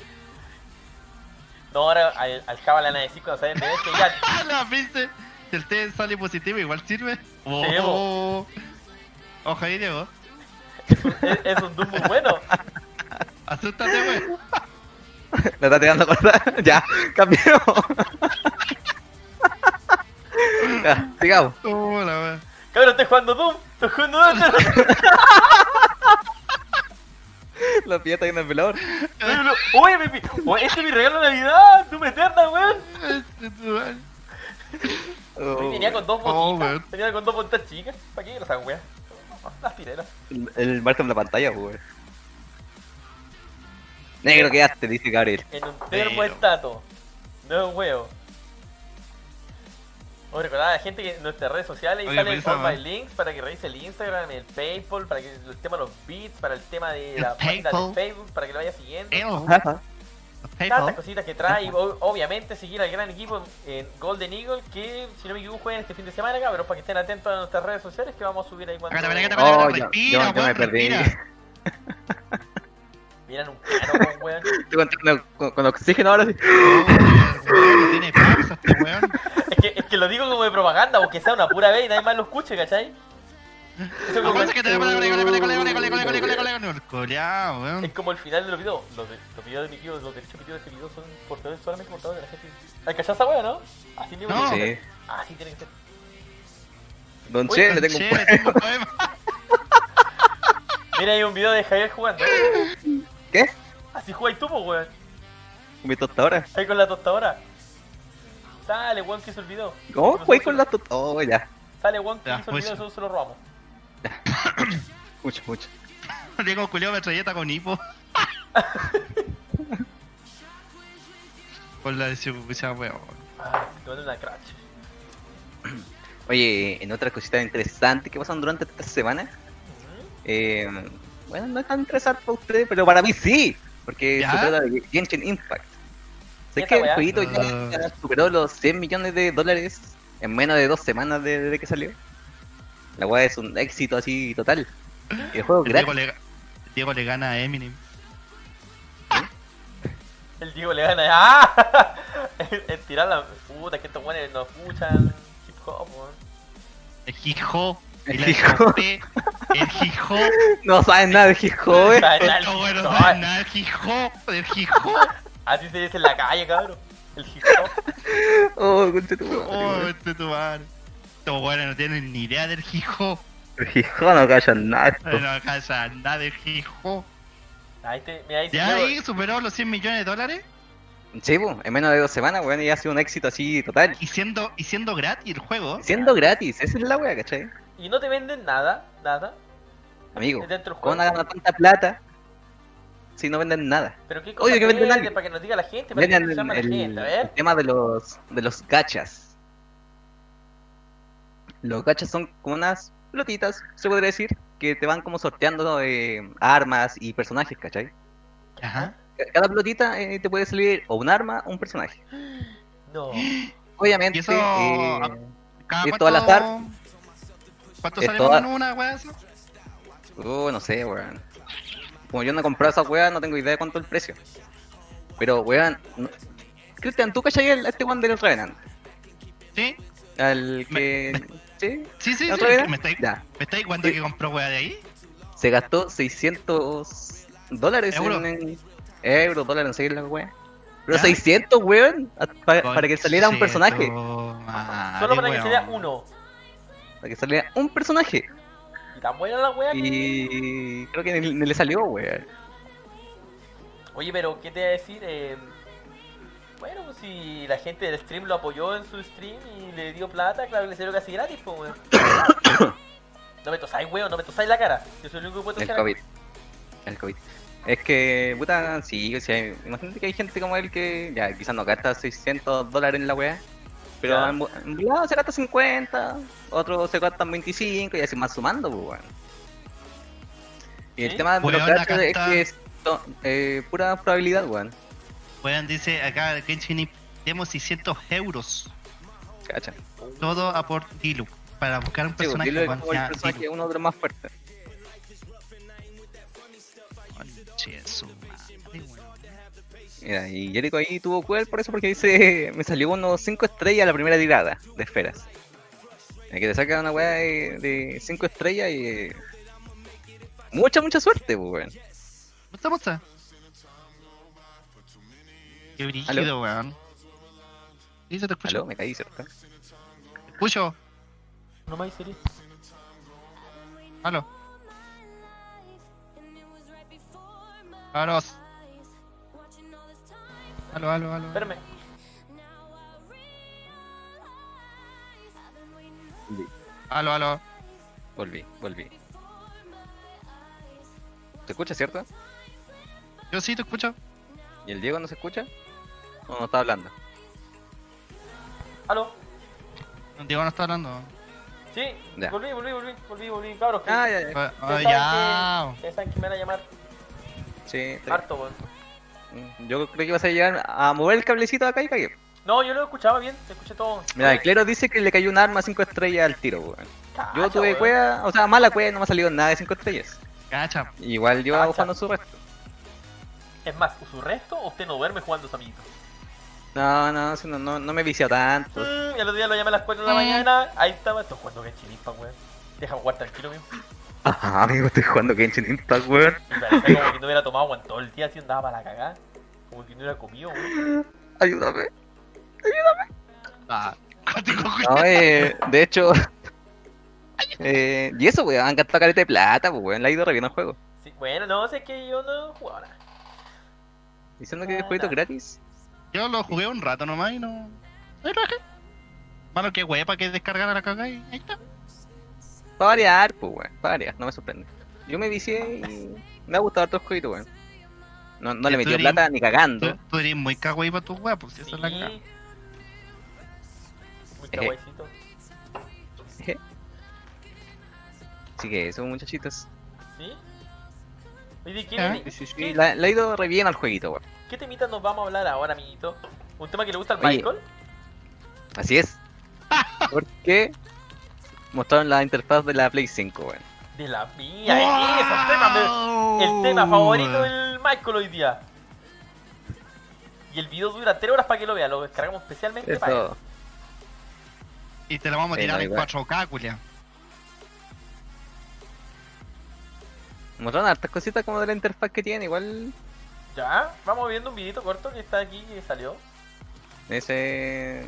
Speaker 3: No, ahora al, al Java le van a decir cuando salen de este, ya,
Speaker 1: ¡Ah, la viste! Si el test sale positivo, igual sirve. Oh. Ojo ahí, Diego.
Speaker 3: es, es un Doom muy bueno.
Speaker 1: Asústate, weón.
Speaker 2: La está tirando corta. ya, cambiamos. ya, sigamos.
Speaker 1: Oh, la weón.
Speaker 3: Cabrón, estoy jugando Doom, estoy jugando Doom.
Speaker 2: La fiesta en el velador.
Speaker 3: Oye, mi, oye, este es mi regalo de Navidad, Doom Eterna, weón.
Speaker 2: Oh,
Speaker 3: Tenía con dos
Speaker 1: Oh,
Speaker 3: botitas,
Speaker 1: weón.
Speaker 3: tenía con dos botitas chicas. ¿Para qué esa weón? Las pireras.
Speaker 2: el- El marco en la pantalla, pues, weón. Negro quedaste, dice Gabriel.
Speaker 3: En un termoestato. No es un huevo. Os recordaba a la gente que en nuestras redes sociales ahí
Speaker 1: Oye,
Speaker 3: salen
Speaker 1: pues, esa
Speaker 3: all my
Speaker 1: va.
Speaker 3: links para que revise el Instagram, el PayPal, para que el tema de los beats, para el tema de
Speaker 1: El
Speaker 3: la página de
Speaker 1: PayPal.
Speaker 3: Facebook, para que lo vaya siguiendo.
Speaker 1: Ew.
Speaker 3: Tantas
Speaker 1: PayPal.
Speaker 3: cositas que trae, y ob- obviamente seguir al gran equipo en Golden Eagle, que si no me equivoco juegan este fin de semana, pero para que estén atentos a nuestras redes sociales que vamos a subir ahí cuando
Speaker 1: Cágate, cágate, cágate,
Speaker 2: Oh,
Speaker 1: cágate,
Speaker 2: ya,
Speaker 1: respira,
Speaker 2: yo- yo me
Speaker 1: weón,
Speaker 2: perdí.
Speaker 1: respira.
Speaker 3: miran un piano, con weón.
Speaker 2: Estoy contando con, con oxígeno ahora sí.
Speaker 1: Oh, weón, no tiene pausa este weón.
Speaker 3: Es que, es que lo digo como de propaganda, o que sea una pura vez y nadie más lo escuche, ¿cachai? Eso como-
Speaker 1: Acuérdate que te- cole, cole, cole, cole, cole, cole, cole, cole, cole, cole, cole, Coleado, weón.
Speaker 3: Es como el final de los videos. Los, de- los videos de mi tío, los derechos emitidos de este video son portadores solamente portadores de la gente. Hay que esa wea, ¿no? Así mismo
Speaker 1: No.
Speaker 3: tiene que
Speaker 2: Sí.
Speaker 3: ser. Así tiene que ser.
Speaker 2: Don
Speaker 3: Uy,
Speaker 2: Che, le tengo
Speaker 1: Che,
Speaker 2: un
Speaker 1: le
Speaker 2: poema.
Speaker 1: tengo un poema.
Speaker 3: Mira, hay un video de Javier jugando.
Speaker 2: ¿Qué?
Speaker 3: Así jugáis tú, pues, weón.
Speaker 2: ¿Con mi tostadora?
Speaker 3: Ahí con la tostadora. Sale, weón, que hizo el video.
Speaker 2: ¿Cómo
Speaker 3: No sé
Speaker 2: güey
Speaker 3: si
Speaker 2: con
Speaker 3: lo-
Speaker 2: la tostadora? Oh, ya.
Speaker 3: Sale, weón, que
Speaker 1: Ya,
Speaker 3: hizo el video,
Speaker 1: pues.
Speaker 3: eso se lo robamos.
Speaker 2: Mucho, mucho.
Speaker 1: Diego culiao metralleta con hipo. Por la de su pucha, weón.
Speaker 3: Ah, te mando una crash.
Speaker 2: Oye, en otras cositas interesantes que pasan durante esta semana.
Speaker 3: Mm.
Speaker 2: Eh, bueno, no es tan interesante para ustedes, pero para mí sí, porque
Speaker 1: ¿Ya?
Speaker 2: se trata de Genshin Impact. Sé
Speaker 3: Esa
Speaker 2: que el
Speaker 3: weá.
Speaker 2: jueguito
Speaker 1: Ah.
Speaker 2: ya, ya superó los 100 millones de dólares en menos de dos semanas de- desde que salió. La weá es un éxito así total. Y El juego
Speaker 1: El Diego
Speaker 2: gratis.
Speaker 1: le, Diego le gana a Eminem.
Speaker 3: El Diego le gana. ¡Ah! El- el tirar la. Puta, que estos weones no escuchan hip hop, weón.
Speaker 1: El hijo.
Speaker 2: El
Speaker 1: El
Speaker 2: hijo.
Speaker 1: hijo. El hijo.
Speaker 2: No saben nada de hip hop, eh.
Speaker 3: Está en la-
Speaker 1: Esto bueno,
Speaker 3: no,
Speaker 1: no es nada, el hijo. El hijo.
Speaker 3: Así se dice en la calle, cabrón. El hip hop.
Speaker 2: Oh, concha tu madre,
Speaker 1: Oh,
Speaker 2: weón.
Speaker 1: este tu madre. Estos weones no tienen ni idea del hijo.
Speaker 2: El Gijón no callan nada. esto.
Speaker 1: No casa nada del hijo.
Speaker 3: Ahí te, mira, ahí se
Speaker 1: Ya
Speaker 3: lleva-
Speaker 1: ahí superó los 100 millones de dólares
Speaker 2: Sí, po, en menos de dos semanas, weón, y ha sido un éxito así total.
Speaker 1: y siendo, y siendo gratis el juego.
Speaker 2: Siendo gratis, esa es la wea, ¿cachai?
Speaker 3: Y no te venden nada, nada.
Speaker 2: Amigo,
Speaker 3: Es dentro del
Speaker 2: ¿cómo van a
Speaker 3: juego.
Speaker 2: ganar tanta plata si no venden nada?
Speaker 3: Pero qué
Speaker 2: Oye, que venden
Speaker 3: venden
Speaker 2: algo.
Speaker 3: para que nos diga la gente, para Este que
Speaker 2: Venden
Speaker 3: nos llame la
Speaker 2: el,
Speaker 3: gente, a
Speaker 2: el
Speaker 3: ver.
Speaker 2: tema de los, de los gachas. Los gachas son como unas pelotitas, se podría decir, que te van como sorteando eh, armas y personajes, ¿cachai?
Speaker 1: Ajá.
Speaker 2: Ca- Cada pelotita eh, te puede salir o un arma o un personaje.
Speaker 3: No.
Speaker 2: Obviamente,
Speaker 1: Y eso,
Speaker 2: eh,
Speaker 1: ah, Cada
Speaker 2: ¿Y esto al azar?
Speaker 1: ¿Cuánto
Speaker 2: ¿Es
Speaker 1: sale
Speaker 2: todo
Speaker 1: más
Speaker 2: a-
Speaker 1: en una wea esa?
Speaker 2: oh, no sé, weón. Como yo no he comprado esa weá, no tengo idea de cuánto es el precio. Pero, weón, no- Cristian, ¿tú cachai el- a este weón del Revenant?
Speaker 1: Sí,
Speaker 2: Al
Speaker 1: Me-
Speaker 2: que... ¿Sí?
Speaker 1: sí, sí.
Speaker 2: ¿La
Speaker 1: sí,
Speaker 2: otra vez?
Speaker 1: me estáis
Speaker 2: Ya.
Speaker 1: me estáis jugando
Speaker 2: Sí.
Speaker 1: que compró wea de ahí.
Speaker 2: se gastó 600 dólares
Speaker 1: Euro.
Speaker 2: en, en euros, dólares, no sé qué es la wea. Pero
Speaker 1: ¿Ya?
Speaker 2: 600, weón, a- pa- para que saliera un personaje.
Speaker 3: Solo
Speaker 2: Ah,
Speaker 1: Solo
Speaker 3: para que sea uno.
Speaker 2: Para que saliera un personaje.
Speaker 3: Y tan buena la wea que-
Speaker 2: Y creo que ni, ni le salió, weón.
Speaker 3: Oye, pero ¿qué te iba a decir? Eh, bueno, pues, si la gente del stream lo apoyó en su stream y le dio plata, claro que le salió casi gratis, pues, weón. no me tosáis, weón, no me tosáis la cara. Yo soy el único que puede
Speaker 2: El
Speaker 3: tosar.
Speaker 2: COVID. El COVID. Es que, puta, sí, o sea, imagínate que hay gente como él que ya quizás no gasta 600 dólares en la wea. Pero
Speaker 3: Ya.
Speaker 2: en, en volado se gasta 50, otros se gastan 25 y así más sumando, pues, weón. Y el
Speaker 3: Sí.
Speaker 2: tema de los
Speaker 1: Weón, la
Speaker 2: gastos es
Speaker 1: casta-
Speaker 2: que es to- eh, pura probabilidad, weón.
Speaker 1: Weón dice acá de Genshin Impact, tenemos 600 euros.
Speaker 2: Cacha.
Speaker 1: Todo a por Dilu. Para buscar un
Speaker 2: Sí, pues,
Speaker 1: personaje.
Speaker 2: dilo
Speaker 1: weón,
Speaker 2: como el
Speaker 1: ya,
Speaker 2: personaje
Speaker 1: Dilu.
Speaker 2: uno de los más fuertes.
Speaker 1: Conche su madre, weón.
Speaker 2: Mira, y Jericho ahí tuvo cuel por eso, porque dice: Me salió unos 5 estrellas la primera tirada de esferas. Hay que te saca una weá de 5 estrellas y. eh, Mucha, mucha suerte, pues, weón.
Speaker 1: ¿Posta, posta? Qué brígido, weón. Dice, te escucho.
Speaker 2: Aló, me caí, ¿cierto?
Speaker 1: Te escucho.
Speaker 3: No me dice
Speaker 1: Aló. Aló. Aló, aló, aló.
Speaker 3: Espérame.
Speaker 1: Aló, aló.
Speaker 2: Volví, volví. ¿Se escucha, cierto?
Speaker 1: Yo sí te escucho.
Speaker 2: ¿Y el Diego no se escucha? ¿O no está hablando?
Speaker 3: ¿Aló?
Speaker 1: Diego no está hablando.
Speaker 3: Sí,
Speaker 2: Ya.
Speaker 3: volví, volví, volví, volví, volví, cabros. que-
Speaker 2: Ah, ya, ya.
Speaker 1: Ah,
Speaker 3: ustedes
Speaker 1: ya.
Speaker 3: saben que- Ustedes saben que me van a llamar
Speaker 2: Sí, está bien. Mm,
Speaker 3: harto, weón.
Speaker 2: Yo creo que ibas a llegar a mover el cablecito acá y cagué.
Speaker 3: No, yo lo escuchaba bien, te escuché todo.
Speaker 2: Mira, el clero dice que le cayó un arma 5 estrellas al tiro, weón. Yo
Speaker 3: Cacha,
Speaker 2: tuve
Speaker 3: weón.
Speaker 2: cueva, o sea, mala cueva, no me ha salido nada de 5 estrellas.
Speaker 1: Cacha.
Speaker 2: Igual yo
Speaker 3: Cacha.
Speaker 2: buscando su resto.
Speaker 3: Es más, su resto, usted no duerme jugando a sus amiguitos.
Speaker 2: No, no, si no, no, no me vicia tanto.
Speaker 3: Mm, y al otro día lo llamé a las 4 de la
Speaker 1: Mm.
Speaker 3: mañana. Ahí estaba, estoy jugando que chilipa, weón. Deja jugar tranquilo, weón.
Speaker 2: Ajá, Ah, amigo, estoy jugando Genshin Impact, weón.
Speaker 3: Y parecía como que no hubiera tomado weón todo el día, así andaba para la cagada. Como que no hubiera comido, weón.
Speaker 2: Ayúdame.
Speaker 1: Ah, contigo,
Speaker 2: No, eh, de hecho. eh, y eso, weón, han gastado careta de plata, pues, weón, le ha ido re bien al juego.
Speaker 3: Sí, bueno, no, sé que yo no jugaba nada.
Speaker 2: Diciendo que el
Speaker 3: Ah,
Speaker 2: jueguito es
Speaker 3: no.
Speaker 2: gratis.
Speaker 1: Yo lo jugué un rato nomás y no. No rajé. Bueno, qué wey, para que descargara la caga y ahí está.
Speaker 2: Va a variar, pues, weón, va a variar, no me sorprende. Yo me vicié y me ha gustado otro jueguito, weón. No, no le
Speaker 1: Yo
Speaker 2: metió
Speaker 1: diría-
Speaker 2: plata ni cagando.
Speaker 1: Tú, tú eres muy cagüey para tus weas, pues si esa es la caga.
Speaker 3: Sí. Muy kawaisito.
Speaker 2: Así que eso, muchachitos.
Speaker 3: ¿Sí? Oye, ¿qué,
Speaker 1: Ah,
Speaker 2: Sí, sí, sí,
Speaker 3: qué-
Speaker 2: la- Le ha ido re bien al jueguito, weón.
Speaker 3: qué temita nos vamos a hablar ahora, amiguito? ¿Un tema que le gusta al
Speaker 2: Oye.
Speaker 3: Michael?
Speaker 2: Así es. Porque mostraron la interfaz de la Play 5, weón.
Speaker 3: De la mía, es ese tema, me- El tema favorito del Michael hoy día. Y el video dura 3 horas para que lo vea, lo descargamos especialmente para él.
Speaker 2: Eso.
Speaker 1: Y te lo vamos a
Speaker 2: Sí,
Speaker 1: tirar
Speaker 2: no,
Speaker 1: en
Speaker 2: igual.
Speaker 1: 4K, culia.
Speaker 2: Mostraron hartas cositas como de la interfaz que tiene, igual.
Speaker 3: Ya, vamos viendo un videito corto que está aquí que salió.
Speaker 2: Ese.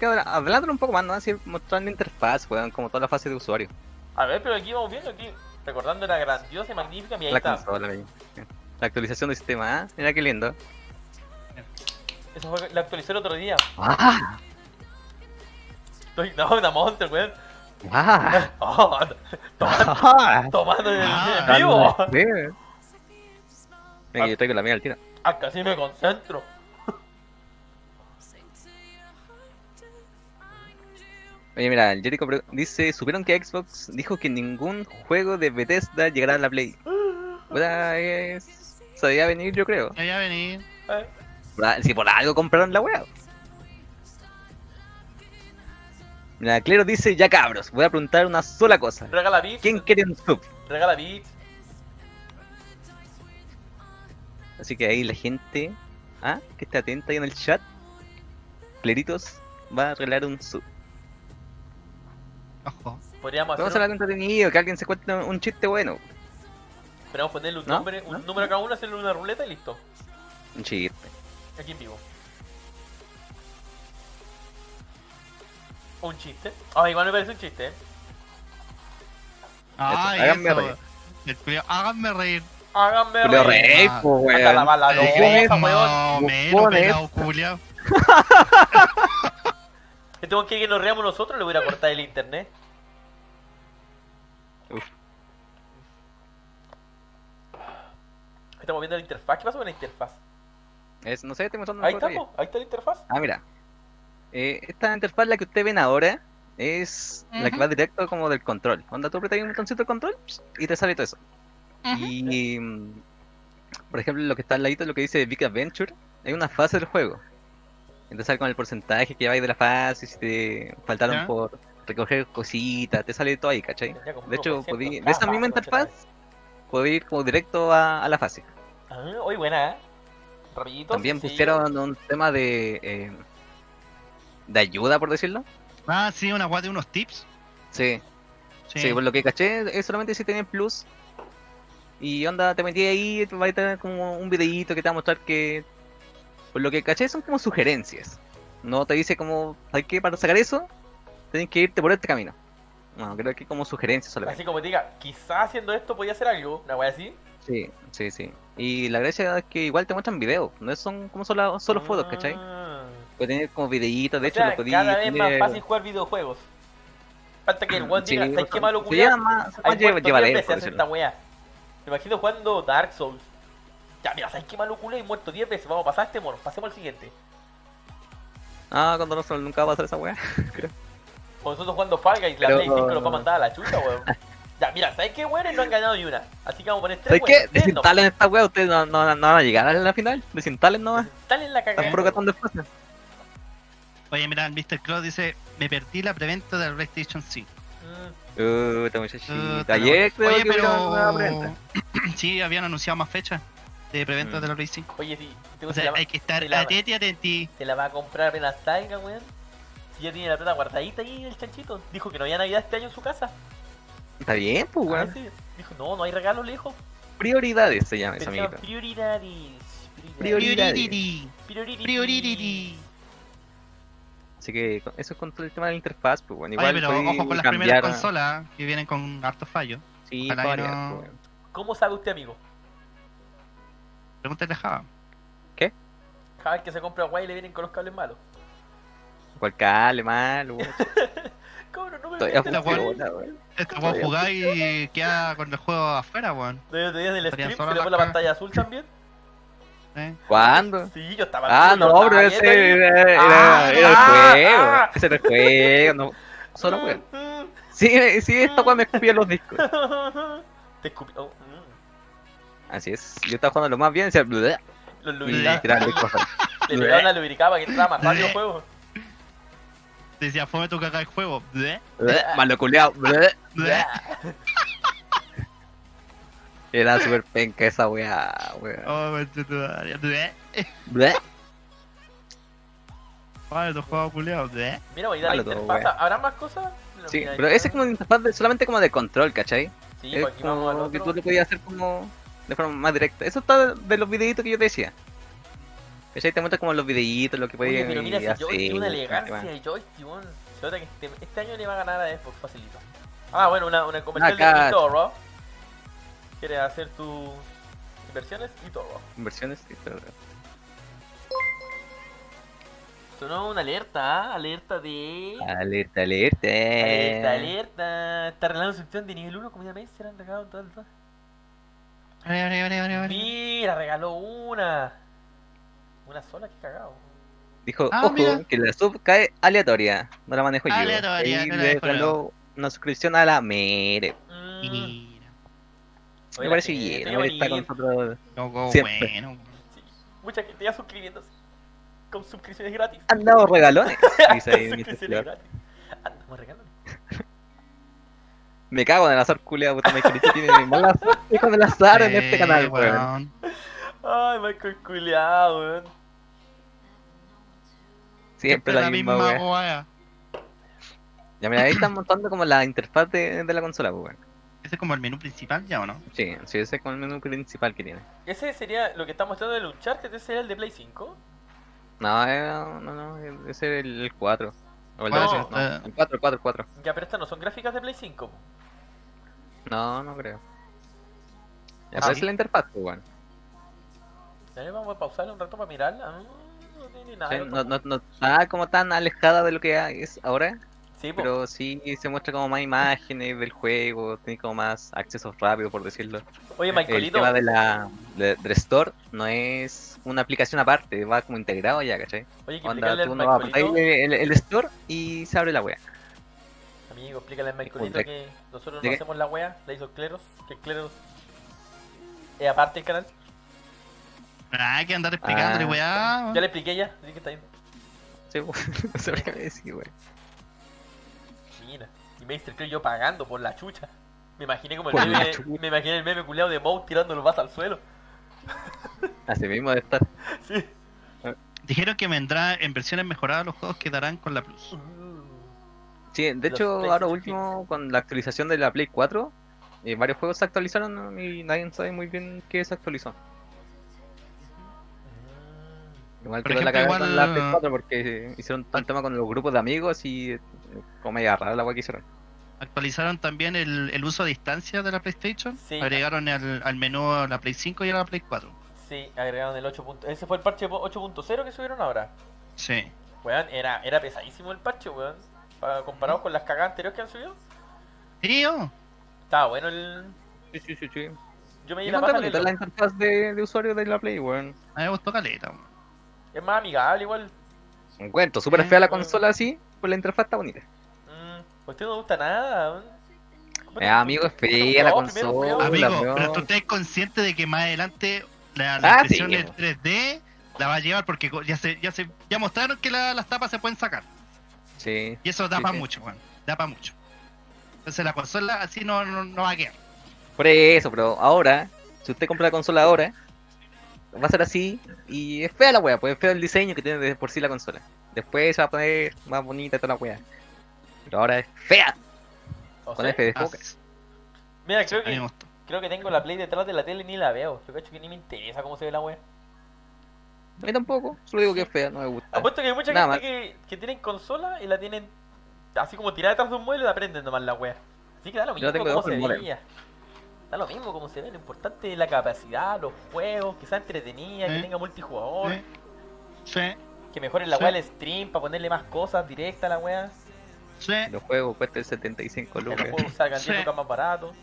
Speaker 2: que habla- Hablándolo un poco más, ¿no? Así mostrar la interfaz, weón, como toda la fase de usuario.
Speaker 3: A ver, pero aquí vamos viendo aquí. Recordando la grandiosa y magnífica, mira, ahí
Speaker 2: La
Speaker 3: está.
Speaker 2: consola, ahí. La actualización del sistema, ¿ah? Mira qué lindo.
Speaker 3: Eso fue, la actualicé el otro día.
Speaker 2: ¡Ah!
Speaker 3: Estoy, no, una monster, weón.
Speaker 2: ¡Ah!
Speaker 3: Oh, tomando,
Speaker 2: ¡Ah!
Speaker 3: tomando en el- en
Speaker 1: Ah,
Speaker 3: vivo.
Speaker 2: Sí. Mira que yo traigo la mía al tiro.
Speaker 3: Ah, casi me concentro.
Speaker 2: Oye, mira, el Jericho pre- dice, supieron que Xbox dijo que ningún juego de Bethesda llegará a la Play. Puta, es... Sabía venir, yo creo.
Speaker 1: Voy a venir.
Speaker 3: Eh,
Speaker 2: Por a- Si por algo compraron la wea. Mira, Clero dice, ya cabros, voy a preguntar una sola cosa.
Speaker 3: Regala beats.
Speaker 2: ¿Quién quiere un sub?
Speaker 3: Regala beats.
Speaker 2: Así que ahí la gente, ah, que está atenta ahí en el chat, Cleritos, va a regalar un sub.
Speaker 1: Ojo.
Speaker 3: Podríamos
Speaker 2: Vamos a
Speaker 3: hacer
Speaker 2: hablar entretenido, que alguien se cuente un chiste bueno.
Speaker 3: un- podríamos ponerle un
Speaker 2: ¿No?
Speaker 3: nombre, un número a cada uno, hacerle una ruleta y listo.
Speaker 2: Un chiste.
Speaker 3: Aquí en vivo. Un chiste. Ah, igual me parece un chiste, eh.
Speaker 1: Ah,
Speaker 2: háganme
Speaker 1: eso.
Speaker 2: reír.
Speaker 1: El culiao, háganme reír.
Speaker 3: Háganme
Speaker 2: Julio
Speaker 3: reír.
Speaker 2: Rey,
Speaker 1: ah,
Speaker 2: po, weón.
Speaker 3: hasta la bala
Speaker 2: ¿Te
Speaker 3: loca,
Speaker 2: crees?
Speaker 3: weón.
Speaker 1: No, menos
Speaker 2: bufones.
Speaker 1: pelado, culiao.
Speaker 3: Si tengo que que nos reamos nosotros, le voy a ir a cortar el internet.
Speaker 2: Uf.
Speaker 3: Estamos viendo la interfaz. ¿Qué pasó con la interfaz?
Speaker 2: Es- no sé, estoy mostrando una
Speaker 3: Ahí
Speaker 2: pantalla.
Speaker 3: estamos, ahí está la interfaz.
Speaker 2: Ah, mira. Eh, esta interfaz, la que ustedes ven ahora, es la que va directo como del control. Cuando tú apretas ahí un botoncito de control pss, y te sale todo eso. Y, mm, por ejemplo, lo que está al ladito, lo que dice Big Adventure, es una fase del juego. Entonces sale con el porcentaje que lleváis de la fase, si te faltaron
Speaker 1: Ya.
Speaker 2: por recoger cositas, te sale todo ahí, ¿cachai?
Speaker 3: Ya, como
Speaker 2: De hecho,
Speaker 3: 1%
Speaker 2: podí- de
Speaker 3: cada
Speaker 2: esa misma
Speaker 3: fase,
Speaker 2: interfaz, podéis ir como directo a, a la fase.
Speaker 3: Ah, hoy buena, ¿eh? Rapidito.
Speaker 2: También
Speaker 3: sí.
Speaker 2: pusieron un tema de, eh, de ayuda, por decirlo.
Speaker 1: Ah, sí, una guay de unos tips.
Speaker 2: Sí,
Speaker 1: Sí,
Speaker 2: sí, por lo que caché, es solamente si tenés plus. Y onda, te metí ahí, te va a tener como un videíto que te va a mostrar que. Por lo que caché, son como sugerencias. No te dice como, ¿sabes qué? Para sacar eso, tenés que irte por este camino. No, creo que como sugerencias solamente.
Speaker 3: Así como te diga, quizás haciendo esto podía hacer algo, una wea así.
Speaker 2: Sí, sí, sí. Y la gracia es que igual te muestran videos, no son como solo, solo fotos, ¿cachai?
Speaker 3: Ah.
Speaker 2: Puedes tener como videitos, de
Speaker 3: O
Speaker 2: hecho,
Speaker 3: sea,
Speaker 2: lo podí
Speaker 3: cada vez más
Speaker 2: tener- Mm,
Speaker 3: fácil jugar videojuegos. Falta que el weón
Speaker 2: Sí,
Speaker 3: diga, ¿sabes qué malo
Speaker 2: se lleva
Speaker 3: culiado?
Speaker 2: más, se
Speaker 3: Hay
Speaker 2: más lleva,
Speaker 3: muerto
Speaker 2: lleva
Speaker 3: 10
Speaker 2: leer,
Speaker 3: veces
Speaker 2: por
Speaker 3: hacer esta
Speaker 2: decirlo.
Speaker 3: wea. Me imagino jugando Dark Souls. Ya, mira, ¿sabes qué malo culiado? He muerto 10 veces. Vamos, pasaste, moro. Pasemos al siguiente.
Speaker 2: Ah, cuando no son- nunca va a pasar esa wea.
Speaker 3: O nosotros jugando Fall Guys, la
Speaker 2: Pero-
Speaker 3: Play 5 los va a mandar a la chuta, weón. Ya, mira, ¿sabes qué, weones? No han ganado ni una. Así que vamos a poner tres,
Speaker 2: ¿Sabes qué?
Speaker 3: weón. Tres nomás.
Speaker 2: Desinstalen esta wea, ustedes no, no, no van a llegar a la final. Desinstalen nomás.
Speaker 3: Desinstalen la cagada.
Speaker 2: Tampoco tan después.
Speaker 1: Oye, mira, el Mr. Claus dice, me perdí la preventa del PlayStation 5.
Speaker 3: Mm,
Speaker 2: Uh, esta
Speaker 1: Uh,
Speaker 2: muchachita. Ayer creo
Speaker 1: Oye,
Speaker 2: que hubo una
Speaker 1: pero...
Speaker 2: preventa.
Speaker 1: sí, habían anunciado más fechas de preventa
Speaker 2: Mm.
Speaker 1: de la Play 5.
Speaker 3: Oye, sí.
Speaker 1: O
Speaker 3: Tengo que
Speaker 1: sea,
Speaker 3: la-
Speaker 1: hay que estar
Speaker 3: se la-
Speaker 1: atenti, atenti.
Speaker 3: Se la va a comprar apenas salga, weón. Si ya tiene la plata guardadita ahí el chanchito. Dijo que no había Navidad este año en su casa.
Speaker 2: Está bien, pues,
Speaker 3: A
Speaker 2: weón.
Speaker 3: veces Dijo, no, no hay regalos, le dijo.
Speaker 2: Prioridades se llama esa
Speaker 3: Pensaba,
Speaker 2: amiguito.
Speaker 3: prioridades.
Speaker 2: Priori-
Speaker 1: Priority.
Speaker 3: Priority.
Speaker 1: Priority.
Speaker 2: Así que con- eso es con todo el tema de la interfaz, pues, weón.
Speaker 1: Oye,
Speaker 2: Igual
Speaker 1: pero
Speaker 2: podí
Speaker 1: ojo con las
Speaker 2: cambiar
Speaker 1: primeras
Speaker 2: a-
Speaker 1: consolas ¿eh? que vienen con harto fallo.
Speaker 2: Sí,
Speaker 1: Ojalá que
Speaker 2: varias,
Speaker 1: no-
Speaker 2: pues, weón.
Speaker 3: ¿Cómo sabe usted, amigo?
Speaker 1: Pregúntale a Java.
Speaker 3: Cada vez que se compra guay le vienen con los cables malos.
Speaker 2: Cual cable, mal, weón.
Speaker 3: Cabrón, no me
Speaker 2: Todavía
Speaker 3: metas,
Speaker 1: la guay.
Speaker 3: weón.
Speaker 2: funciona, weón.
Speaker 1: Esta weón jugar Este y queda con el juego afuera, weón.
Speaker 3: No, yo te dije en el
Speaker 1: Estaría
Speaker 3: stream,
Speaker 1: sola
Speaker 3: se le
Speaker 1: la
Speaker 3: pone la
Speaker 1: cara.
Speaker 3: pantalla azul también.
Speaker 1: ¿eh?
Speaker 2: ¿Cuándo?
Speaker 3: Sí, yo estaba.
Speaker 2: Ah,
Speaker 3: yo
Speaker 2: no,
Speaker 3: estaba
Speaker 2: pero ese
Speaker 3: viendo ahí.
Speaker 2: era,
Speaker 3: Ah,
Speaker 2: era, era el
Speaker 3: ah,
Speaker 2: juego.
Speaker 3: ah.
Speaker 2: Ese era el juego. No, solo
Speaker 3: Mm,
Speaker 2: weón.
Speaker 3: mm.
Speaker 2: Sí, eh, sí,
Speaker 3: Ah.
Speaker 2: esta weón me escupía los discos.
Speaker 3: Te escupí. oh, mm.
Speaker 2: Así es. Yo estaba jugando lo más bien, decía, "Bleh",
Speaker 3: Los
Speaker 2: y
Speaker 3: lubricaban.
Speaker 2: tiraba el disco afuera.
Speaker 3: Le pegaban la lubricaba para que entraba más rápido el juego.
Speaker 1: Decía, fome tu caca el juego. Bleh,
Speaker 2: Bleh, Malo culeado.
Speaker 1: bleh.
Speaker 2: Era súper penca esa weá, weón.
Speaker 1: Oh, conchetumare, bleh.
Speaker 2: Bleh.
Speaker 1: Vale, tu juego culiao. bleh.
Speaker 3: Mira, voy a ir a la
Speaker 2: Malo todo,
Speaker 3: interfaz.
Speaker 2: weón.
Speaker 3: ¿Habrá más cosas? Mira,
Speaker 2: Sí,
Speaker 3: mira, ahí
Speaker 2: pero
Speaker 3: está.
Speaker 2: ese es como una interfaz de- solamente como de control, ¿cachai?
Speaker 3: Sí,
Speaker 2: Es
Speaker 3: pues aquí vamos al
Speaker 2: como que
Speaker 3: otro.
Speaker 2: tú lo podías hacer como de forma más directa. Eso está de los videitos que yo te decía. ¿Cachai? Te muestran como los videitos, lo que
Speaker 3: Oye,
Speaker 2: pueden
Speaker 3: pero mira, ese
Speaker 2: hacer,
Speaker 3: joystick, tiene una
Speaker 2: y
Speaker 3: elegancia
Speaker 2: demás.
Speaker 3: de joystick, weón. Se nota que este, este año le va a ganar a Xbox facilito. Ah, bueno, una, una comercial
Speaker 2: Acá-
Speaker 3: de Toro. ¿Quieres hacer tus inversiones? Y todo.
Speaker 2: Conversiones y todo.
Speaker 3: Sonó una alerta, ¿ah? alerta de.
Speaker 2: Ah, Alerta, alerta. eh.
Speaker 3: Alerta, alerta. Está arreglando sección de nivel 1, comida mes, serán regalado todo, todo.
Speaker 1: Vale, vale, vale, vale, vale.
Speaker 3: Mira, regaló una. Una sola, qué cagado.
Speaker 2: Dijo,
Speaker 1: Ah,
Speaker 2: ojo,
Speaker 1: mira.
Speaker 2: que la sub cae aleatoria. No la manejo yo.
Speaker 1: Aleatoria,
Speaker 2: Y
Speaker 1: no la
Speaker 2: le
Speaker 1: manejo yo.
Speaker 2: regaló una suscripción a la Mere.
Speaker 3: Mm.
Speaker 1: Mira,
Speaker 3: Oye,
Speaker 2: Me
Speaker 3: la
Speaker 2: parece
Speaker 3: gente,
Speaker 2: bien.
Speaker 3: qué
Speaker 2: La Mere está con
Speaker 3: bonito.
Speaker 2: nosotros.
Speaker 1: no, como
Speaker 2: Siempre.
Speaker 1: bueno.
Speaker 3: Sí. Mucha gente ya suscribiéndose. Con suscripciones gratis.
Speaker 2: Han dado regalones. dice ahí Ah, mi
Speaker 3: suscripciones
Speaker 2: titular.
Speaker 3: gratis. Andamos regalando.
Speaker 2: Me cago en el azar, culia. Puta, Michaelito tiene mala suerte con el azar en este
Speaker 1: Sí,
Speaker 2: canal, weón.
Speaker 1: weón.
Speaker 3: Ay, Michael culiado, weón.
Speaker 2: Siempre la misma, weón.
Speaker 1: weá.
Speaker 2: Ya mira, ahí están montando como la interfaz de, de la consola, pues, weón.
Speaker 1: Ese es como el menú principal ya, ¿o no?
Speaker 2: Sí, sí, ese es como el menú principal que tiene.
Speaker 3: Ese sería lo que está mostrando el Uncharted, ese era el de Play 5.
Speaker 2: No, eh, no, no, ese es el, el 4. O el
Speaker 1: Bueno,
Speaker 2: 2,
Speaker 3: sí,
Speaker 2: no,
Speaker 1: está-
Speaker 2: el 4, 4, 4.
Speaker 3: Ya, pero estas no son gráficas de Play 5. po.
Speaker 2: No, no creo.
Speaker 1: Ah,
Speaker 2: Ya aparece
Speaker 1: ¿sí?
Speaker 2: la interfaz, pues, weón.
Speaker 3: Dale, vamos a pausarla un rato para mirarla. Mm, no tiene nada.
Speaker 2: Sí,
Speaker 3: de
Speaker 2: No,
Speaker 3: otro
Speaker 2: no, no
Speaker 3: mundo.
Speaker 2: está como tan alejada de lo que es ahora,
Speaker 3: Sí, po.
Speaker 2: pero sí se muestra como más imágenes del juego, tiene como más accesos rápidos, por decirlo.
Speaker 3: Oye,
Speaker 2: El
Speaker 3: Este, Michaelito,
Speaker 2: tema de la de, del Store no es una aplicación aparte, va como integrado ya, ¿cachai?
Speaker 3: oye, que
Speaker 2: Onda,
Speaker 3: explicarle al
Speaker 2: tú no apretáis el,
Speaker 3: Michaelito.
Speaker 2: el Store y se abre la wea.
Speaker 3: Amigo, explícale al Michaelito
Speaker 2: Disculpe.
Speaker 3: que nosotros no
Speaker 2: Diga.
Speaker 3: hacemos la wea, la hizo Cleros, que Cleros es aparte el canal.
Speaker 1: Ah, hay que andar explicándole,
Speaker 2: Ah.
Speaker 1: weá.
Speaker 3: Ya le expliqué ya, así que está bien.
Speaker 2: Sí, po. no sé por qué me decís, wea.
Speaker 3: Mira, y Meister creo yo pagando por la chucha. Me imaginé como el
Speaker 2: Por la
Speaker 3: meme,
Speaker 2: chucha.
Speaker 3: me imaginé el meme culeado de Moe tirando los vasos al suelo.
Speaker 2: Así mismo de estar.
Speaker 3: Sí.
Speaker 1: Dijeron que vendrá en versiones mejoradas los juegos que darán con la Plus.
Speaker 2: Sí, de
Speaker 3: Los
Speaker 2: hecho, ahora
Speaker 3: PlayStation
Speaker 2: último, con la actualización de la Play 4, eh, varios juegos se actualizaron ¿no? y nadie sabe muy bien qué se actualizó. Igual
Speaker 1: Por
Speaker 2: quedó la
Speaker 1: ejemplo,
Speaker 2: cagada con la
Speaker 1: igual- ah.
Speaker 2: Play 4 porque hicieron todo el tema con los grupos de amigos y eh, como media rara la wea que hicieron.
Speaker 1: Actualizaron también el, el uso a distancia de la PlayStation.
Speaker 3: Sí.
Speaker 1: Agregaron al, al menú a la Play 5 y a la Play 4.
Speaker 3: Sí, agregaron el 8. punto- Ese fue el parche 8.0 que subieron ahora.
Speaker 1: Sí.
Speaker 3: Weón, era, era pesadísimo el parche, weón. Pa- Comparado con las cagadas anteriores que han subido.
Speaker 1: Tío.
Speaker 3: Estaba bueno el...
Speaker 2: Sí, sí, sí, sí.
Speaker 3: Yo me di
Speaker 2: Y
Speaker 3: la
Speaker 2: no está
Speaker 3: paja
Speaker 2: bonita
Speaker 3: leerlo.
Speaker 2: la interfaz de, de usuario de la Play, weón.
Speaker 1: A mí me gustó caleta. weón.
Speaker 3: Es más amigable igual.
Speaker 2: Un cuento, súper
Speaker 1: Sí,
Speaker 2: fea la
Speaker 3: weón.
Speaker 2: consola así, pues la interfaz está bonita.
Speaker 3: Mm, a usted no le gusta nada, weón.
Speaker 2: Eh, amigo, es fea la
Speaker 3: No, primero,
Speaker 2: consola.
Speaker 3: primero.
Speaker 2: Hola,
Speaker 1: Amigo,
Speaker 2: weón.
Speaker 1: pero tú estás consciente de que más adelante la, la
Speaker 2: Ah,
Speaker 1: impresión
Speaker 2: sí,
Speaker 1: en
Speaker 2: weón.
Speaker 1: 3D la va a llevar porque co- ya se, ya se, ya mostraron que la- las tapas se pueden sacar.
Speaker 2: Sí,
Speaker 1: Y eso da
Speaker 2: Sí,
Speaker 1: para
Speaker 2: sí.
Speaker 1: mucho, weón. Da para mucho. Entonces la consola así no, no, no va a quedar.
Speaker 2: por eso, pero ahora, si usted compra la consola ahora, va a ser así y es fea la wea, pues es feo el diseño que tiene de por sí la consola. Después se va a poner más bonita y toda la wea. Pero ahora es fea,
Speaker 3: O
Speaker 2: con este.
Speaker 3: sea,
Speaker 2: F de
Speaker 1: Ah,
Speaker 2: foca.
Speaker 3: Mira,
Speaker 1: sí,
Speaker 3: creo
Speaker 1: a mí me
Speaker 3: que,
Speaker 1: gustó.
Speaker 3: creo que tengo la play detrás de la tele y ni la veo. Yo cacho que ni me interesa cómo se ve la wea.
Speaker 2: A mí tampoco, solo digo que es fea, no me gusta.
Speaker 3: Apuesto que hay mucha
Speaker 2: Nada
Speaker 3: gente que, que tienen consola y la tienen así como tirada detrás de un mueble y la prenden nomás la wea. Así que da lo
Speaker 2: Yo la
Speaker 3: mismo
Speaker 2: tengo
Speaker 3: cómo
Speaker 2: debajo
Speaker 3: se
Speaker 2: del modem.
Speaker 3: veía. Da lo mismo cómo se ve. Lo importante es la capacidad, los juegos, que sea entretenida, que
Speaker 1: Sí.
Speaker 3: tenga multijugador,
Speaker 1: Sí. Sí.
Speaker 3: que mejoren la
Speaker 1: Sí.
Speaker 3: wea el stream para ponerle más cosas directas a la wea.
Speaker 1: Sí,
Speaker 2: Los juegos cuestan 75
Speaker 3: Que los
Speaker 1: Este
Speaker 2: lucas.
Speaker 3: juegos salgan 10
Speaker 1: Sí.
Speaker 3: lucas más baratos.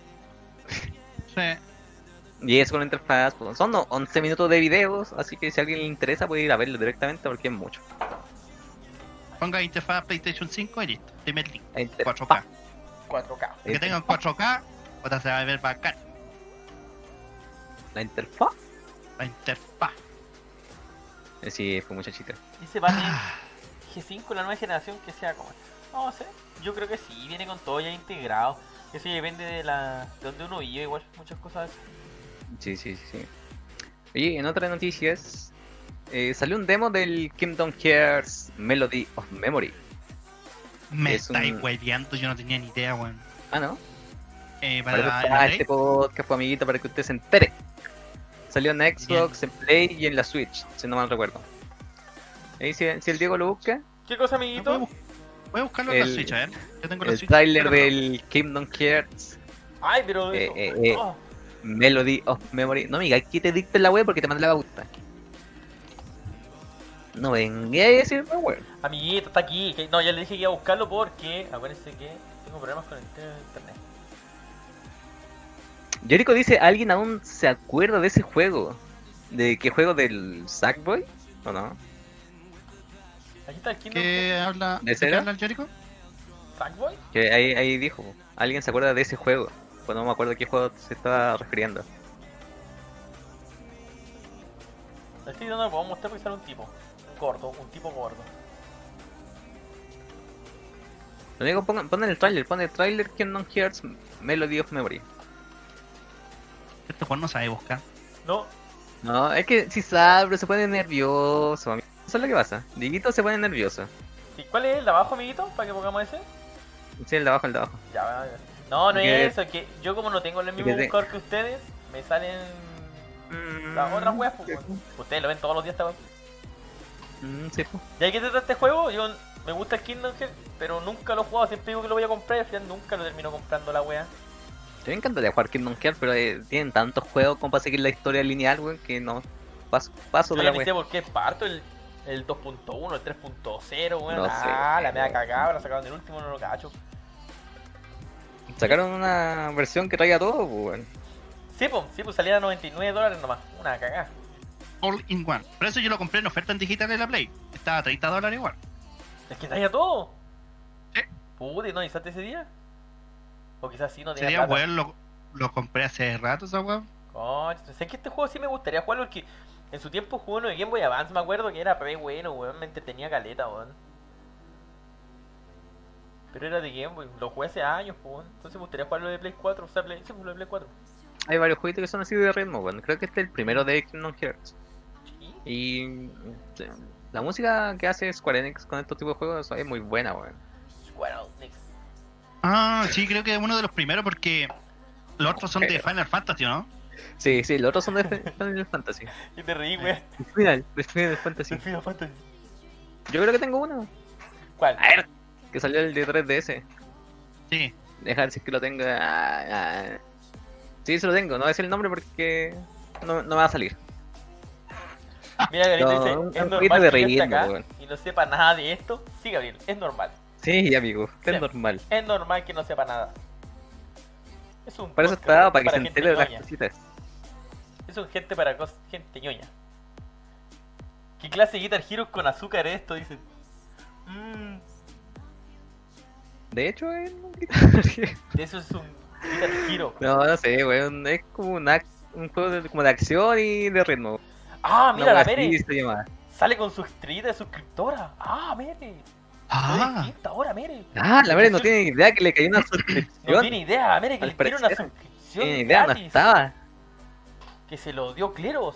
Speaker 1: sí.
Speaker 2: Y eso con la interfaz, pues, son no- 11 minutos de videos, así que si a alguien le interesa puede ir a verlo directamente porque es mucho.
Speaker 1: Ponga interfaz PlayStation 5 y listo. Primer link.
Speaker 2: La interfaz, este.
Speaker 1: 4K.
Speaker 3: 4K.
Speaker 2: la
Speaker 1: Que tengan
Speaker 2: interfaz,
Speaker 1: 4K, otra se va a ver bacán.
Speaker 2: la interfaz.
Speaker 1: La interfaz.
Speaker 2: Eh, Sí, fue muchachita.
Speaker 3: Dice Vale
Speaker 1: Ah,
Speaker 3: G5, la nueva generación que sea como. No sé, yo creo que sí, viene con todo ya integrado. Eso ya depende de la de donde uno vive, igual, muchas cosas.
Speaker 2: Sí, sí, sí. Oye, en otras noticias, eh, salió un demo del Kingdom Hearts Melody of Memory.
Speaker 1: Me
Speaker 2: Es
Speaker 1: estáis
Speaker 2: un-
Speaker 1: hueveando, yo no tenía ni idea, weón.
Speaker 2: Ah, ¿no?
Speaker 1: Eh, para
Speaker 2: Para eso
Speaker 1: la-
Speaker 2: está
Speaker 1: la
Speaker 2: este
Speaker 1: Play,
Speaker 2: podcast, pues, amiguito, para que usted se entere. Salió en Xbox, en Play y en la Switch, si no mal recuerdo. Ahí si, si el Diego lo busca,
Speaker 3: ¿Qué cosa,
Speaker 1: No, voy, a
Speaker 3: amiguito?
Speaker 1: bus- voy a buscarlo en la
Speaker 2: El-
Speaker 1: Switch, a ver. Yo tengo la
Speaker 2: el
Speaker 1: Switch.
Speaker 2: tráiler
Speaker 1: pero no.
Speaker 2: del Kingdom Hearts
Speaker 3: Ay, pero.
Speaker 2: Eh,
Speaker 3: eso-
Speaker 2: eh, eh.
Speaker 3: oh,
Speaker 2: Melody of Memory. No, amiga, aquí te dicten la web porque te mandé la pauta. No venga a decirme web.
Speaker 3: Amiguito, está aquí. que- No, ya le dije que iba a buscarlo porque. Acuérdense que tengo problemas con el tema de internet.
Speaker 2: Jericho dice, ¿alguien aún se acuerda de ese juego? ¿De qué juego? ¿Del Sackboy? ¿O no?
Speaker 3: Aquí está el Kingdom Hearts.
Speaker 1: ¿Qué habla?
Speaker 2: ¿De
Speaker 1: ¿De qué
Speaker 2: cera?
Speaker 1: habla el Jericho?
Speaker 3: ¿Sackboy?
Speaker 2: Que ahí, ahí dijo, ¿alguien se acuerda de ese juego? Pues no me acuerdo a qué juego se estaba refiriendo.
Speaker 3: Le estoy dando podemos mostrar porque sale un tipo. Un gordo, un tipo gordo.
Speaker 2: Lo único, pongan, pongan el tráiler, pon el tráiler Kingdom Hearts Melody of Memory.
Speaker 1: Este Juan no sabe buscar.
Speaker 3: No,
Speaker 2: No, es que si sabe, pero se pone nervioso. amigo. Eso es lo que pasa. Diguito se pone nervioso.
Speaker 3: ¿y ¿cuál es el de abajo, amiguito? Para que pongamos ese.
Speaker 2: Sí, el de abajo, el de abajo.
Speaker 3: Ya, va, ya. No, no
Speaker 2: Que-
Speaker 3: es eso, es que yo como no tengo el mismo
Speaker 2: que te-
Speaker 3: buscador que ustedes, me salen las otras weas, pues, weón. Ustedes lo ven todos los días esta wea.
Speaker 2: Mm, sí, po.
Speaker 3: ¿Y hay que tratar este juego? Yo me gusta el Kingdom Hearts, pero nunca lo he jugado, siempre digo que lo voy a comprar y al final nunca lo termino comprando la wea.
Speaker 2: A mí me encantaría jugar Kingdom Hearts, pero eh, tienen tantos juegos como para seguir la historia lineal, weón, que no paso, paso
Speaker 3: Yo
Speaker 2: de
Speaker 3: ya
Speaker 2: la
Speaker 3: ni
Speaker 2: wea.
Speaker 3: sé por qué parto el, el 2.1, el 3.0, weón.
Speaker 2: No sé.
Speaker 3: ah, la media cagada, la sacaron del último, no lo cacho.
Speaker 2: Sacaron una versión que traiga todo, pues, weón.
Speaker 3: Sí, pues, sí, pues salía a 99 dólares nomás, una cagada.
Speaker 1: All in one. Por eso yo lo compré en oferta en digital en la Play. Estaba a 30 dólares igual.
Speaker 3: Es que traía todo.
Speaker 1: Sí.
Speaker 3: Pude, ¿no? ¿Hiciste ese día? O quizás sí, no tenía
Speaker 1: Sería
Speaker 3: plata.
Speaker 1: weón, lo, lo compré hace rato esa weón.
Speaker 3: Concha, sé que este juego sí me gustaría jugarlo porque en su tiempo jugué uno de Game Boy Advance, me acuerdo que era re bueno, weón, me entretenía caleta, weón. Pero era de Game Boy, lo jugué hace años, po, weón. Entonces me gustaría jugarlo de Play 4, o sea, Play, sí, pues, lo de Play 4.
Speaker 2: Hay varios jueguitos que son así de ritmo, weón. Creo que este es el primero de Kingdom Hearts.
Speaker 3: Sí.
Speaker 2: Y mm, sí, la música que hace Square Enix con estos tipos de juegos es muy buena, weón.
Speaker 3: Square Enix.
Speaker 1: Ah, sí, creo que es uno de los primeros porque los otros son de
Speaker 2: Pero-
Speaker 1: Final Fantasy, ¿no?
Speaker 2: Sí, sí, los otros son de Final Fantasy.
Speaker 3: Y te reí, weón.
Speaker 2: El Final, de Final Fantasy.
Speaker 3: Soy Final Fantasy.
Speaker 2: Yo creo que tengo uno.
Speaker 3: ¿Cuál?
Speaker 2: A ver, que salió el de 3DS.
Speaker 1: Sí.
Speaker 2: Dejar si es que lo tengo. Ah, ah. Sí, se lo tengo. No voy a decir el nombre porque no, no me va a salir.
Speaker 3: Mira, Gabriel
Speaker 2: No,
Speaker 3: dice,
Speaker 2: un-
Speaker 3: es
Speaker 2: un
Speaker 3: normal
Speaker 2: poquito de
Speaker 3: que yo esté
Speaker 2: reírme,
Speaker 3: acá
Speaker 2: weón.
Speaker 3: y no sepa nada de esto. Sí, Gabriel, es normal.
Speaker 2: Sí, amigo, es
Speaker 3: Sí.
Speaker 2: normal.
Speaker 3: Es normal que no sepa nada. Es un
Speaker 2: Para eso
Speaker 3: podcast
Speaker 2: estaba, para que se
Speaker 3: gente
Speaker 2: entere de las
Speaker 3: ñoña.
Speaker 2: cositas.
Speaker 3: Es un gente para cos- gente ñoña. ¿Qué clase de Guitar Hero con azúcar es esto? Dicen. Mmm,
Speaker 2: De hecho, es un-
Speaker 3: eso es un Guitar Hero.
Speaker 2: No, no sé, weón. Es como un, ac- un juego de, como de acción y de ritmo.
Speaker 3: Ah, mira, la
Speaker 2: Pere.
Speaker 3: Mere sale con su estrella de suscriptora. Ah, Mere. Ah.
Speaker 1: Ah,
Speaker 3: Distinta ahora, Mere.
Speaker 2: Ah, la Mere no tiene ni idea que le cayó una suscripción.
Speaker 3: No tiene idea, la Mere que
Speaker 2: al
Speaker 3: le tiene una
Speaker 2: parecer,
Speaker 3: suscripción.
Speaker 2: Tiene idea, no
Speaker 3: gratis,
Speaker 2: estaba.
Speaker 3: Que se lo dio Cleros.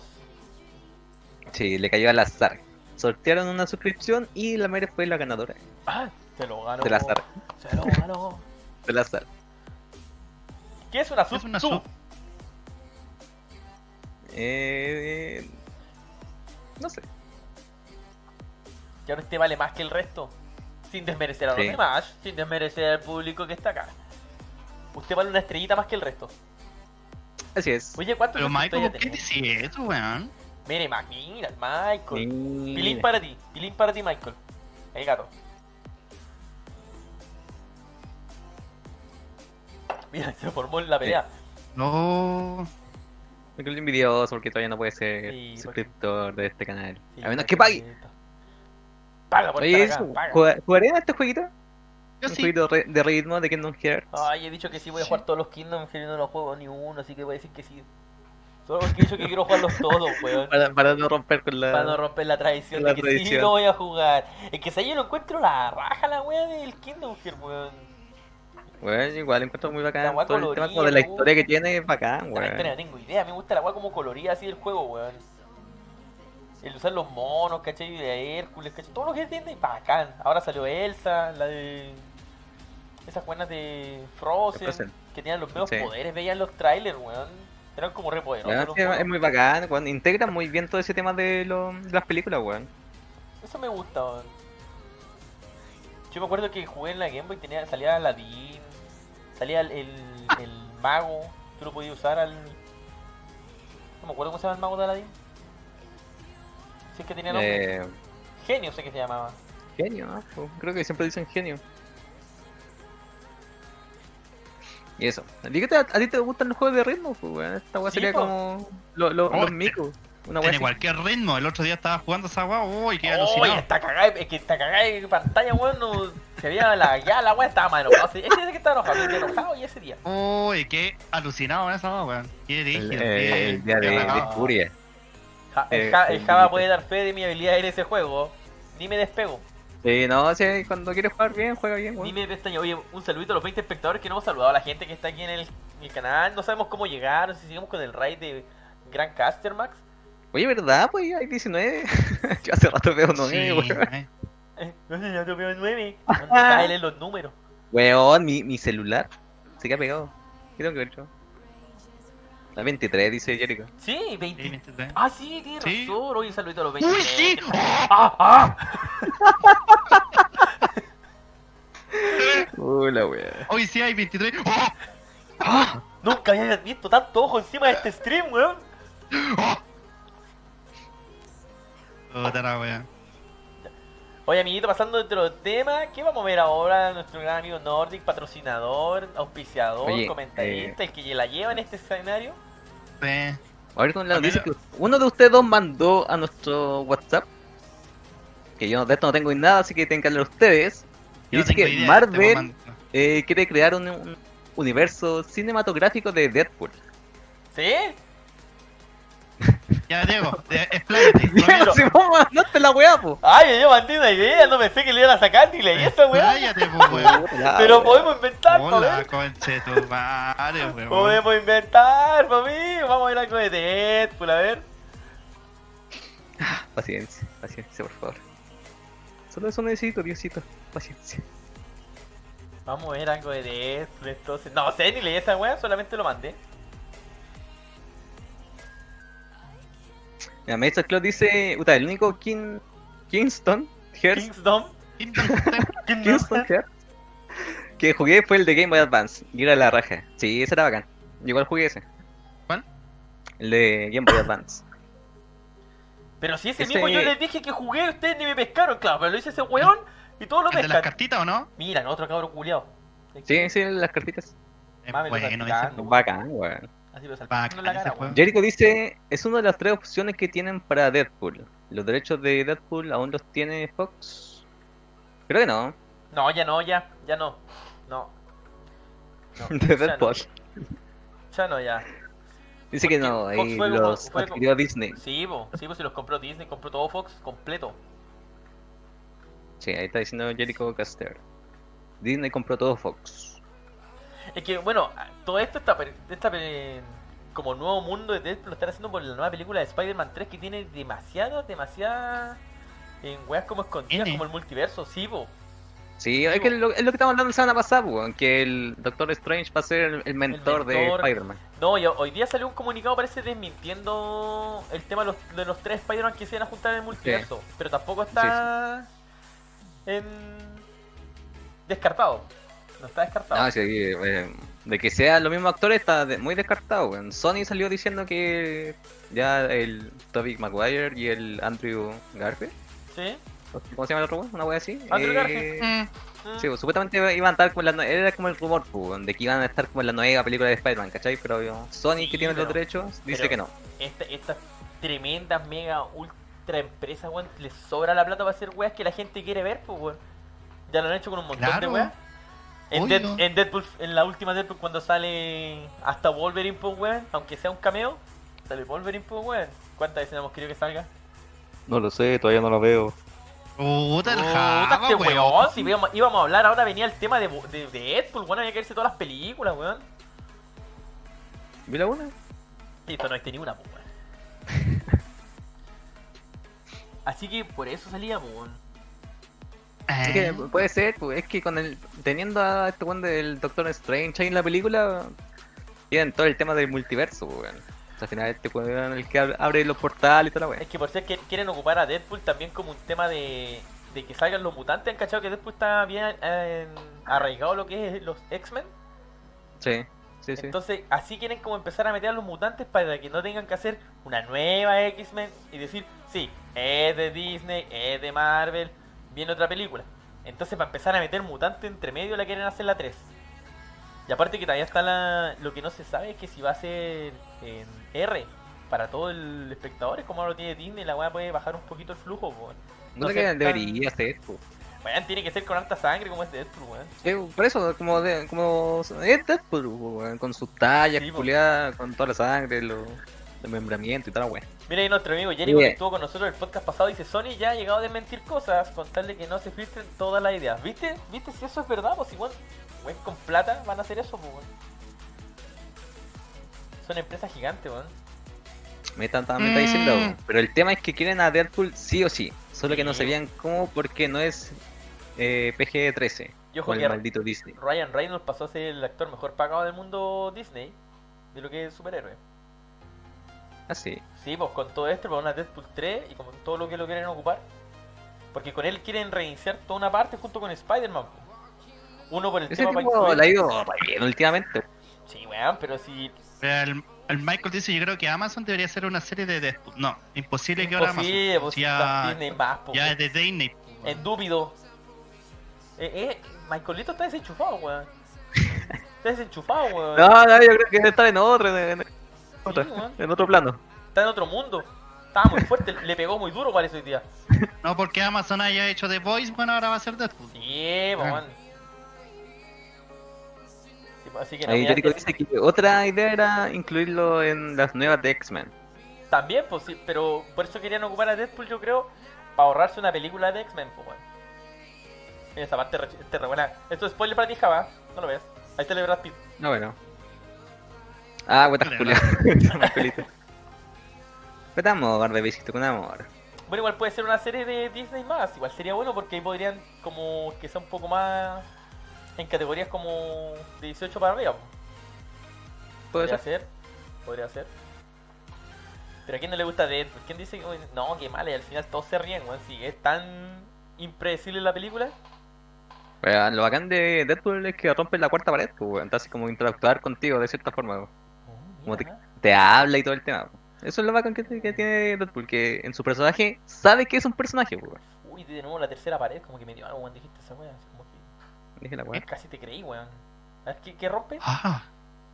Speaker 2: Sí, le cayó al azar. Sortearon una suscripción y la Mere fue la ganadora
Speaker 3: Ah, se lo ganó.
Speaker 2: Del azar.
Speaker 3: Se lo ganó.
Speaker 2: del azar.
Speaker 3: ¿Qué es una sub?
Speaker 1: es una
Speaker 3: tú?
Speaker 1: sub.
Speaker 2: Eh, no sé.
Speaker 3: Que ahora este vale más que el resto. Sin desmerecer a los
Speaker 2: Sí.
Speaker 3: demás, sin desmerecer al público que está acá. Usted vale una estrellita más que el resto.
Speaker 2: Así es.
Speaker 3: Oye, ¿cuántos
Speaker 1: Pero Michael,
Speaker 3: suscriptores ya
Speaker 1: ¿por qué
Speaker 3: tenemos?
Speaker 1: dice eso, weón?
Speaker 3: Mire, ma- mira, el Michael. Pilín
Speaker 2: Mira.
Speaker 3: para ti, pilín para ti, Michael. El gato. Mira, se formó en la pelea.
Speaker 1: No.
Speaker 2: Me creo envidioso porque todavía no puede ser
Speaker 3: Sí, porque-
Speaker 2: suscriptor de este canal.
Speaker 3: Sí,
Speaker 2: a menos que pague.
Speaker 3: Paga por
Speaker 2: Oye,
Speaker 3: estar
Speaker 2: eso,
Speaker 3: acá, paga.
Speaker 2: ¿jugar- ¿jugarían a este jueguito?
Speaker 1: Yo
Speaker 2: Un
Speaker 1: sí.
Speaker 2: jueguito re- de ritmo de Kingdom Hearts.
Speaker 3: Ay, he dicho que sí voy a jugar todos los Kingdom Hearts, no los juego ni uno, así que voy a decir que sí. Solo porque he dicho que quiero jugarlos todos, weón.
Speaker 2: Para, para no romper con la.
Speaker 3: Para no romper la tradición
Speaker 2: La
Speaker 3: de que sí
Speaker 2: tradición.
Speaker 3: lo voy a jugar. Es que si yo lo encuentro la raja la wea del Kingdom Hearts, weón.
Speaker 2: Bueno, igual encuentro muy bacán.
Speaker 3: La guay
Speaker 2: Todo el
Speaker 3: colorida,
Speaker 2: tema como de la
Speaker 3: po.
Speaker 2: historia que tiene es bacán,
Speaker 3: Esta historia no
Speaker 2: weón.
Speaker 3: tengo idea, me gusta la wea como colorida así del juego, weón. El usar los monos, ¿cachai? De Hércules, ¿cachai? Todo lo que tiene, bacán. Ahora salió Elsa, la de... Esas buenas de Frozen,
Speaker 2: Frozen.
Speaker 3: que tienen los mismos
Speaker 2: Sí.
Speaker 3: poderes, veían los trailers, weón. Eran como re poderosos
Speaker 2: Weón,
Speaker 3: los
Speaker 2: sí, es
Speaker 3: monos.
Speaker 2: muy bacán, weón. Integran muy bien todo ese tema de, lo- de las películas, weón.
Speaker 3: Eso me gusta, weón. Yo me acuerdo que jugué en la Game Boy tenía, salía Aladdin, salía el, el,
Speaker 2: Ah.
Speaker 3: el mago, tú lo podías usar al... No me acuerdo cómo se llama el mago de Aladdin. Si es que tenía nombre.
Speaker 2: Eh,
Speaker 3: Genio sé que se llamaba.
Speaker 2: genio, ¿no? Pues, Creo que siempre dicen genio. Y eso. ¿A ti, qué te- a ti te gustan los juegos de ritmo? Pues, weón? Esta weá
Speaker 3: Sí,
Speaker 2: sería
Speaker 3: po.
Speaker 2: como lo- lo-
Speaker 1: Oh,
Speaker 2: los micos. Una weá
Speaker 1: Tiene
Speaker 2: así.
Speaker 1: cualquier ritmo. El otro día estaba jugando esa weá. Uy, qué
Speaker 3: Oye,
Speaker 1: alucinado.
Speaker 3: está cagada, es que está cagada en pantalla, weón, no, se veía la ya la weá estaba más enojado. sí, Ese día que estaba enojado, estaba enojado y ese día.
Speaker 1: Uy, qué alucinado esa weá, weón. Qué
Speaker 2: El,
Speaker 1: rígido. Ah.
Speaker 2: el-
Speaker 1: qué-
Speaker 2: el día
Speaker 1: qué
Speaker 2: de,
Speaker 1: relajado.
Speaker 2: de furia.
Speaker 3: Ja- el,
Speaker 2: Eh,
Speaker 3: Ja- el
Speaker 2: sí.
Speaker 3: Java puede dar fe de mi habilidad en ese juego. Ni me despego,
Speaker 2: Sí, no, sí, cuando quieres jugar bien, juega bien,
Speaker 3: ni
Speaker 2: weón.
Speaker 3: me pestaño. Oye, un saludito a los 20 espectadores que no hemos saludado a la gente que está aquí en el, en el canal. No sabemos cómo llegar, no sé si seguimos con el raid de Grand Caster Max.
Speaker 2: Oye, ¿verdad? Pues hay 19. Yo hace rato veo 9,
Speaker 1: Sí,
Speaker 2: weón.
Speaker 1: eh.
Speaker 3: Eh, No sé, ya tuve 9. No sabe leer los números.
Speaker 2: Weón, mi, mi celular se queda pegado. ¿Qué tengo que ver yo? La 23, dice Jericho.
Speaker 3: Sí, 20.
Speaker 1: Sí, viste, sí.
Speaker 3: Ah, sí, tiene
Speaker 1: Sí.
Speaker 3: razón. Oye, un saludito a los 20.
Speaker 1: Uy, sí.
Speaker 3: Ah, ah.
Speaker 2: Hola, weón.
Speaker 1: Hoy sí hay 23. ¡Oh!
Speaker 3: Nunca había visto tanto ojo encima de este stream, weón.
Speaker 1: Puta la weá.
Speaker 3: Oye, amiguito, pasando a otro tema, ¿qué vamos a ver ahora? Nuestro gran amigo Nordic, patrocinador, auspiciador,
Speaker 2: Oye,
Speaker 1: eh,
Speaker 3: comentarista, el que la lleva en este escenario.
Speaker 1: Sí.
Speaker 2: Ahorita un lado
Speaker 1: A mí
Speaker 2: dice que
Speaker 1: lo-
Speaker 2: uno de ustedes dos mandó a nuestro WhatsApp. Que yo de esto no tengo ni nada, así que tienen que hablar ustedes. Y
Speaker 1: Yo no
Speaker 2: dice
Speaker 1: tengo
Speaker 2: que
Speaker 1: idea, este
Speaker 2: Marvel-
Speaker 1: te mando.
Speaker 2: Eh, quiere crear un, un universo cinematográfico de Deadpool.
Speaker 3: ¿Sí?
Speaker 1: Ya, Diego, eh, expláyate. Romero,
Speaker 2: Si vos mandaste la weá, po.
Speaker 3: Ay, yo mandé una idea, no pensé que le iban a sacar ni leí esa weá.
Speaker 1: Expláyate, po, weón.
Speaker 3: Pero podemos inventar, pa'
Speaker 1: Hola,
Speaker 3: ver.
Speaker 1: conche de tu madre, weón.
Speaker 3: Podemos inventar, papi. Vamos a ver algo de Deadpool, a ver.
Speaker 2: Paciencia, paciencia, por favor. Solo eso necesito, Diosito. Paciencia.
Speaker 3: Vamos a ver algo de Deadpool, entonces. No sé, ni leí esa weá, solamente lo mandé.
Speaker 2: Mira, Maestro Claude dice, puta, el único King, Kingston Hearts,
Speaker 3: Kingsdom.
Speaker 1: Kingdom Hearts.
Speaker 2: Kingston Hearts que jugué fue el de Game Boy Advance y era la raja. Sí, ese era bacán. Yo Igual jugué ese.
Speaker 1: ¿Cuál?
Speaker 2: El de Game Boy Advance.
Speaker 3: Pero si ese
Speaker 2: Ese-
Speaker 3: mismo yo les dije que jugué, ustedes ni me pescaron, claro, pero lo hice ese weón y todos lo
Speaker 1: ¿El de las
Speaker 3: pescan.
Speaker 1: cartitas o no?
Speaker 3: Mira, otro cabrón culiado.
Speaker 2: Sí, sí, las cartitas.
Speaker 1: Es
Speaker 3: Mami, lo
Speaker 1: bueno
Speaker 3: está
Speaker 1: ese
Speaker 3: picando.
Speaker 2: Bacán, weón.
Speaker 3: Así lo
Speaker 1: Bacán
Speaker 3: salpando en la cara,
Speaker 1: ese
Speaker 3: weón.
Speaker 2: Jericho dice, es una de las tres opciones que tienen para Deadpool. ¿Los derechos de Deadpool aún los tiene Fox? Creo que no.
Speaker 3: No, ya no, ya, ya no. No. No,
Speaker 2: De
Speaker 3: ya no,
Speaker 2: Deadpool.
Speaker 3: ya no, ya.
Speaker 2: Dice que no,
Speaker 3: Porque Fox
Speaker 2: ahí
Speaker 3: fue como-
Speaker 2: los
Speaker 3: fue como-
Speaker 2: adquirió Disney.
Speaker 3: Sí, po, sí, pues si los compró Disney, compró todo Fox completo.
Speaker 2: Sí, ahí está diciendo Jericho Caster. Disney compró todo Fox.
Speaker 3: Es que, bueno, todo esto está, per- está per- como nuevo mundo de Deadpool lo están haciendo por la nueva película de Spider-Man 3 que tiene demasiadas, demasiadas en weas como escondidas,
Speaker 1: N.
Speaker 3: como el multiverso, sí, po.
Speaker 2: Sí, es, que lo, es lo que estamos hablando la semana pasada, weón, que el Doctor Strange va a ser el, el mentor,
Speaker 3: mentor.
Speaker 2: de Spider-Man.
Speaker 3: No, y hoy día salió un comunicado, parece, desmintiendo el tema de los, de los tres Spider-Man que se iban a juntar en el multiverso. Pero tampoco está en... descartado. No está descartado.
Speaker 2: No, sí, eh, de que sean los mismos actores está de- muy descartado, weón. Sony salió diciendo que ya el Tobey Maguire y el Andrew Garfield
Speaker 3: ¿Sí?
Speaker 2: ¿Cómo se llama el otro weón? Una wea así.
Speaker 3: Andrew
Speaker 2: Eh,
Speaker 3: Garfield.
Speaker 1: Mm.
Speaker 3: Mm.
Speaker 2: Sí, pues, supuestamente iban a estar como en la nue- era como el rumor, pues, weón, de que iban a estar como en la nueva película de Spider-Man, ¿cachai? Pero obvio, Sony
Speaker 3: Sí,
Speaker 2: que tiene
Speaker 3: pero-
Speaker 2: los derechos dice
Speaker 3: pero-
Speaker 2: que no.
Speaker 3: Esta- este, estas tremendas, mega, ultra empresas, weón, les sobra la plata para hacer weas que la gente quiere ver, pues, weón. Ya lo han hecho con un montón de
Speaker 1: Claro.
Speaker 3: weas. En,
Speaker 1: Obvio.
Speaker 3: Dead- en Deadpool, en la última Deadpool, cuando sale hasta Wolverine, pues, weón, aunque sea un cameo, sale Wolverine, pues, weón. ¿Cuántas veces hemos querido que salga?
Speaker 2: No lo sé, todavía no lo veo.
Speaker 1: Puta el
Speaker 3: Puta,
Speaker 1: java,
Speaker 3: este
Speaker 1: weón.
Speaker 3: weón, si íbamos, íbamos a hablar, ahora venía el tema de, Bo- de, de Deadpool, weón, había que verse todas las películas, weón.
Speaker 2: ¿Vi la una?
Speaker 3: Listo, no existe ni una, pues, weón. Así que por eso salía, pues, weón.
Speaker 1: Eh.
Speaker 2: Es
Speaker 3: Eh.
Speaker 2: que puede ser, pues, es que con el teniendo a este weón del Doctor Strange ahí en la película Tienen todo el tema del multiverso, po, weón. O sea, al final este weón es el que ab- abre los portales y toda la weá.
Speaker 3: Es que por ser que quieren ocupar a Deadpool también como un tema de, de que salgan los mutantes. ¿Han cachado que Deadpool está bien eh, arraigado lo que es los X-Men?
Speaker 2: Sí, sí, sí.
Speaker 3: Entonces, así quieren como empezar a meter a los mutantes para que no tengan que hacer una nueva X-Men y decir, sí, es de Disney, es de Marvel, viene otra película. Entonces, para empezar a meter mutantes entre medio, la quieren hacer la 3. Y aparte que todavía está la... Lo que no se sabe es que si va a ser en R para todo el espectador, es como ahora lo tiene Disney, la weá puede bajar un poquito el flujo, po.
Speaker 2: no
Speaker 3: entonces
Speaker 2: sé qué
Speaker 3: están-
Speaker 2: debería pues. hacer, po.
Speaker 3: Weón, tiene que ser con harta sangre como es Deadpool, weón.
Speaker 2: Sí, po, por eso, como, de, como es Deadpool, po, weón, con sus tallas,
Speaker 3: Sí, po.
Speaker 2: culiadas, con toda la sangre, los membramientos y toda la weá.
Speaker 3: Mira, ahí nuestro amigo Jericho que
Speaker 2: Bien.
Speaker 3: estuvo con nosotros en el podcast pasado dice, Sony ya ha llegado a desmentir cosas, con tal de que no se filtren todas las ideas. ¿Viste? ¿Viste si eso es verdad? Pues igual, weón, con plata van a hacer eso, pues, weón. Son empresas gigantes, weón.
Speaker 2: Me está, está- me está diciendo, weón. pero el tema es que quieren a Deadpool sí o sí, solo que no
Speaker 3: Sí.
Speaker 2: sabían cómo porque no es eh, PG-13
Speaker 3: Yo ojo
Speaker 2: con
Speaker 3: que
Speaker 2: el
Speaker 3: Ra-
Speaker 2: maldito Disney.
Speaker 3: Ryan Reynolds pasó a ser el actor mejor pagado del mundo Disney, de lo que es superhéroe.
Speaker 2: Así.
Speaker 3: Sí, pues con todo esto, para una Deadpool 3 y con todo lo que lo quieren ocupar. Porque con él quieren reiniciar toda una parte junto con Spider-Man. po. Uno por el
Speaker 2: Ese
Speaker 3: tema para
Speaker 2: tipo
Speaker 3: incluir-
Speaker 2: la ha ido bien últimamente.
Speaker 3: Sí, weón, pero si
Speaker 1: El, el Michael dice, yo creo que Amazon debería hacer una serie de Deadpool. No, imposible que ahora
Speaker 3: Imposible,
Speaker 1: Amazon.
Speaker 3: pues,
Speaker 1: Si
Speaker 3: está
Speaker 1: ya,
Speaker 3: Disney más, po,
Speaker 1: ya
Speaker 3: weón.
Speaker 1: es de Disney.
Speaker 3: Es dúbido. Eh, eh, Michaelito está desenchufado, weón. Está desenchufado, weón.
Speaker 2: No, no, yo creo que está en otro, en, en- otra,
Speaker 3: weón.
Speaker 2: en otro plano.
Speaker 3: Está en otro mundo. Estaba muy fuerte, le pegó muy duro parece hoy día.
Speaker 1: No porque Amazon haya hecho The Voice, bueno, ahora va a ser Deadpool.
Speaker 3: Sí, po,
Speaker 2: Ah.
Speaker 3: weón. Sí, po, Así que no,
Speaker 2: Ahí
Speaker 3: mira,
Speaker 2: Jericho
Speaker 3: ya-
Speaker 2: dice que otra idea era incluirlo en las nuevas de X-Men.
Speaker 3: También, pues sí, pero por eso querían ocupar a Deadpool, yo creo, para ahorrarse una película de X-Men, pues, weón. Mira, esa parte re- te re buena. Esto es spoiler para ti, Java. No lo ves. Ahí está el Brad Pitt.
Speaker 2: No, bueno. Ah,
Speaker 1: Vale,
Speaker 2: huetas culiadas. Con amor, bebecito, con amor.
Speaker 3: Bueno, igual puede ser una serie de Disney más, igual sería bueno porque ahí podrían como que sea un poco más en categorías como de 18 para arriba. po.
Speaker 2: ¿Puede
Speaker 3: Podría
Speaker 2: ser?
Speaker 3: ser, podría ser. Pero a quién no le gusta Deadpool, quién dice, "Uy, no, qué mal, y al final todos se ríen, weón, si es tan impredecible la película.
Speaker 2: Weón, lo bacán de Deadpool es que rompe la cuarta pared, pues, weón. Entonces, como interactuar contigo de cierta forma, weón.
Speaker 3: Mira,
Speaker 2: Como Oh, te, te habla y todo el tema. weón. Eso es lo bacán que, que tiene Deadpool, que en su personaje sabe que es un personaje, pues, weón.
Speaker 3: Uy, de nuevo la tercera pared, como que me dio algo, weón, dijiste esa weón, como que
Speaker 2: Dije la weá.
Speaker 3: casi te creí, weón. A ver, ¿qué, qué rompe?
Speaker 1: Ah,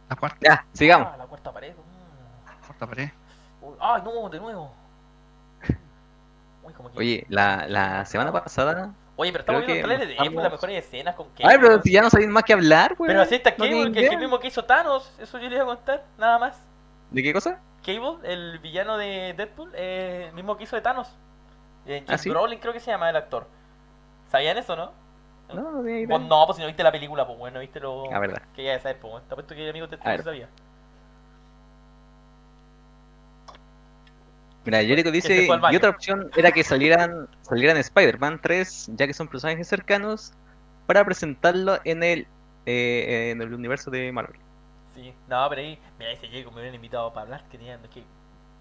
Speaker 1: la cuarta,
Speaker 2: Ya, sigamos.
Speaker 3: Ah, la cuarta pared. mm.
Speaker 1: cuarta pared.
Speaker 3: Uy, ay, no, de nuevo. Uy, como que...
Speaker 2: Oye, la, la semana pasada.
Speaker 3: Oye, pero estamos
Speaker 2: Creo
Speaker 3: viendo
Speaker 2: que
Speaker 3: trailers de Deadpool,
Speaker 2: ambos-
Speaker 3: las mejores escenas con Cable.
Speaker 2: Ay, pero
Speaker 3: weón.
Speaker 2: si ya no sabéis más que hablar, weón.
Speaker 3: Pero así está
Speaker 2: No
Speaker 3: Cable,
Speaker 2: tienen
Speaker 3: que es el
Speaker 2: idea.
Speaker 3: mismo que hizo Thanos, eso yo le iba a contar, nada más.
Speaker 2: ¿De qué cosa?
Speaker 3: Cable, el villano de Deadpool, eh, el mismo que hizo de Thanos. Eh, James
Speaker 2: ¿Ah, sí?
Speaker 3: Brolin creo que se llama el actor. ¿Sabían eso, no?
Speaker 2: No, no tenía idea.
Speaker 3: Vos no, pues si no viste la película, pues bueno, viste lo
Speaker 2: La verdad.
Speaker 3: que ya sabes, pues bueno. Te apuesto que el amigo te
Speaker 2: A ver.
Speaker 3: sabía.
Speaker 2: Mira, Jericho
Speaker 3: que se
Speaker 2: dice,
Speaker 3: fue al baño.
Speaker 2: y otra opción era que salieran, salieran Spider-Man 3, ya que son personajes cercanos, para presentarlo en el, eh, en el universo de Marvel.
Speaker 3: Sí, no, pero ahí, mira, ese Diego me hubieran invitado para hablar, que tenían que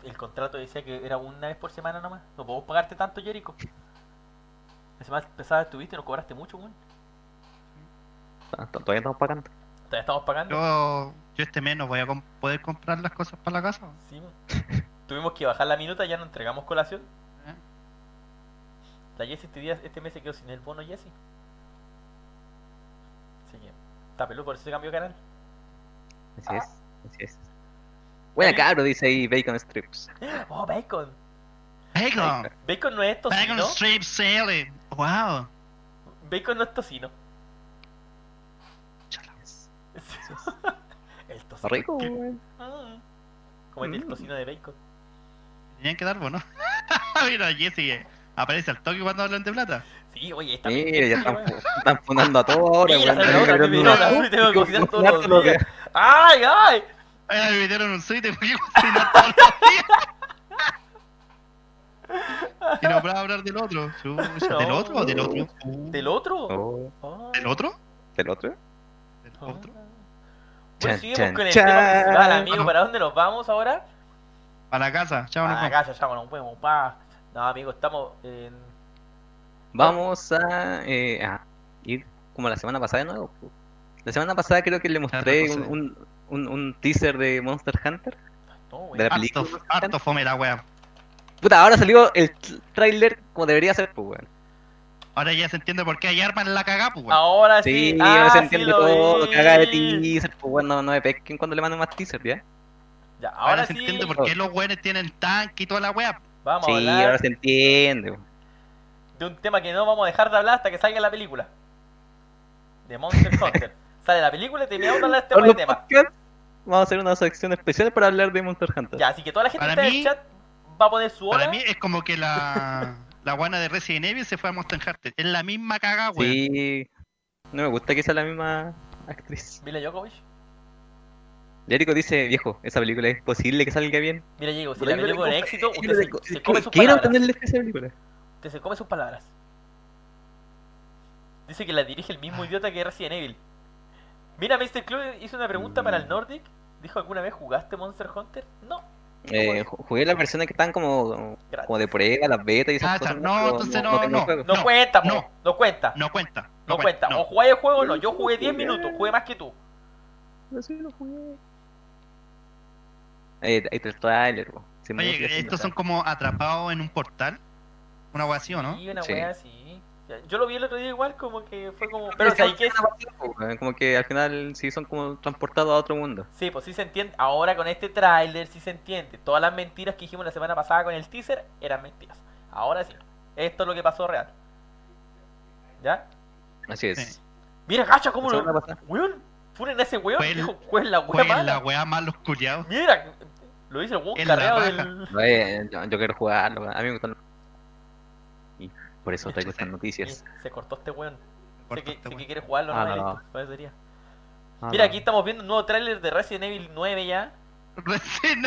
Speaker 3: el contrato decía que era una vez por semana nomás. No podemos pagarte tanto, Jericho. La semana pasada estuviste y nos cobraste mucho, weón.
Speaker 2: Ah, to- Todavía estamos pagando.
Speaker 3: Todavía estamos pagando.
Speaker 1: Yo, yo este mes no voy a com- poder comprar las cosas para la casa.
Speaker 3: Sí, weón. Tuvimos que bajar la minuta, ya no entregamos colación.
Speaker 1: ¿eh?
Speaker 3: La Jessie este, día, este mes se quedó sin el bono Jessie. Así que, está peludo, por eso se cambió de canal.
Speaker 2: Así es, así es. Buena cabro, dice ahí Bacon Strips.
Speaker 3: Oh, Bacon.
Speaker 1: Bacon,
Speaker 3: Bacon no es
Speaker 1: bacon
Speaker 3: tocino.
Speaker 1: strip sale. Wow.
Speaker 3: Bacon no es tocino.
Speaker 2: Chalas.
Speaker 3: El tocino.
Speaker 2: Rico, weón.
Speaker 3: Mm. Como el
Speaker 2: Mm.
Speaker 3: tocino de Bacon.
Speaker 1: Tenían que dar bono. Mira, Jesse eh, aparece al toque cuando hablan de plata.
Speaker 3: Sí, oye, está
Speaker 2: Mira,
Speaker 3: bien,
Speaker 2: ya están,
Speaker 3: weón.
Speaker 2: fu- están funando a todos ahora,
Speaker 3: Mira,
Speaker 2: weón.
Speaker 3: salió otra que me dio la suite, tengo que cocinar todos los días. ¡Ay, ay!
Speaker 1: Ahora me metieron un suite porque cocinar todos los días. Y no puedo hablar del otro. Chucha, ¿Del
Speaker 3: No.
Speaker 1: otro o del otro? Uh,
Speaker 3: ¿Del otro?
Speaker 2: Oh,
Speaker 3: Ah.
Speaker 1: ¿Del otro?
Speaker 2: ¿Del otro?
Speaker 1: ¿Del
Speaker 3: Ah.
Speaker 1: otro?
Speaker 3: Pues
Speaker 2: Chan,
Speaker 3: seguimos
Speaker 2: chan,
Speaker 3: con el
Speaker 2: chan.
Speaker 3: tema principal, amigo. ¿Para dónde nos vamos ahora?
Speaker 1: Para la casa, chao, nos
Speaker 3: Ah,
Speaker 1: vemos.
Speaker 3: acá ya nos vemos, pa. No, amigo, estamos en...
Speaker 2: Vamos a, eh, a ir como la semana pasada de nuevo. po. La semana pasada creo que le mostré
Speaker 1: pasada.
Speaker 2: un, un, un- un teaser de Monster Hunter.
Speaker 3: No, weón.
Speaker 2: De la-
Speaker 1: Harto,
Speaker 2: película.
Speaker 1: harto fome la wea.
Speaker 2: Puta, ahora salió el tr- trailer como debería ser, pues, weón.
Speaker 1: Ahora ya se entiende por qué hay armas en la cagá, pues, weón.
Speaker 3: Ahora sí.
Speaker 2: Sí,
Speaker 3: ah,
Speaker 2: ahora se
Speaker 3: sí
Speaker 2: entiende
Speaker 3: lo
Speaker 2: todo,
Speaker 3: vi.
Speaker 2: cagada de teaser, pues, weón, no, no me pesquen cuando le manden más teaser, ¿ya?
Speaker 3: Ya, ahora,
Speaker 1: Ahora,
Speaker 3: sí.
Speaker 1: se entiende por qué los weones tienen tanque y toda la wea.
Speaker 3: Vamos a
Speaker 2: Sí,
Speaker 3: hablar
Speaker 2: ahora se entiende. weón.
Speaker 3: de un tema que no vamos a dejar de hablar hasta que salga la película. De Monster Hunter. Sale la película y terminamos de hablar de este
Speaker 2: Por
Speaker 3: buen
Speaker 2: los
Speaker 3: tema.
Speaker 2: podcasts, Vamos a hacer una sección especial para hablar de Monster Hunter.
Speaker 3: Ya, así que toda la gente que
Speaker 1: Para
Speaker 3: está en el
Speaker 1: mí-
Speaker 3: chat va a poner su hora.
Speaker 1: Para mí es como que la. La guana de Resident Evil se fue a Monster Hunter. Es la misma cagá, weón.
Speaker 2: sí, no me gusta que sea la misma actriz.
Speaker 3: Mila Djokovic.
Speaker 2: Jericho dice, viejo, esa película es posible que salga bien.
Speaker 3: Mira, Diego, si
Speaker 2: Pero
Speaker 3: la
Speaker 2: yo le
Speaker 3: película es
Speaker 2: digo,
Speaker 3: éxito,
Speaker 2: yo
Speaker 3: usted
Speaker 2: le
Speaker 3: se,
Speaker 2: digo,
Speaker 3: se
Speaker 2: es
Speaker 3: come
Speaker 2: que
Speaker 3: sus
Speaker 2: quiero
Speaker 3: palabras.
Speaker 2: tenerle esa película.
Speaker 3: Usted se come sus palabras. Dice que la dirige el mismo idiota que Resident Evil. Mira, Mr. Club hizo una pregunta para el
Speaker 2: Mm.
Speaker 3: Nordic. Dijo, ¿alguna vez jugaste Monster Hunter? No.
Speaker 2: Eh, ju- jugué las versiones que están como,
Speaker 3: Gratis.
Speaker 2: como de prueba, las betas y esas
Speaker 1: Ah,
Speaker 2: cosas.
Speaker 1: está. No,
Speaker 2: pero
Speaker 1: entonces no,
Speaker 2: tengo
Speaker 1: no.
Speaker 2: juego.
Speaker 3: No,
Speaker 1: No,
Speaker 3: cuenta, po, no.
Speaker 1: no.
Speaker 3: cuenta. No,
Speaker 1: No cuenta. No,
Speaker 3: cuenta.
Speaker 1: cuenta. no.
Speaker 3: O jugáis el juego o no. Yo jugué 10 minutos, jugué más que tú.
Speaker 2: No sé, no jugué. Eh, ahí está el trailer, po. Sí, me gusta
Speaker 1: Oye,
Speaker 2: ese
Speaker 1: estos son
Speaker 2: trailer.
Speaker 1: como atrapados en un portal. Una wea así, ¿o no?
Speaker 3: Y una
Speaker 2: Sí.
Speaker 3: wea así. Ya, Yo lo vi el otro día igual, como que fue como. Pero
Speaker 2: Es que
Speaker 3: ¿sabes qué?
Speaker 2: es una pasión, po, weón, Como que al final sí son como transportados a otro mundo.
Speaker 3: Sí, pues sí se entiende. Ahora con este tráiler sí se entiende. Todas las mentiras que dijimos la semana pasada con el teaser eran mentiras. Ahora sí. Esto es lo que pasó real. ¿Ya?
Speaker 2: Así es.
Speaker 1: Sí.
Speaker 3: Mira, gacha, cómo
Speaker 2: La semana
Speaker 3: lo.
Speaker 2: pasada.
Speaker 3: Weón, funen a ese weón.
Speaker 1: Fue el-
Speaker 3: Dijo, ¿cuál es la wea
Speaker 1: Jueguen la
Speaker 3: mala?
Speaker 1: wea malos culiados.
Speaker 3: Mira, lo dice el weón
Speaker 1: En la
Speaker 3: carreado
Speaker 1: raja.
Speaker 3: del.
Speaker 2: Oye, yo, yo quiero jugarlo, weón. a mí me gustan. Y por eso traigo estas noticias.
Speaker 3: Sí, Se cortó este weón. Sé
Speaker 1: Corta
Speaker 3: que,
Speaker 1: esta
Speaker 3: sé que
Speaker 1: wea.
Speaker 3: quiere jugarlo,
Speaker 2: Ah,
Speaker 3: no,
Speaker 2: no.
Speaker 3: Listo, por eso sería.
Speaker 2: Ah,
Speaker 3: Mira,
Speaker 2: no.
Speaker 3: aquí estamos viendo un nuevo tráiler de Resident Evil 9 ya.
Speaker 1: Recién.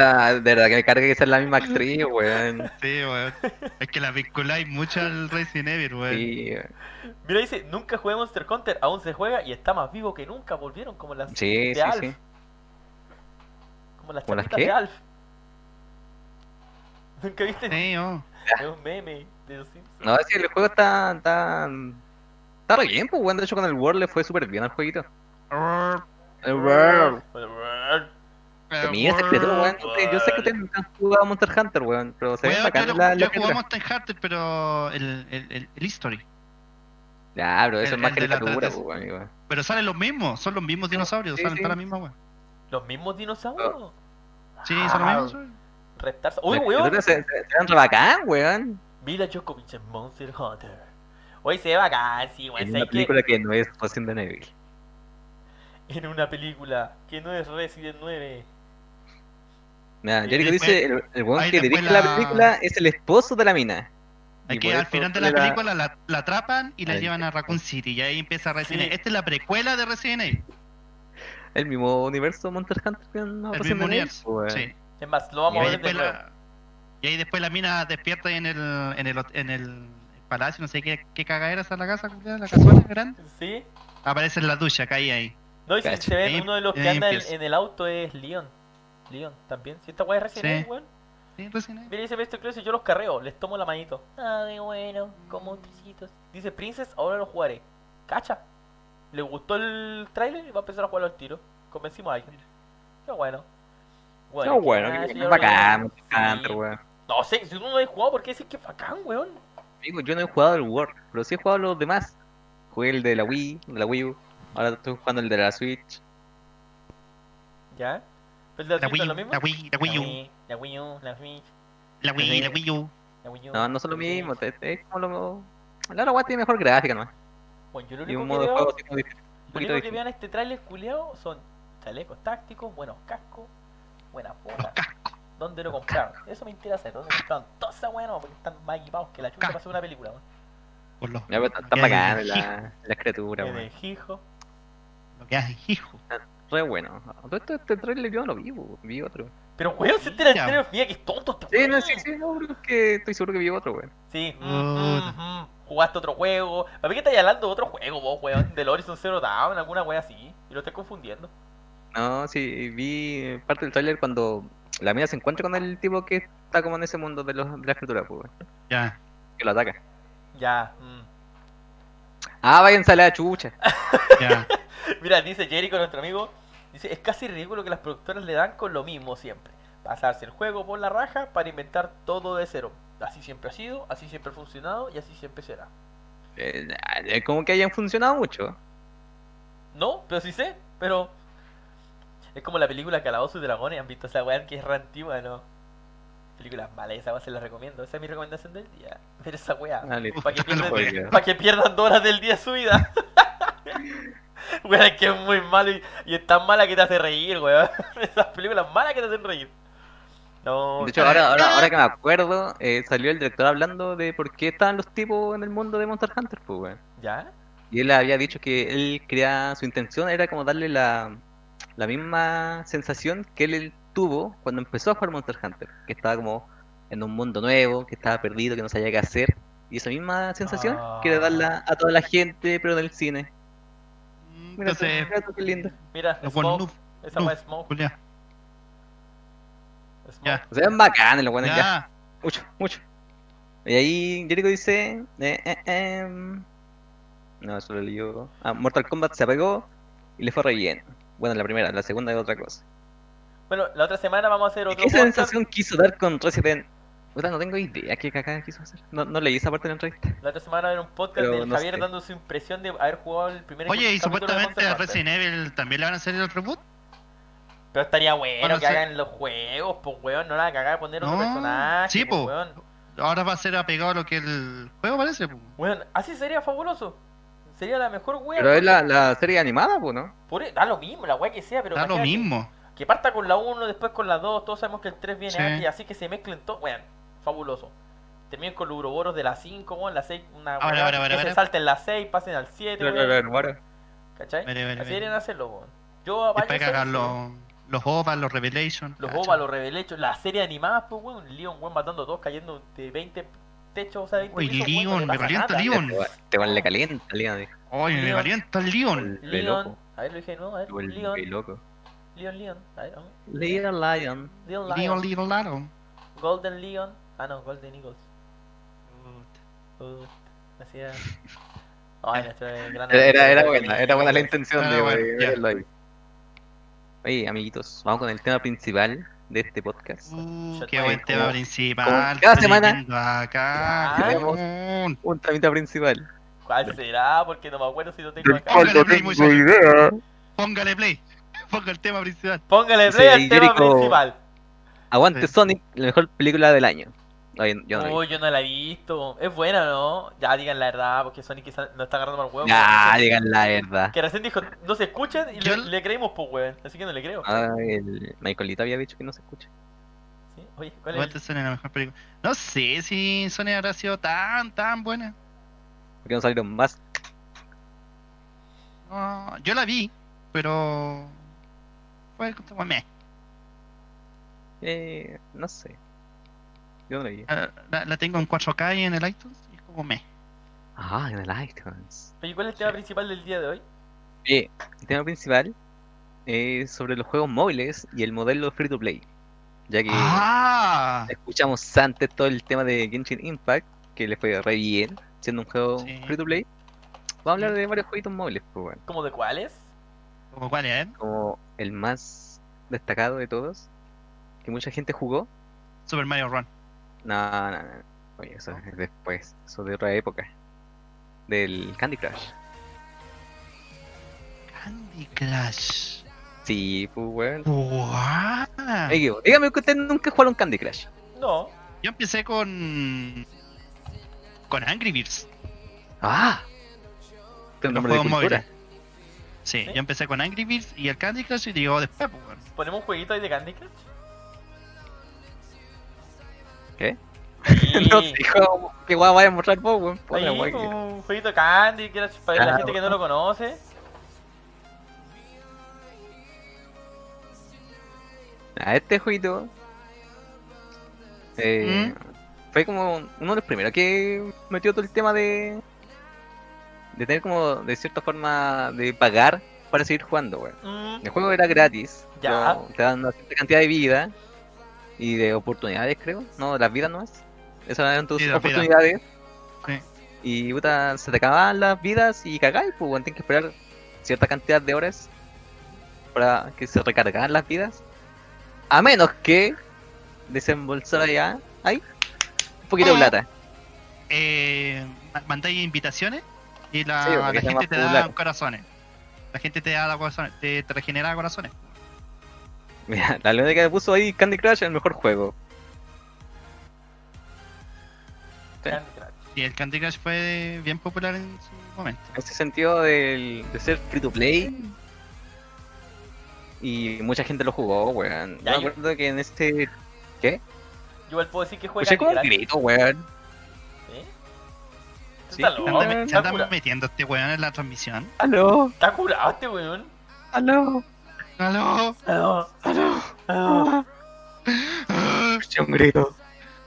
Speaker 2: Ah, de verdad que me carga que sea la misma actriz, weón.
Speaker 1: Sí, weón. Es que la vinculáis mucho al Resident Evil, weón.
Speaker 2: Sí, weón.
Speaker 3: Mira, dice, nunca jugué Monster Hunter, aún se juega y está más vivo que nunca. Volvieron como las
Speaker 2: Sí,
Speaker 3: de
Speaker 2: sí,
Speaker 3: Alf.
Speaker 2: sí.
Speaker 3: Como las
Speaker 2: ¿Como las
Speaker 3: chapitas
Speaker 2: qué?
Speaker 3: de Alf. Nunca viste
Speaker 1: Sí, oh.
Speaker 3: es un meme de los Simpsons.
Speaker 2: No, es que el juego está. Está, está re bien, pues, weón. De hecho, con el World le fue súper bien al jueguito.
Speaker 1: Arr,
Speaker 2: El World.
Speaker 1: eh,
Speaker 2: Mira, se explotó, weón. Yo sé que ustedes nunca han jugado a Monster Hunter, weón. Pero se ve
Speaker 1: Weón,
Speaker 2: bacán
Speaker 1: yo,
Speaker 2: la,
Speaker 1: yo
Speaker 2: la
Speaker 1: jugué
Speaker 2: letra.
Speaker 1: Monster Hunter, pero el, el, el, el History.
Speaker 2: Ya, pero eso
Speaker 1: el-
Speaker 2: es más
Speaker 1: el de la
Speaker 2: caricatura, pues,
Speaker 1: tarde.
Speaker 2: weón. amigo.
Speaker 1: Pero salen los mismos, son los mismos dinosaurios,
Speaker 2: Sí,
Speaker 1: salen
Speaker 2: sí.
Speaker 1: toda la misma weón.
Speaker 3: Los mismos dinosaurios.
Speaker 1: Sí, son los
Speaker 2: Ah.
Speaker 1: mismos. weón.
Speaker 3: Reptarza.
Speaker 2: Las
Speaker 3: Uy, weón.
Speaker 2: caricaturas Se, se, se dan re bacán, weón.
Speaker 3: Mira Djokovic en Monster Hunter. Oye, se ve bacán, sí, weón.
Speaker 2: Es
Speaker 3: ¿sabes
Speaker 2: una
Speaker 3: qué?
Speaker 2: película que no es Resident de Neville.
Speaker 3: En una película que no es Resident 9.
Speaker 2: Mira,
Speaker 1: Y
Speaker 2: Jericho
Speaker 1: después-
Speaker 2: dice: el, el weón
Speaker 1: ahí
Speaker 2: que
Speaker 1: después
Speaker 2: dirige la...
Speaker 1: la-
Speaker 2: película es el esposo de la mina. Y
Speaker 1: Es que
Speaker 2: por
Speaker 1: al
Speaker 2: eso
Speaker 1: final de
Speaker 2: sale
Speaker 1: la película la, la atrapan y la
Speaker 2: Ahí.
Speaker 1: llevan a Raccoon City. Y ahí empieza Resident
Speaker 3: Sí.
Speaker 1: Evil. Esta es la precuela de Resident Evil.
Speaker 2: El mismo universo Monster Hunter que no pues
Speaker 1: El
Speaker 2: Resident
Speaker 1: mismo
Speaker 2: Evil,
Speaker 1: universo.
Speaker 2: weón.
Speaker 1: Sí.
Speaker 3: Es más, lo
Speaker 1: Y
Speaker 3: vamos a
Speaker 1: ahí,
Speaker 3: ver de
Speaker 1: después
Speaker 3: nuevo.
Speaker 1: la, y ahí después la mina despierta ahí en el, en el, hot- en el palacio, no sé qué, qué cagadera está la casa, culiao, la cazuela grande.
Speaker 3: ¿Sí?
Speaker 1: Aparece en la ducha, caí ahí.
Speaker 3: No, y si
Speaker 2: Cacho.
Speaker 3: se
Speaker 1: Ahí-
Speaker 3: ven uno de los que
Speaker 1: ahí
Speaker 3: anda en,
Speaker 1: empieza.
Speaker 3: en el auto es Leon. Leon también. Si esta weá es Resident
Speaker 1: Sí.
Speaker 3: Evil, weón.
Speaker 1: Sí, recién ahí.
Speaker 3: Mira, dice Mr. Cruz, yo los carreo, les tomo la manito. Ah, de bueno, como tricitos. Dice Princess, ahora lo jugaré. Cacha. Le gustó el trailer y va a empezar a jugarlo al tiro. Convencimos a alguien. Qué bueno.
Speaker 2: No, Mm. bueno,
Speaker 3: ah,
Speaker 2: que-
Speaker 3: sí,
Speaker 2: es
Speaker 3: yo lo-
Speaker 2: bacán, Monster Hunter,
Speaker 3: Sí.
Speaker 2: weón.
Speaker 3: No sé, si uno no ha jugado, ¿por qué decís que es bacán, weón?
Speaker 2: Amigo, pues, yo no he jugado el World, pero sí he jugado los demás. Jugué el de la Wii, de la Wii U. Ahora estoy jugando el de la Switch.
Speaker 3: ¿Ya? ¿Pero el de la
Speaker 1: La
Speaker 3: Switch
Speaker 1: Wii,
Speaker 3: no es lo
Speaker 1: U,
Speaker 3: mismo?
Speaker 1: la Wii, la Wii U,
Speaker 3: La Wii U, la Switch,
Speaker 1: la Wii, la Wii U.
Speaker 3: la Wii U.
Speaker 2: No, no son lo mismo.
Speaker 3: Sí.
Speaker 2: te- te- Es como lo. La otra Wii tiene mejor gráfica nomás.
Speaker 3: Bueno, yo lo
Speaker 2: Y
Speaker 3: único
Speaker 2: un
Speaker 3: que
Speaker 2: modo de
Speaker 3: veo-
Speaker 2: juego así como dif- un
Speaker 3: Lo
Speaker 2: poquito
Speaker 3: único que veo
Speaker 2: diferente.
Speaker 3: en este tráiler culeado son chalecos tácticos, buenos cascos, buenas botas. ¿Dónde lo compraron? Eso me interesa, ¿dónde compraron? Todas esas weas, no, porque están más equipados que la chucha
Speaker 1: Casco.
Speaker 3: para hacer una película, weón.
Speaker 1: Por lo,
Speaker 2: Ya, pero están tan
Speaker 1: Ya, ya,
Speaker 2: bacanas
Speaker 1: ya.
Speaker 2: la- las criaturas,
Speaker 3: En
Speaker 2: weón.
Speaker 3: el hijo.
Speaker 1: lo que haces, hijo.
Speaker 2: Re bueno. Todo esto, este trailer yo no lo vi, weón, vi otro.
Speaker 3: Pero weón, se entera el
Speaker 1: Ya.
Speaker 3: trailer, mira que es tonto este
Speaker 2: Sí,
Speaker 3: weón.
Speaker 2: no, sí, sí, no, porque estoy seguro que vi otro, weón.
Speaker 3: Sí. mm,
Speaker 1: Puta.
Speaker 3: mm, mm. jugaste otro juego. ¿Para mí que estás hablando de otro juego vos, weón? Del Horizon Zero Dawn, alguna wea así. Y lo estás confundiendo.
Speaker 2: No, sí, vi parte del trailer cuando la mina se encuentra con el tipo que está como en ese mundo de, los, de la escritura, pues, weón,
Speaker 1: Ya.
Speaker 2: que lo ataca.
Speaker 3: Ya. mm.
Speaker 2: Ah, váyanse a la chucha.
Speaker 1: Ya.
Speaker 3: Mira, dice Jericho, nuestro amigo. Dice, es casi ridículo que las productoras le dan con lo mismo siempre. Pasarse el juego por la raja para inventar todo de cero. Así siempre ha sido, así siempre ha funcionado y así siempre será.
Speaker 2: Eh, eh, como que hayan funcionado mucho.
Speaker 3: No, pero sí sé, pero... Es como la película Calabozos y Dragones, han visto esa weá que es re antigua, ¿no? Películas malas, esa weá se la recomiendo, esa es mi recomendación del día. Pero esa weá,
Speaker 2: Ah, listo.
Speaker 3: para que, pierdan-
Speaker 2: Oye, ya.
Speaker 3: pa' que pierdan dos horas del día de su vida. Weá, es que es muy malo y, y es tan mala que te hace reír, weón. Esas películas malas que te hacen reír. No,
Speaker 2: De hecho, ahora, ahora, ahora que me acuerdo, eh, salió el director hablando de por qué estaban los tipos en el mundo de Monster Hunter, pues, weón.
Speaker 3: ¿ya?
Speaker 2: Y él había dicho que él quería, su intención era como darle la, la misma sensación que él tuvo cuando empezó a jugar Monster Hunter, que estaba como en un mundo nuevo, que estaba perdido, que no sabía qué hacer. Y esa misma sensación quiere darla a toda la gente, pero en el cine. Mira, tú,
Speaker 1: Entonces,
Speaker 2: mira tú, qué lindo.
Speaker 3: Mira,
Speaker 1: los buenos
Speaker 3: Smoke,
Speaker 1: noob,
Speaker 3: esa
Speaker 1: no,
Speaker 3: weá es Smoke,
Speaker 1: Julián.
Speaker 3: Smoke.
Speaker 1: Ya.
Speaker 2: O sea, es bacán, lo bueno ya.
Speaker 1: Ya.
Speaker 2: Mucho, mucho. Y ahí Jericho dice. eh, eh, em. No, eso lo leyó. Ah, Mortal Kombat se apagó y le fue re bien. Bueno, la primera, la segunda es otra cosa.
Speaker 3: Bueno, la otra semana vamos a hacer otro
Speaker 2: ¿Qué
Speaker 3: podcast.
Speaker 2: sensación quiso dar con Resident Puta, no tengo idea qué cagada quiso hacer. No, no leí esa parte de la entrevista.
Speaker 3: La otra semana era un podcast
Speaker 2: Pero
Speaker 3: del
Speaker 2: no
Speaker 3: Javier
Speaker 2: sé.
Speaker 3: dando su impresión de haber jugado el primer
Speaker 1: Oye, y
Speaker 3: capítulo de
Speaker 1: supuestamente
Speaker 3: Monster
Speaker 1: a
Speaker 3: Hunter.
Speaker 1: Resident Evil también le van a hacer el reboot.
Speaker 3: Pero estaría bueno
Speaker 1: Bueno, sí.
Speaker 3: que hagan los juegos, pues weón, no la cagada de poner otro
Speaker 1: No,
Speaker 3: personaje.
Speaker 1: sí,
Speaker 3: pues
Speaker 1: po.
Speaker 3: weón.
Speaker 1: Ahora va a ser apegado a lo que el juego parece. pues. po.
Speaker 3: Weón, así sería fabuloso. Sería la mejor weón.
Speaker 2: Pero es la, la serie animada, pues, ¿no?
Speaker 3: e, Da lo mismo, la weá que sea, pero.
Speaker 1: Da lo
Speaker 3: imagínate
Speaker 1: mismo.
Speaker 3: Que, parta con la 1, después con la 2, todos sabemos que el 3 viene
Speaker 1: Sí.
Speaker 3: aquí, así que se mezclen todos. Weón, fabuloso. Terminen con los uroboros de la 5, weón, la 6, una
Speaker 1: Ahora,
Speaker 3: weá
Speaker 1: ahora, ahora,
Speaker 3: que se
Speaker 1: ahora.
Speaker 3: salten la 6, pasen al 7,
Speaker 2: Claro, claro, claro.
Speaker 3: ¿Cachai?
Speaker 1: Vale, vale,
Speaker 3: así
Speaker 1: vale.
Speaker 3: deberían hacerlo, weón. Yo
Speaker 1: Después
Speaker 3: váyanse-
Speaker 1: cagar los, los OVA, los Revelations.
Speaker 3: Los
Speaker 1: cacho.
Speaker 3: OVA, los revelechos, las series animadas, pues, weón. Leon, weón, matando a todos, cayendo de 20 techos, o sea, 20
Speaker 1: Uy,
Speaker 3: pisos, weón,
Speaker 1: Leon,
Speaker 3: no le
Speaker 1: me
Speaker 3: pasa
Speaker 1: calienta
Speaker 3: nada.
Speaker 1: Leon.
Speaker 2: Te van le calienta, Leon. dijo.
Speaker 1: Oye, me
Speaker 3: Leon.
Speaker 1: valienta el Leon.
Speaker 2: El de
Speaker 3: Leon,
Speaker 2: loco.
Speaker 3: a ver, lo dije de nuevo, a ver,
Speaker 2: El
Speaker 3: Leon,
Speaker 2: de loco.
Speaker 3: Leon, Leon, a ver, vamos.
Speaker 2: Leon Lion.
Speaker 3: Leon
Speaker 1: Leon,
Speaker 3: Lion,
Speaker 1: Leon, Leon.
Speaker 3: Golden Leon, ah, no, Golden Eagles. Uh, así era. Ay, nuestro eh, gran
Speaker 2: Era, era buena, era buena la intención
Speaker 1: Era
Speaker 2: de
Speaker 1: buena,
Speaker 2: de
Speaker 1: Ah, ya.
Speaker 2: verlo ahí. Oye, amiguitos, vamos con el tema principal de este podcast.
Speaker 1: Uh,
Speaker 3: Shot
Speaker 1: qué
Speaker 3: Mike.
Speaker 1: buen tema
Speaker 2: Como-
Speaker 1: principal.
Speaker 2: como cada
Speaker 1: estoy
Speaker 2: semana.
Speaker 1: viendo Acá.
Speaker 3: Ya,
Speaker 2: vemos.
Speaker 1: weón.
Speaker 2: Un temita principal.
Speaker 3: ¿Cuál será? Porque no me acuerdo si lo tengo acá.
Speaker 1: cual no tengo
Speaker 2: idea.
Speaker 1: Póngale play. Ponga el tema principal.
Speaker 3: Póngale
Speaker 2: Dice
Speaker 3: play al tema
Speaker 2: Jericho-
Speaker 3: principal.
Speaker 2: Aguante
Speaker 1: Sí.
Speaker 2: Sonic, la mejor película del año. Oye, yo no la vi.
Speaker 3: Uy, yo no la he visto. Es buena, ¿no? Ya digan la verdad, porque Sonic quizás no está agarrando mal huevo.
Speaker 2: Ah, digan la verdad.
Speaker 3: Que recién dijo, no se escuchan y
Speaker 1: Yo-
Speaker 3: le, le creímos, pues, weón. Así que no le creo.
Speaker 2: Ah, el Michaelito había dicho que no se escucha.
Speaker 3: ¿Sí? Oye, ¿cuál es?
Speaker 1: Aguante Sony la mejor película. No sé si Sony habrá sido tan, tan buena.
Speaker 2: Porque no salieron más.
Speaker 1: No, yo la vi, pero. Fue como meh.
Speaker 2: Eh, no sé. Yo no la vi.
Speaker 1: La, la- la tengo en 4K y en el iTunes. Y es como meh.
Speaker 2: Ah, en el iTunes.
Speaker 3: Oye, ¿cuál es el tema principal del día de hoy?
Speaker 2: Eh, el tema principal es sobre los juegos móviles y el modelo free to play. Ya que
Speaker 1: ¡Ah!
Speaker 2: escuchamos antes todo el tema de Genshin Impact, que le fue re bien, siendo un juego
Speaker 1: Sí.
Speaker 2: free to play. Vamos a hablar de varios jueguitos móviles, pues bueno.
Speaker 3: ¿Cómo de cuáles?
Speaker 1: Como cuál es, eh?
Speaker 2: como el más destacado de todos, que mucha gente jugó.
Speaker 1: Super Mario Run.
Speaker 2: No, no, no. Oye, eso es después, eso de otra época. Del Candy Crush.
Speaker 1: Candy Crush.
Speaker 2: Sí, pues weón.
Speaker 1: ¡Guau!
Speaker 2: Me equivoco. Dígame que usted nunca jugaron Candy Crush.
Speaker 3: No.
Speaker 1: Yo empecé con. con Angry Birds.
Speaker 2: ¡Ah! Este es un
Speaker 1: Los
Speaker 2: hombre de
Speaker 1: juegos
Speaker 2: cultura.
Speaker 1: móviles. Sí,
Speaker 3: ¿Sí?
Speaker 1: yo empecé con Angry Birds y el Candy Crush y llegó después, pues, weón.
Speaker 3: ¿Ponemos un jueguito ahí de Candy Crush?
Speaker 2: ¿Qué?
Speaker 3: Sí.
Speaker 2: No sé cómo- qué guay vaya a mostrar vos, weón. Puta,
Speaker 3: Ahí,
Speaker 2: weón, que-
Speaker 3: un jueguito de Candy Crush para la
Speaker 2: Ah,
Speaker 3: gente que no lo conoce.
Speaker 2: A este jueguito. eh, fue como uno de los primeros que metió todo el tema de. de tener como, de cierta forma, de pagar para seguir jugando, weón.
Speaker 3: Mm,
Speaker 2: El juego era gratis,
Speaker 3: Ya.
Speaker 2: pero te dan una cierta cantidad de vida y de oportunidades, creo. No, las vidas no es. Esas eran tus
Speaker 1: Sí, las vidas.
Speaker 2: oportunidades.
Speaker 1: Sí.
Speaker 2: Y puta, se te acababan las vidas y cagáis, pues weón, tienes que esperar cierta cantidad de horas para que se recargaran las vidas. A menos que desembolsar ya ahí un poquito de
Speaker 1: Ah.
Speaker 2: plata.
Speaker 1: eh, ma- mandáis invitaciones y la,
Speaker 2: Sí, porque
Speaker 1: la
Speaker 2: es
Speaker 1: gente
Speaker 2: más
Speaker 1: te da
Speaker 2: popular.
Speaker 1: corazones. La gente te da corazones, te, te regenera corazones.
Speaker 2: Mira, la única que puso ahí Candy Crush es el mejor juego. Sí.
Speaker 3: Candy Crush.
Speaker 1: Y el Candy Crush fue bien popular en su momento.
Speaker 2: En ese este sentido del, de ser free to play. Y mucha gente lo jugó, weón. Yo
Speaker 3: Ya,
Speaker 2: me
Speaker 3: yo-
Speaker 2: acuerdo que en este.
Speaker 3: Yo igual puedo decir que juega
Speaker 2: Escuché Pues como un
Speaker 3: Candy Crush.
Speaker 2: grito, weón.
Speaker 3: ¿Eh?
Speaker 2: Sí,
Speaker 3: Está
Speaker 1: Se
Speaker 3: loco,
Speaker 1: anda,
Speaker 2: weón,
Speaker 1: se
Speaker 3: está
Speaker 1: anda
Speaker 3: cura-
Speaker 1: metiendo este weón en la transmisión.
Speaker 2: Aló,
Speaker 3: Está curado este weón.
Speaker 2: aló.
Speaker 1: ¡Aló!
Speaker 3: Ah, ah.
Speaker 2: Escuché un grito.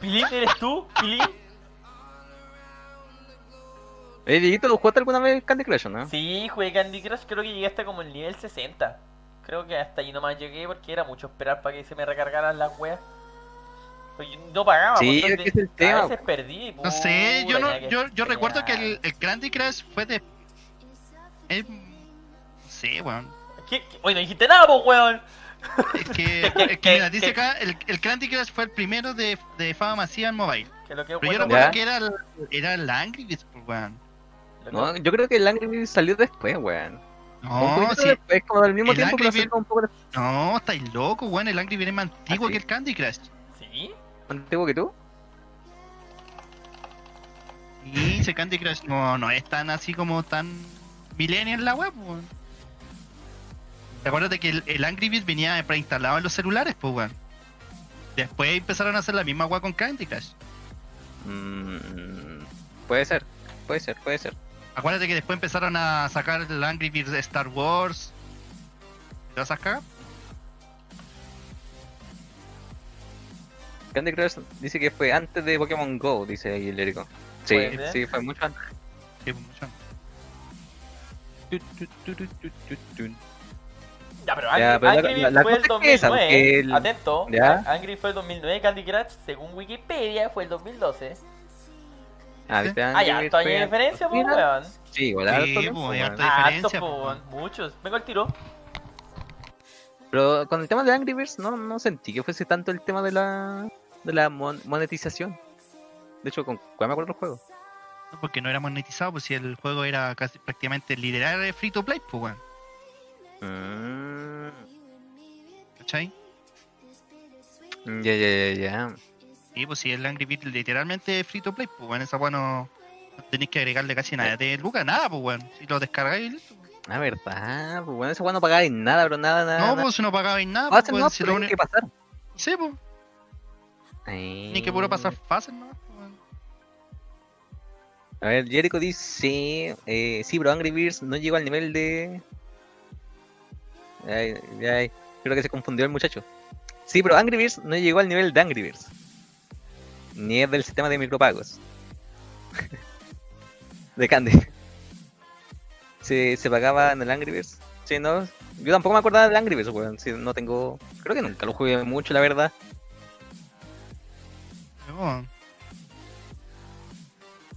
Speaker 3: Pilín, ¿eres tú? Pilín.
Speaker 2: Eh, Dieguito, ¿lo jugaste alguna vez Candy Crush, o no?
Speaker 3: Sí, jugué Candy Crush, creo que llegué hasta como el nivel 60. Creo que hasta ahí nomás llegué porque era mucho esperar para que se me recargaran las weas. Pues yo no pagaba,
Speaker 2: Sí,
Speaker 3: pues,
Speaker 2: es que es el tema,
Speaker 3: A veces perdí.
Speaker 1: No sé, yo
Speaker 3: puta,
Speaker 1: no,
Speaker 3: tenía que
Speaker 1: yo, yo recuerdo que el,
Speaker 3: esperar.
Speaker 1: el Candy Crush fue de. es- no sé, weón.
Speaker 3: ¿Qué, qué? Oye, no dijiste nada, pues weón.
Speaker 1: Es que,
Speaker 3: ¿Qué,
Speaker 1: es
Speaker 3: qué,
Speaker 1: que mira,
Speaker 3: qué?
Speaker 1: dice acá, el, el Candy Crush fue el primero de, de fama masiva en mobile.
Speaker 3: Que lo que es
Speaker 1: Pero yo
Speaker 3: bueno,
Speaker 1: recuerdo
Speaker 2: Ya.
Speaker 1: que era el, era el Angry Birds, pues, weón.
Speaker 3: lo que-
Speaker 2: No, yo creo que el Angry Birds salió después, weón. un
Speaker 1: No,
Speaker 2: poquito
Speaker 1: sí,
Speaker 2: después, como al mismo
Speaker 1: El
Speaker 2: tiempo,
Speaker 1: Angry
Speaker 2: pero salió
Speaker 1: Birds-
Speaker 2: como un poco más
Speaker 1: no, estáis loco, weón. El Angry Birds es más antiguo
Speaker 2: sí?
Speaker 1: que el Candy Crush.
Speaker 3: Sí,
Speaker 2: antiguo que tú.
Speaker 1: Y ese Candy Crush no, no es tan así como tan millennial la web, weón. Acuérdate que el, el Angry Birds venía preinstalado en los celulares, pues, weón. Después empezaron a hacer la misma weá con Candy Crush.
Speaker 2: Mm, puede ser, puede ser, puede ser.
Speaker 1: Acuérdate que después empezaron a sacar el Angry Birds de Star Wars. ¿Todas esas cagas?
Speaker 2: Candy Crush dice que fue antes de Pokémon Go, dice ahí el lírico. Sí,
Speaker 3: Puede ser.
Speaker 2: sí, fue mucho antes.
Speaker 1: Sí, pues, mucho.
Speaker 3: ya, pero Angry,
Speaker 2: Ya, pero la-
Speaker 3: Angry
Speaker 2: la-
Speaker 3: Birds
Speaker 2: la
Speaker 3: fue el
Speaker 2: cosa es que esa,
Speaker 3: 2009.
Speaker 2: porque el-
Speaker 3: Atento,
Speaker 2: Ya.
Speaker 3: Angry Birds fue el 2009, Candy Crush, según Wikipedia, fue el 2012.
Speaker 2: Ah, ¿viste?
Speaker 3: Ah, ya,
Speaker 2: Angry
Speaker 3: harto año
Speaker 2: fue
Speaker 3: de diferencia, pues
Speaker 2: antes.
Speaker 3: weón.
Speaker 2: Sí, igual
Speaker 1: Sí,
Speaker 2: harto
Speaker 1: pues,
Speaker 2: tiempo,
Speaker 1: hay
Speaker 2: weón.
Speaker 1: harto.
Speaker 3: Ah, harto,
Speaker 1: diferencia, pues,
Speaker 3: po,
Speaker 1: po.
Speaker 3: weón. Muchos. Vengo al tiro.
Speaker 2: Pero con el tema de Angry Birds no, no sentí que fuese tanto el tema de la, de la mon- monetización. De hecho, ¿con cuál me acuerdo el juego?
Speaker 1: No, porque no era monetizado, pues si el juego era casi prácticamente literal era free to play, pues weón.
Speaker 2: Mm,
Speaker 1: ¿Cachai?
Speaker 2: ya, ya, ya, ya.
Speaker 1: Sí, pues si el Angry Birds literalmente es free to play, pues weón, esa weón no, no tenéis que agregarle casi nada de Lucas, nada, pues weón. Si lo descargáis y listo.
Speaker 2: Ah, verdad. Pues bueno, ese juego no pagaba en nada, pero nada, nada.
Speaker 1: No,
Speaker 2: nada.
Speaker 1: pues si no pagabais nada,
Speaker 2: Ah,
Speaker 1: pues
Speaker 2: sí,
Speaker 1: weón,
Speaker 2: no,
Speaker 1: si
Speaker 2: pero
Speaker 1: lo
Speaker 2: tiene
Speaker 1: único-
Speaker 2: que pasar.
Speaker 1: Sí, pues. Ni que puro pasar fácil, ¿no? Pues, weón.
Speaker 2: A ver, Jericho dice, eh, sí, pero Angry Birds no llegó al nivel de... Ay, ay, creo que se confundió el muchacho. Sí, pero Angry Birds no llegó al nivel de Angry Birds. Ni es del sistema de micropagos. de Candy. Se, se pagaba en el Angry Birds. Sí, no. Yo tampoco me acordaba del Angry Birds, weón. Sí, no tengo... Creo que nunca lo jugué mucho, la verdad.
Speaker 1: Sí, po, weón.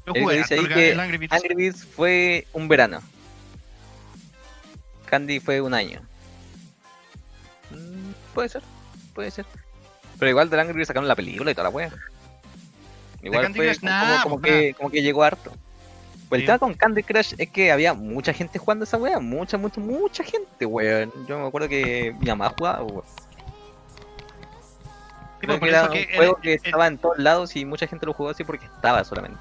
Speaker 1: Yo
Speaker 2: Él
Speaker 1: jugué
Speaker 2: dice
Speaker 1: harto
Speaker 2: ahí
Speaker 1: el,
Speaker 2: que
Speaker 1: el Angry Birds.
Speaker 2: Angry Birds fue un verano. Candy fue un año. Mm, Puede ser, puede ser. Pero igual del Angry Birds sacaron la película y toda la wea. Igual
Speaker 1: Candy
Speaker 2: fue
Speaker 1: Crush,
Speaker 2: como,
Speaker 1: nah,
Speaker 2: como
Speaker 1: pues,
Speaker 2: que, como que llegó harto. Pues el
Speaker 1: Sí.
Speaker 2: tema con Candy Crush es que había mucha gente jugando esa wea, mucha, mucha, mucha gente, weón. Yo me acuerdo que mi mamá jugaba, weón.
Speaker 1: Sí, po,
Speaker 2: Creo que
Speaker 1: por
Speaker 2: era
Speaker 1: eso
Speaker 2: un
Speaker 1: que el-
Speaker 2: juego que
Speaker 1: el-
Speaker 2: estaba en todos lados y mucha gente lo jugó así porque estaba solamente.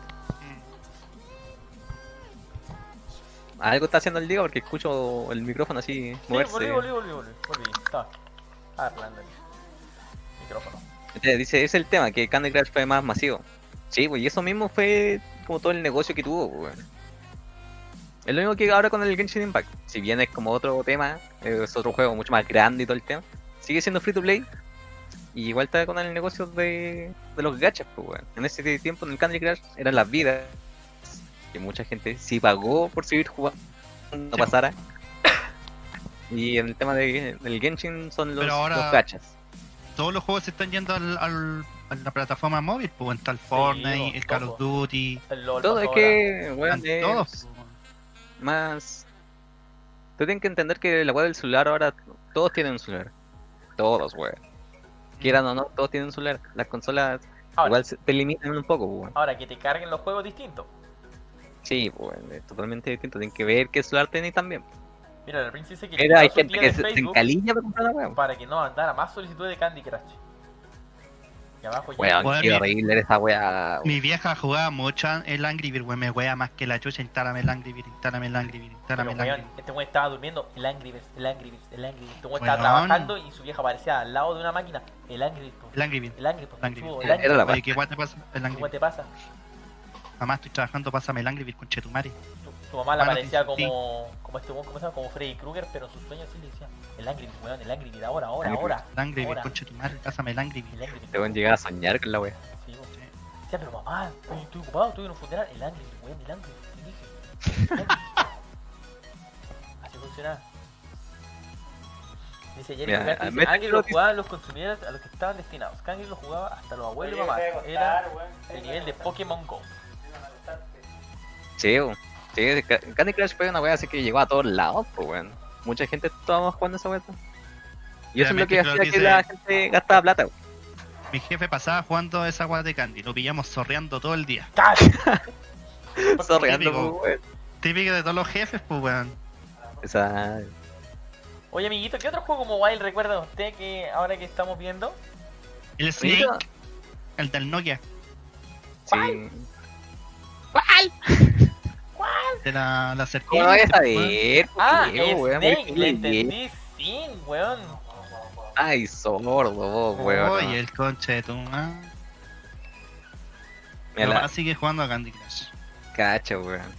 Speaker 2: Algo está haciendo el Diego porque escucho el micrófono así
Speaker 3: Sí,
Speaker 1: pues,
Speaker 2: moverse.
Speaker 3: volví, volví, volví, volví. Volví. Está. Hablando. Micrófono.
Speaker 2: Entonces, Eh, dice, ese es el tema, que Candy Crush fue más masivo. Sí, pues, y eso mismo fue como todo el negocio que tuvo, pues, weón. Es lo mismo que ahora con el Genshin Impact. Si bien es como otro tema, eh, es otro juego mucho más grande y todo el tema. Sigue siendo free to play, Y igual estaba con el negocio de, de los gachas, pues, weón. En ese tiempo en el Candy Crush eran las vidas. Que mucha gente sí pagó por seguir jugando, no
Speaker 1: Sí.
Speaker 2: pasara. Y en el tema de, del Genshin son los,
Speaker 1: Pero ahora-
Speaker 2: los gachas.
Speaker 1: Todos los juegos se están yendo al, al- a la plataforma móvil, pues está el Fortnite,
Speaker 3: po,
Speaker 1: el Call of Duty,
Speaker 3: El LOL
Speaker 2: Todo es
Speaker 3: pasó
Speaker 2: que, weón,
Speaker 1: están
Speaker 2: es-
Speaker 1: todos.
Speaker 3: pues,
Speaker 1: po.
Speaker 2: más. Tú tienes que entender que la weá del celular ahora todos tienen un celular. Todos, weón. Quieran o no, todos tienen un celular. Las consolas
Speaker 3: Ahora.
Speaker 2: igual se- te limitan un poco, weón.
Speaker 3: Ahora, que te carguen los juegos distintos.
Speaker 2: Sí, weón, es totalmente distinto. Tienen que ver qué celular tenés también.
Speaker 3: Mira, la Prince dice que
Speaker 2: Pero hay
Speaker 3: incluso
Speaker 2: gente
Speaker 3: tiene
Speaker 2: que se, se
Speaker 3: Facebook
Speaker 2: encalilla para comprar la weá. weón.
Speaker 3: para que no andara más solicitudes de Candy Crush. Y abajo ya.
Speaker 2: Weón,
Speaker 1: Weón,
Speaker 2: qué
Speaker 1: mi-
Speaker 2: horrible era esa weá. weón.
Speaker 1: Mi vieja jugaba mucho el Angry Bird, weón, me wea más que la chucha, instálame el Angry Bird, instálame el Angry Bird,
Speaker 3: Pero,
Speaker 1: instálame el Angry
Speaker 3: weón,
Speaker 1: Bird.
Speaker 3: este weón estaba durmiendo, el Angry Birds, el Angry Birds, el Angry Birds. Este weón estaba
Speaker 1: Weón.
Speaker 3: trabajando y su vieja aparecía al lado de una máquina. El Angry Birds, po.
Speaker 1: El Angry Bird.
Speaker 3: el Angry Birds,
Speaker 1: El Angry
Speaker 3: chudo,
Speaker 1: Birds.
Speaker 3: el Angry
Speaker 2: Era la
Speaker 1: Oye,
Speaker 2: weá.
Speaker 1: ¿qué guay te pasa el
Speaker 3: Birds.
Speaker 1: Angry
Speaker 3: ¿Cómo
Speaker 1: Bird?
Speaker 3: te pasa?
Speaker 1: Mamá, estoy trabajando, pásame el Angry Bird con Chetumare.
Speaker 3: Tu, tu mamá le
Speaker 1: Bueno,
Speaker 3: aparecía
Speaker 1: sí, sí.
Speaker 3: como, como este weón, ¿cómo se llama? Como Freddy Krueger, pero en sus sueños sí le decía, el Angry Birds, weón, el Angry Birds, ahora, ahora,
Speaker 2: Angry
Speaker 3: ahora.
Speaker 1: El Angry Bird
Speaker 3: ahora.
Speaker 1: con Chetumare, pásame el Angry
Speaker 3: El
Speaker 1: Bird.
Speaker 3: Angry Birds.
Speaker 2: Este weón llegaba a soñar con la weá.
Speaker 3: Sí, weón. Decía, pero mamá, estoy, estoy ocupado, estoy en un funeral. El Angry Birds, weón, el Angry Birds, te dije. El Angry Birds. Así funcionaba. Dice Jerry
Speaker 2: Mira,
Speaker 3: Ugarte,
Speaker 2: a
Speaker 3: dice,
Speaker 2: Metro
Speaker 3: Angry lo
Speaker 2: dice-
Speaker 3: jugaban los consumidores a los que estaban destinados. Angry lo jugaba hasta los abuelos y mamás. Era el nivel de Pokémon GO.
Speaker 2: Sí, weón. Sí, de ca- Candy Crush fue una weá así que llegó a todos lados, pues weón. Mucha gente estábamos jugando esa weá. Y eso es lo
Speaker 1: Realmente
Speaker 2: que
Speaker 1: creo
Speaker 2: hacía
Speaker 1: que
Speaker 2: que
Speaker 1: se-
Speaker 2: la gente gastaba plata, weón.
Speaker 1: Mi jefe pasaba jugando esa guay de Candy, lo pillamos zorreando todo el día.
Speaker 3: ¡Cash!
Speaker 2: Sorreando,
Speaker 1: Típico.
Speaker 2: pues, weón.
Speaker 1: Típico de todos los jefes, pues weón.
Speaker 2: Esa-
Speaker 3: Oye, amiguito, ¿qué otro juego como Wild recuerda usted que ahora que estamos viendo?
Speaker 1: El Snake,
Speaker 2: Mira,
Speaker 1: el del Nokia,
Speaker 2: Sí.
Speaker 1: de la, la cercana.
Speaker 2: ¿Cómo no vayas a ver?
Speaker 3: Ah,
Speaker 2: Porque, weón,
Speaker 3: Snake,
Speaker 2: muy
Speaker 3: le
Speaker 2: bien.
Speaker 3: entendí sin, weón.
Speaker 2: Ay, sordo, vos, weón.
Speaker 1: Oye, el conche de tu madre.
Speaker 2: Mira
Speaker 1: Mi
Speaker 2: la
Speaker 1: papá sigue jugando a Candy Crush.
Speaker 2: cacha, weón.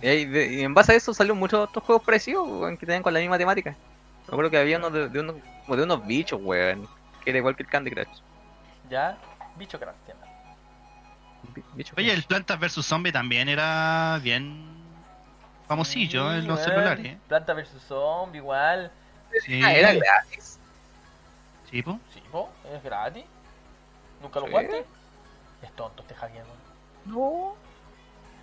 Speaker 2: Y, ahí de- y en base a eso salieron muchos otros juegos parecidos, weón, que tenían con la misma temática. Me acuerdo que había uno de, de unos, como de unos bichos, weón. Que era igual que el Candy Crush.
Speaker 3: Ya, bicho crack, tienda.
Speaker 2: Bi- bicho,
Speaker 1: Oye, el Plantas vs Zombie también era bien famosillo en los
Speaker 3: Sí, weón.
Speaker 1: celulares. ¿eh?
Speaker 3: Planta vs Zombie, igual.
Speaker 1: Sí,
Speaker 2: Ah, era gratis.
Speaker 1: sí, po.
Speaker 3: Sí, po, es gratis. ¿Nunca lo
Speaker 2: Sí.
Speaker 3: jugaste? Es tonto este Javier, weón.
Speaker 2: No.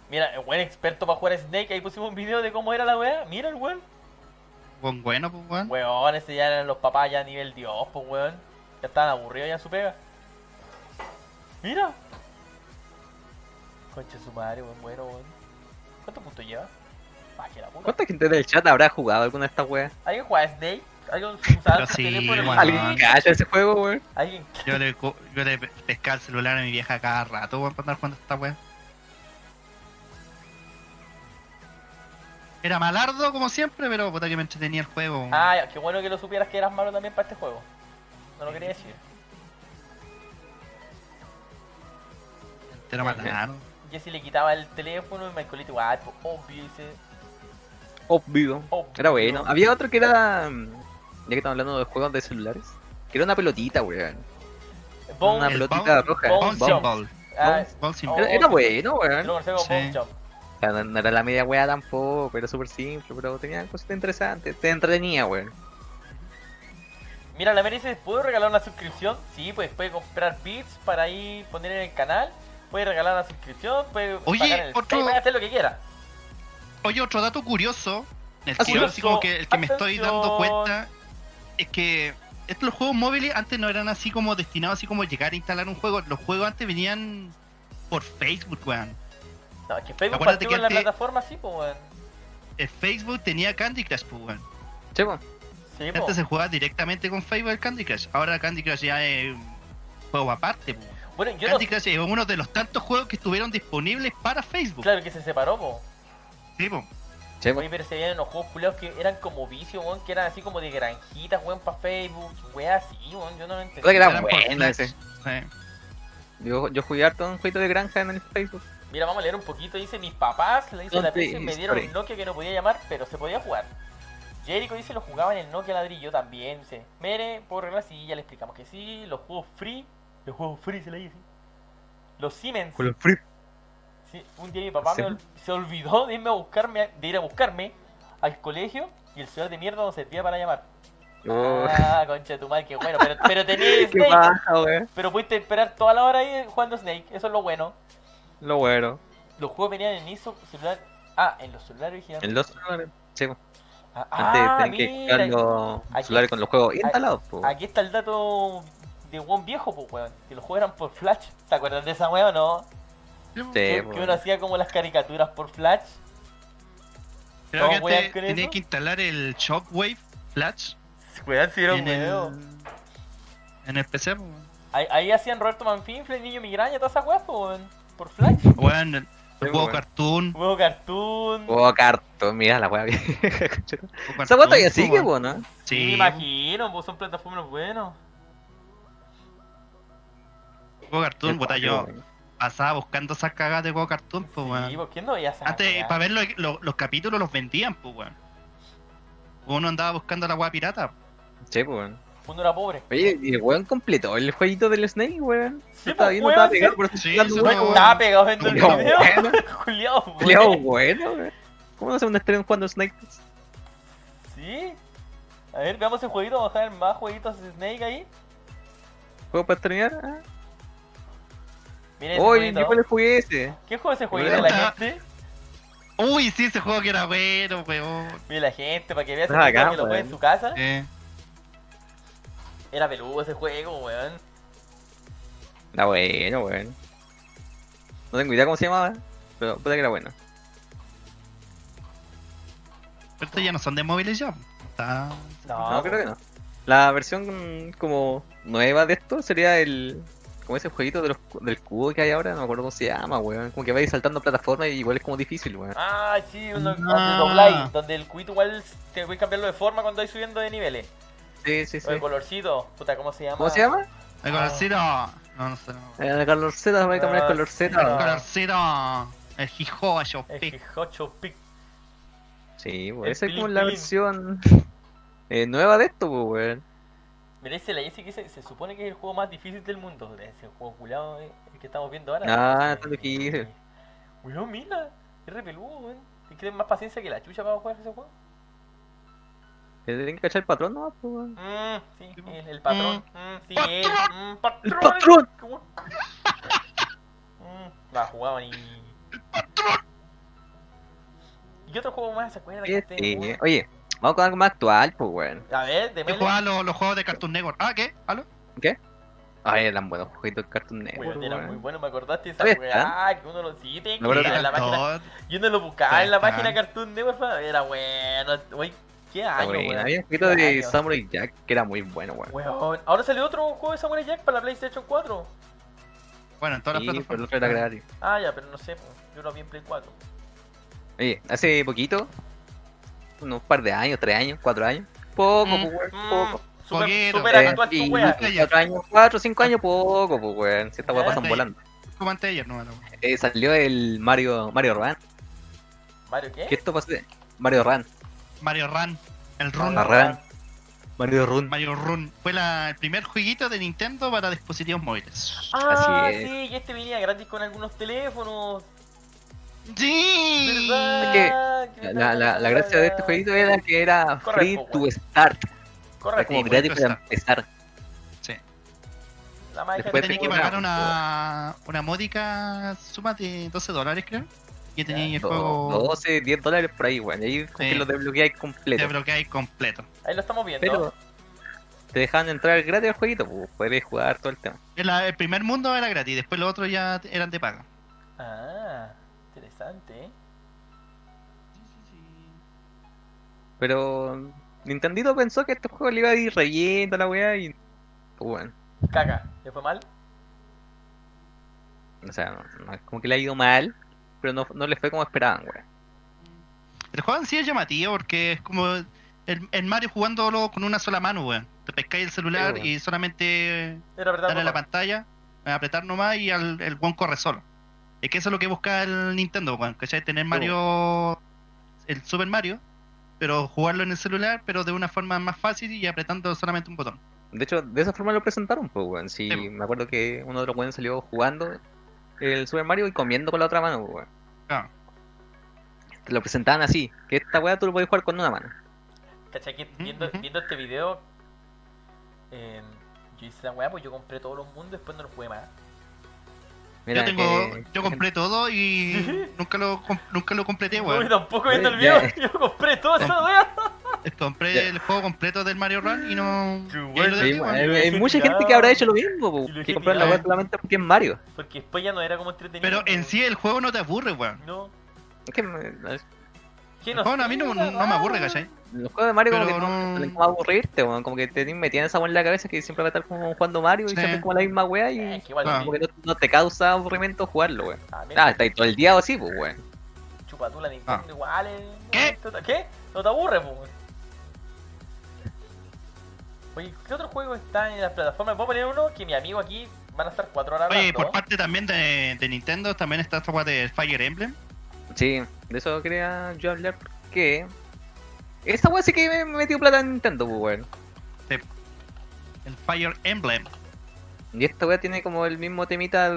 Speaker 3: Mira, el buen experto para jugar a Snake. Ahí pusimos un video de cómo era la wea. Mira el weón.
Speaker 1: Buen bueno, pues weón.
Speaker 3: Weón, ese ya eran los papás ya a nivel Dios, pues weón. Ya estaban aburridos ya en su pega. Mira. Concha de su madre, weón, bueno, weón. ¿Cuántos puntos lleva? Ah, que la puta.
Speaker 2: ¿Cuánta gente del chat habrá jugado alguna de estas weas?
Speaker 3: ¿Alguien juega a Snake? ¿Alguien usaba
Speaker 1: Pero
Speaker 3: su
Speaker 1: sí,
Speaker 3: teléfono?
Speaker 1: weón.
Speaker 2: ¿Alguien cacha ese juego, weón?
Speaker 3: ¿Alguien?
Speaker 1: Yo le, cu- yo le pe- pescaba el celular a mi vieja cada rato, weón, para andar jugando a esta weá. Era malardo como siempre, pero puta que me entretenía el juego. weón.
Speaker 3: Ah, ya, qué bueno que lo supieras que eras malo también para este juego. No lo quería decir.
Speaker 1: Te lo mataron.
Speaker 3: Jesse le quitaba el teléfono y Michaelito igual, po, obvio, dice.
Speaker 2: Obvio.
Speaker 3: Obvio.
Speaker 2: Era bueno. Había otro que era. mm, Ya que estamos hablando de juegos de celulares. Que era una pelotita, weón.
Speaker 3: Bone-
Speaker 2: una
Speaker 1: El
Speaker 2: pelotita
Speaker 1: Bounce-
Speaker 2: roja.
Speaker 3: Bounce
Speaker 1: Bouncing
Speaker 3: Jump.
Speaker 1: Ball.
Speaker 3: ah,
Speaker 1: Bouncing
Speaker 3: Oh.
Speaker 1: Ball.
Speaker 2: Era, era bueno,
Speaker 3: yo lo
Speaker 2: weón.
Speaker 3: conocía como
Speaker 1: Sí.
Speaker 3: Bone Jump.
Speaker 2: O sea, no, no era la media weá tampoco, era súper simple, pero tenía cositas interesantes. Te entretenía, weón.
Speaker 3: Mira, la Mary dice, ¿puedo regalar una suscripción? Sí, pues puede comprar bits para ahí poner en el canal. Puede regalar una suscripción, puede
Speaker 1: Oye,
Speaker 3: pagar en el
Speaker 1: otro-
Speaker 3: Pay, puede hacer lo que quiera.
Speaker 1: Oye, otro dato curioso, el
Speaker 2: Ah,
Speaker 1: que, yo así como que, el que me estoy dando
Speaker 3: Atención.
Speaker 1: cuenta es que estos los juegos móviles antes no eran así como destinados así como llegar a instalar un juego. Los juegos antes venían por Facebook, weón.
Speaker 3: No, es que Facebook
Speaker 1: Acuérdate
Speaker 3: partió
Speaker 1: que
Speaker 3: con la
Speaker 1: antes-
Speaker 3: plataforma, sí, pues, weón.
Speaker 1: El Facebook tenía Candy Crush, pues, weón.
Speaker 2: Chepo.
Speaker 3: Sí,
Speaker 1: Antes
Speaker 3: pues.
Speaker 1: se jugaba directamente con Facebook el Candy Crush. Ahora Candy Crush ya es un juego aparte, pues.
Speaker 3: Bueno, yo no
Speaker 1: Candy Crush es uno de los tantos juegos que estuvieron disponibles para Facebook.
Speaker 3: Claro que se separó, po.
Speaker 1: Sí, pues. po.
Speaker 2: Chepo.
Speaker 3: Oye, pero se veían unos juegos culiados que eran como vicio, weón, que eran así como de granjitas, weón, para Facebook, weón, así, weón, yo no lo entendí.
Speaker 2: Puta que era
Speaker 1: Eran por
Speaker 2: bueno
Speaker 1: Flash.
Speaker 2: ese.
Speaker 1: Sí.
Speaker 2: Yo, yo jugué harto un jueguito de granja en el Facebook.
Speaker 3: Mira, vamos a leer un poquito. Dice, mis papás, le dice
Speaker 2: Don't
Speaker 3: la prensa,
Speaker 2: be
Speaker 3: me dieron
Speaker 2: sorry.
Speaker 3: un Nokia que no podía llamar, pero se podía jugar. Jericho dice lo jugaba en el Nokia ladrillo también. Dice, Mere, por regla sí, ya le explicamos que sí. Los juegos free, los juegos free se le dice. Los Siemens.
Speaker 2: Con los free.
Speaker 3: Sí, un día mi papá me ol- se olvidó de irme a buscarme, de ir a buscarme al colegio y el celular de mierda no servía para llamar.
Speaker 2: Oh,
Speaker 3: Ah, concha de tu madre, qué bueno. Pero, pero tenía
Speaker 2: qué
Speaker 3: Snake.
Speaker 2: baja, weón.
Speaker 3: Pero pudiste esperar toda la hora ahí jugando Snake. Eso es lo bueno.
Speaker 2: Lo bueno.
Speaker 3: Los juegos venían en ISO celular. Ah, en los celulares originales.
Speaker 2: En los celulares. Sí, po.
Speaker 3: Ah,
Speaker 2: antes
Speaker 3: ah,
Speaker 2: tenían que
Speaker 3: mira,
Speaker 2: instalar los
Speaker 3: Aquí-
Speaker 2: celulares con los juegos
Speaker 3: aquí-
Speaker 2: instalados, po.
Speaker 3: Aquí está el dato de un viejo, pues, weón. Que los juegos eran por Flash. ¿Te acuerdas de esa weón o no?
Speaker 2: Sí, pues.
Speaker 3: que,
Speaker 2: po.
Speaker 3: que uno hacía como las caricaturas por Flash.
Speaker 1: Creo que
Speaker 3: ¿Cómo voy a
Speaker 1: antes
Speaker 3: creer
Speaker 1: tenía
Speaker 3: eso?
Speaker 1: que instalar el Shockwave Flash
Speaker 3: Weón, si era un
Speaker 1: en
Speaker 3: weón.
Speaker 1: el, en el PC. pues.
Speaker 3: Ahí, ahí hacían Roberto Manfinfle, el niño migraña, todas esas weas, po, pues, weón. Por Flash.
Speaker 1: Bueno, el
Speaker 2: Sí,
Speaker 1: juego
Speaker 2: bueno.
Speaker 1: Cartoon.
Speaker 3: Juego Cartoon.
Speaker 2: Oh, cartón, mira la weá.
Speaker 1: juego
Speaker 2: Esa weá
Speaker 1: Cartoon,
Speaker 2: todavía
Speaker 1: pues,
Speaker 2: sigue,
Speaker 1: bueno.
Speaker 2: po, ¿no?
Speaker 3: Me
Speaker 1: Sí,
Speaker 3: imagino, pues son plataformas buenas.
Speaker 1: juego Cartoon, puta, yo pasaba buscando esas cagadas de juego Cartoon, pues, bueno.
Speaker 3: Sí, pues ¿quién no veía esa
Speaker 1: Antes,
Speaker 3: wea?
Speaker 1: para ver lo- lo- los capítulos los vendían, pues, weón. Uno andaba buscando la weá pirata.
Speaker 2: Sí, po, weón.
Speaker 3: Uno era pobre.
Speaker 2: Oye, y el weón completó el jueguito del Snake, weón.
Speaker 3: Sí,
Speaker 2: estaba
Speaker 3: po,
Speaker 2: viendo,
Speaker 3: weón,
Speaker 2: estaba
Speaker 3: sí.
Speaker 2: pegado por
Speaker 1: Sí,
Speaker 2: dando
Speaker 1: sí,
Speaker 2: vueltas,
Speaker 1: po.
Speaker 2: weón.
Speaker 3: Estaba pegado viendo el
Speaker 2: Culeado
Speaker 3: video.
Speaker 2: bueno,
Speaker 3: Juliado,
Speaker 2: culeado
Speaker 3: weón.
Speaker 2: bueno, weón. ¿Cómo no se un estreno jugando Snake?
Speaker 3: Sí. A ver, veamos el jueguito, vamos a ver más jueguitos de Snake ahí.
Speaker 2: ¿Juego para estrenar? Ah.
Speaker 3: Miren ese
Speaker 2: Oye,
Speaker 3: jueguito.
Speaker 2: yo le jugué ese.
Speaker 3: ¿Qué juego ese jueguito de la
Speaker 1: Puta.
Speaker 3: gente?
Speaker 1: Uy, sí, ese juego que era bueno, weón.
Speaker 3: Mira la gente, para que veas
Speaker 2: Ah, acá,
Speaker 3: que lo juega en
Speaker 2: weón.
Speaker 3: su casa.
Speaker 1: Eh,
Speaker 3: Era peludo ese juego, weón.
Speaker 2: Era bueno, weón. No tengo idea cómo se llamaba, pero puede que era bueno.
Speaker 1: pero estos ya no son de móviles ya. Está...
Speaker 3: No,
Speaker 2: No, creo que no. La versión mm, como nueva de esto sería el. Como ese jueguito de los cu- del cubo que hay ahora, no me acuerdo cómo se llama, weón. Como que vais saltando plataformas y igual es como difícil, weón.
Speaker 3: Ah, sí, uno
Speaker 1: Ah.
Speaker 3: donde dobláis, donde el cuito igual te voy cambiarlo de forma cuando vais subiendo de niveles.
Speaker 2: Sí, sí, sí.
Speaker 3: O de colorcito, puta, ¿cómo se llama?
Speaker 2: ¿Cómo se llama?
Speaker 1: El colorcito. No, no sé. no.
Speaker 2: Eh, El color Z, voy a cambiar
Speaker 3: Ah,
Speaker 2: el color
Speaker 1: El
Speaker 3: sí.
Speaker 2: Z.
Speaker 1: colorcito. El Hijoa, yo
Speaker 3: El
Speaker 1: pic.
Speaker 3: Hijocho Pic.
Speaker 2: Sí,
Speaker 3: El
Speaker 2: weón. Esa es como
Speaker 3: Pilín
Speaker 2: la
Speaker 3: Pilín.
Speaker 2: versión eh, nueva de esto, pues, weón.
Speaker 3: Mira, dice la Jessie que se, se supone que es el juego más difícil del mundo. Ese juego culado eh, el que estamos viendo ahora.
Speaker 2: Ah,
Speaker 3: Eh,
Speaker 2: tan difícil.
Speaker 3: Weón, mira, es re peludo, weón. Hay que tener más paciencia que la chucha para jugar ese juego.
Speaker 2: Le Eh, Tienen que cachar el patrón nomás, pues, weón.
Speaker 3: Mmm, sí, el, el patrón. Mmm, sí, él. Mm, patrón.
Speaker 2: ¡El patrón!
Speaker 3: Qué bueno. Mm, la jugaban y. ¡El patrón! ¿Y otro juego más se acuerda que esté,
Speaker 2: Sí,
Speaker 3: weón?
Speaker 2: Oye, vamos con algo más actual, pues, weón.
Speaker 3: A ver, de
Speaker 1: Yo jugaba los, los juegos de Cartoon Network. Ah, ¿qué? ¿Aló?
Speaker 2: Ay, eran buenos jueguitos de Cartoon Network,
Speaker 3: Weón, era muy
Speaker 2: weón.
Speaker 3: bueno, me acordaste de esa
Speaker 2: ¿Todavía
Speaker 3: weá, que uno lo sí, te
Speaker 2: No, pero
Speaker 3: que
Speaker 1: Era
Speaker 3: era en la página.
Speaker 1: todo-
Speaker 3: Yo no lo buscaba en la
Speaker 1: Está.
Speaker 3: página Cartoón Network, pa, era bueno, wey, qué
Speaker 2: Está
Speaker 3: año,
Speaker 2: buena.
Speaker 3: weón.
Speaker 2: Había un jueguito
Speaker 3: Qué
Speaker 2: de
Speaker 3: año.
Speaker 2: Samurai Jack que era muy bueno, weón.
Speaker 3: Weón, ahora salió otro juego de Samurai Jack para la PlayStation 4.
Speaker 1: Bueno, en todas
Speaker 2: Sí,
Speaker 1: las
Speaker 2: pero el
Speaker 1: plataformas.
Speaker 2: otro era gratis.
Speaker 3: Ah, ya, pero no sé, po, yo lo vi en Play 4.
Speaker 2: Oye, hace poquito, unos par de años, tres años, cuatro años, poco,
Speaker 1: Mm,
Speaker 2: pues, weón,
Speaker 3: Mm,
Speaker 2: poco.
Speaker 3: super,
Speaker 1: Poquito.
Speaker 3: super actual pues, tu
Speaker 2: Sí,
Speaker 3: wea.
Speaker 1: ya.
Speaker 2: cuatro años, cuatro, cinco años, poco, pues, weón. Si estas weas
Speaker 3: Ya.
Speaker 2: pasan volando.
Speaker 1: Como antes de ayer, no, no.
Speaker 2: Eh, salió el Mario, Mario Run.
Speaker 3: Mario,
Speaker 2: Que
Speaker 3: ¿qué?
Speaker 2: esto pasó de- Mario Run.
Speaker 1: Mario Run. El Run.
Speaker 2: La Run. Mario Run.
Speaker 1: Mario Run. Fue la- el primer jueguito de Nintendo para dispositivos móviles.
Speaker 3: Ah,
Speaker 2: Así es.
Speaker 3: sí, y este venía gratis con algunos teléfonos.
Speaker 1: Sí.
Speaker 3: ¿Verdad?
Speaker 2: que
Speaker 3: ¿Qué
Speaker 2: La, la, la
Speaker 3: verdad?
Speaker 2: gracia de este jueguito era que era
Speaker 3: Correcto, pues,
Speaker 2: free to
Speaker 3: weón.
Speaker 2: start. Era
Speaker 3: Correcto, pues,
Speaker 2: como
Speaker 1: sí,
Speaker 2: gratis
Speaker 1: free to
Speaker 2: para empezar.
Speaker 3: la magia
Speaker 2: después
Speaker 3: de- este
Speaker 1: Tenía que
Speaker 2: Una-
Speaker 1: pagar una, una módica suma de 12 dólares, creo. Que tenía ahí el
Speaker 2: Do-
Speaker 1: juego.
Speaker 2: 12, 10 Oh, dólares por ahí, weón. Y ahí como
Speaker 1: Sí.
Speaker 2: que lo desbloqueáis
Speaker 1: Te
Speaker 2: completo.
Speaker 1: bloqueáis completo.
Speaker 3: Ahí lo estamos viendo.
Speaker 2: Pero te dejaban entrar gratis al jueguito, pues podés jugar todo el tema.
Speaker 1: La- el primer mundo era gratis, después los otros ya te- eran de paga.
Speaker 3: Ah, interesante.
Speaker 2: Pero Nintendito pensó que este juego le iba a ir reyendo la weá y. pues, Bueno,
Speaker 3: Caca, ¿le fue mal?
Speaker 2: o sea, no- no- como que le ha ido mal, pero no, no le fue como esperaban, weón.
Speaker 1: El juego en sí es llamativo porque es como el, el Mario jugándolo con una sola mano, weón. Te pescáis el celular
Speaker 2: Sí, weón.
Speaker 1: y solamente
Speaker 3: Era verdad.
Speaker 1: darle a la
Speaker 3: papá.
Speaker 1: pantalla, apretar nomás y al- el one corre solo. Es que eso es lo que busca el Nintendo, weón, ¿cachai? Tener Mario, el Super Mario, pero jugarlo en el celular, pero de una forma más fácil y apretando solamente un botón.
Speaker 2: De hecho, de esa forma lo presentaron, pues, weón. Sí,
Speaker 1: Sí, po.
Speaker 2: me acuerdo que uno de los weones salió jugando el Super Mario y comiendo con la otra mano, pues, weón.
Speaker 1: Claro.
Speaker 2: Te lo presentaban así, que esta weá tú lo puedes jugar con una mano.
Speaker 3: ¿Cachai? Que viendo,
Speaker 1: ujú.
Speaker 3: viendo este video, eh, yo hice la weá, pues yo compré todos los mundos y después no los jugué más.
Speaker 2: Mira, eh,
Speaker 1: yo tengo,
Speaker 2: que-
Speaker 1: yo compré todo y nunca lo com- nunca lo completé,
Speaker 3: No, y
Speaker 1: weón.
Speaker 3: tampoco viendo el video,
Speaker 2: Ya.
Speaker 3: yo compré toda esa weá.
Speaker 1: Eh, Compré
Speaker 2: Ya.
Speaker 1: el juego completo del Mario Run y no.
Speaker 3: Qué
Speaker 1: y ahí
Speaker 3: bueno.
Speaker 1: lo
Speaker 2: Sí,
Speaker 1: dejé,
Speaker 2: weón,
Speaker 1: weón.
Speaker 2: hay,
Speaker 3: lo
Speaker 2: hay
Speaker 3: dejé
Speaker 2: mucha gente que
Speaker 3: tirado.
Speaker 2: habrá hecho lo mismo, po,
Speaker 3: Sí, lo dejé
Speaker 2: que compraron la
Speaker 3: tirado.
Speaker 2: weá solamente porque es Mario.
Speaker 3: Porque después ya no era como entretenido.
Speaker 1: Pero en
Speaker 3: weón.
Speaker 1: sí el juego no te aburre, weón.
Speaker 3: No.
Speaker 2: Es que eh,
Speaker 3: ¿Qué
Speaker 1: El juego a mí no,
Speaker 3: sé,
Speaker 1: no me aburre,
Speaker 3: weón?
Speaker 1: ¿cachai?
Speaker 2: los juegos de Mario como
Speaker 1: Pero
Speaker 2: que no,
Speaker 1: no-
Speaker 2: suelen como aburrirte, weón, como que te metían esa weá en la cabeza que siempre va a estar como jugando Mario y
Speaker 1: Sí.
Speaker 2: siempre es como la misma weá
Speaker 3: Eh,
Speaker 2: y
Speaker 3: que igual
Speaker 1: Ah.
Speaker 3: sí.
Speaker 2: como que no, no te causa aburrimiento jugarlo, weón.
Speaker 3: Ah, mira,
Speaker 2: Ah, está ahí todo el día así, pues, weón.
Speaker 3: chupatula Nintendo
Speaker 1: Ah.
Speaker 3: igual. eh,
Speaker 1: ¿Qué?
Speaker 3: no, ¿Qué? No te aburre, pues. Oye, ¿qué otro juego está en las plataformas? Voy a poner uno que mi amigo aquí van a estar cuatro horas
Speaker 1: Oye,
Speaker 3: hablando.
Speaker 1: por parte también de, de Nintendo, también está esta weá de Fire Emblem.
Speaker 2: Sí, de eso quería yo hablar porque... Esta weá sí que me me metió plata en Nintendo, pues, weón.
Speaker 1: El Fire Emblem.
Speaker 2: Y esta weá tiene como el mismo temita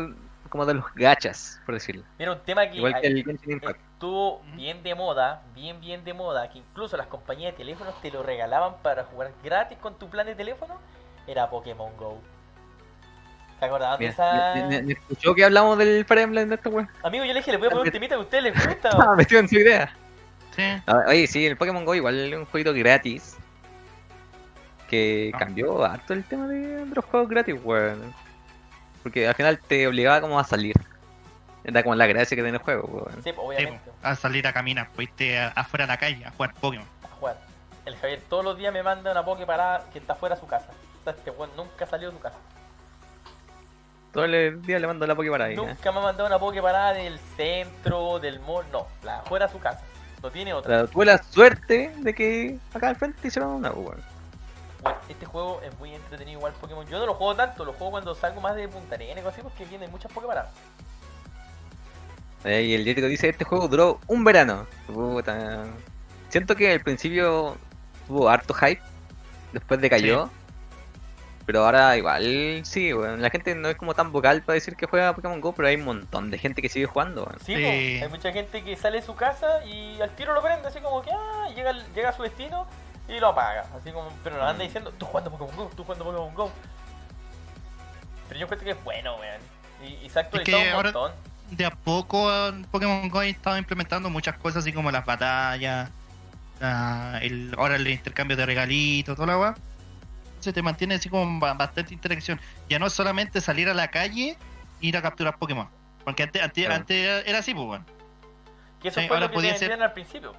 Speaker 2: como de los gachas, por decirlo.
Speaker 3: Mira, un tema que
Speaker 2: Igual que
Speaker 3: ay,
Speaker 2: el Genshin Impact.
Speaker 3: estuvo
Speaker 1: Ujú.
Speaker 3: bien de moda, bien, bien de moda, que incluso las compañías de teléfonos te lo regalaban para jugar gratis con tu plan de teléfono, era Pokémon Go. ¿Te acordabas de
Speaker 2: Mira,
Speaker 3: esa?
Speaker 2: ¿me- me- me escuchó que hablamos del Fire Emblem de esta weá?
Speaker 3: Amigo, yo le dije, le voy a poner un temita que a ustedes les gusta.
Speaker 2: Ah, metido en su idea.
Speaker 1: Sí.
Speaker 2: Ah, Oye, sí, el Pokémon Go igual es un jueguito gratis. Que
Speaker 1: Ah.
Speaker 2: cambió harto el tema de, de los juegos gratis, weón. Porque al final te obligaba como a salir. Era como la gracia que tiene el juego, weón.
Speaker 3: Sí, pues,
Speaker 1: Sí,
Speaker 3: obviamente,
Speaker 1: po, a salir a caminar, fuiste a- afuera a la calle a jugar Pokémon.
Speaker 3: a jugar. El Javier todos los días me manda una Poké parada que está fuera de su casa. O sea, este weón nunca salió de su casa.
Speaker 2: Todo el día le mando la Poké para ahí. ¿eh?
Speaker 3: Nunca me ha mandado una Poké parada del centro, del mall, no, la fuera de su casa. No tiene
Speaker 2: O
Speaker 3: otra.
Speaker 2: sea, tuve la suerte de que acá al frente hicieron una, weón.
Speaker 3: Bueno, este juego es muy entretenido igual Pokémon. Yo no lo juego tanto, lo juego cuando salgo más de Punta Arenas y cosas así porque vienen muchas Pokébaradas.
Speaker 2: Eh, Y el Jericho dice, este juego duró un verano. Puta. Siento que al principio tuvo harto hype, después decayó. Pero ahora igual, sí, weón, la gente no es como tan vocal para decir que juega a Pokémon GO, pero hay un montón de gente que sigue jugando. weón.
Speaker 3: Sí,
Speaker 1: Sí.
Speaker 3: po, hay mucha gente que sale de su casa y al tiro lo prende, así como que ah, llega, al- llega a su destino y lo apaga. Así como, pero nos
Speaker 1: Mm.
Speaker 3: anda diciendo, tú jugando Pokémon Go, tú jugando Pokémon Go. Pero yo encuentro que es bueno, weón. Y, y se ha actualizado
Speaker 1: que
Speaker 3: un
Speaker 1: ahora-
Speaker 3: montón.
Speaker 1: De a poco eh, Pokémon Go ha estado implementando muchas cosas, así como las batallas, la- el, ahora el intercambio de regalitos, toda la weá. Se te mantiene así como ba- bastante interacción. Ya no es solamente salir a la calle e ir a capturar Pokémon. Porque antes, antes,
Speaker 2: Claro.
Speaker 1: antes era- era así, pues, weón.
Speaker 3: Que eso
Speaker 1: Sí,
Speaker 3: fue
Speaker 1: ahora
Speaker 3: lo que te
Speaker 1: podía ser-
Speaker 3: vendían al principio.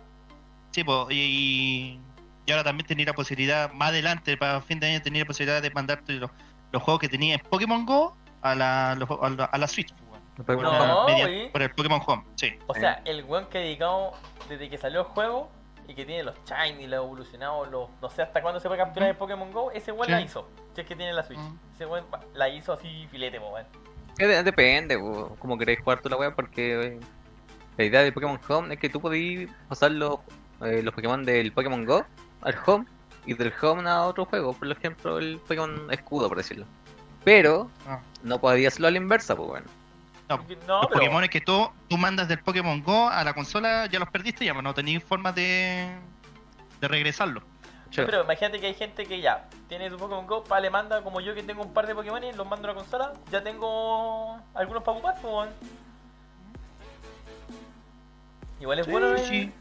Speaker 1: Sí, pues, y, y ahora también tenía la posibilidad, más adelante, para fin de año, tenía la posibilidad de mandarte los, los juegos que tenía en Pokémon Go a la, los- a la, a la Switch. pues, weón.
Speaker 2: El
Speaker 1: Por,
Speaker 2: Pokémon
Speaker 1: la-
Speaker 3: No,
Speaker 1: media-
Speaker 3: güey.
Speaker 1: por el Pokémon Home, sí.
Speaker 3: O
Speaker 2: Sí.
Speaker 3: sea, el weón que ha dedicado desde que salió el juego y que tiene los shiny, los evolucionados, los no sé hasta cuándo se puede capturar el Pokémon Go, ese weón
Speaker 1: Sí.
Speaker 3: la hizo. Si es que tiene la Switch.
Speaker 1: Mm.
Speaker 3: Ese weón la hizo así filete, po, weón.
Speaker 2: Que de- depende, weón, como queréis jugar tú la weá, porque eh, la idea de Pokémon Home es que tú podís pasar los, eh, los Pokémon del Pokémon GO al Home y del Home a otro juego, por ejemplo el Pokémon Escudo, por decirlo. Pero
Speaker 1: Ah.
Speaker 2: no podías hacerlo a la inversa, pues bueno.
Speaker 1: No,
Speaker 3: Porque- No,
Speaker 1: los
Speaker 3: pero
Speaker 1: Pokémon que tú, tú mandas del Pokémon Go a la consola, ya los perdiste, ya pues, no tenéis forma de, de regresarlo.
Speaker 2: Che,
Speaker 3: Pero imagínate que hay gente que ya tiene su Pokémon Go, pa, le manda como yo que tengo un par de Pokémon y los mando a la consola. Ya tengo algunos para ocupar, po, weón. Igual es bueno. eh.
Speaker 1: sí.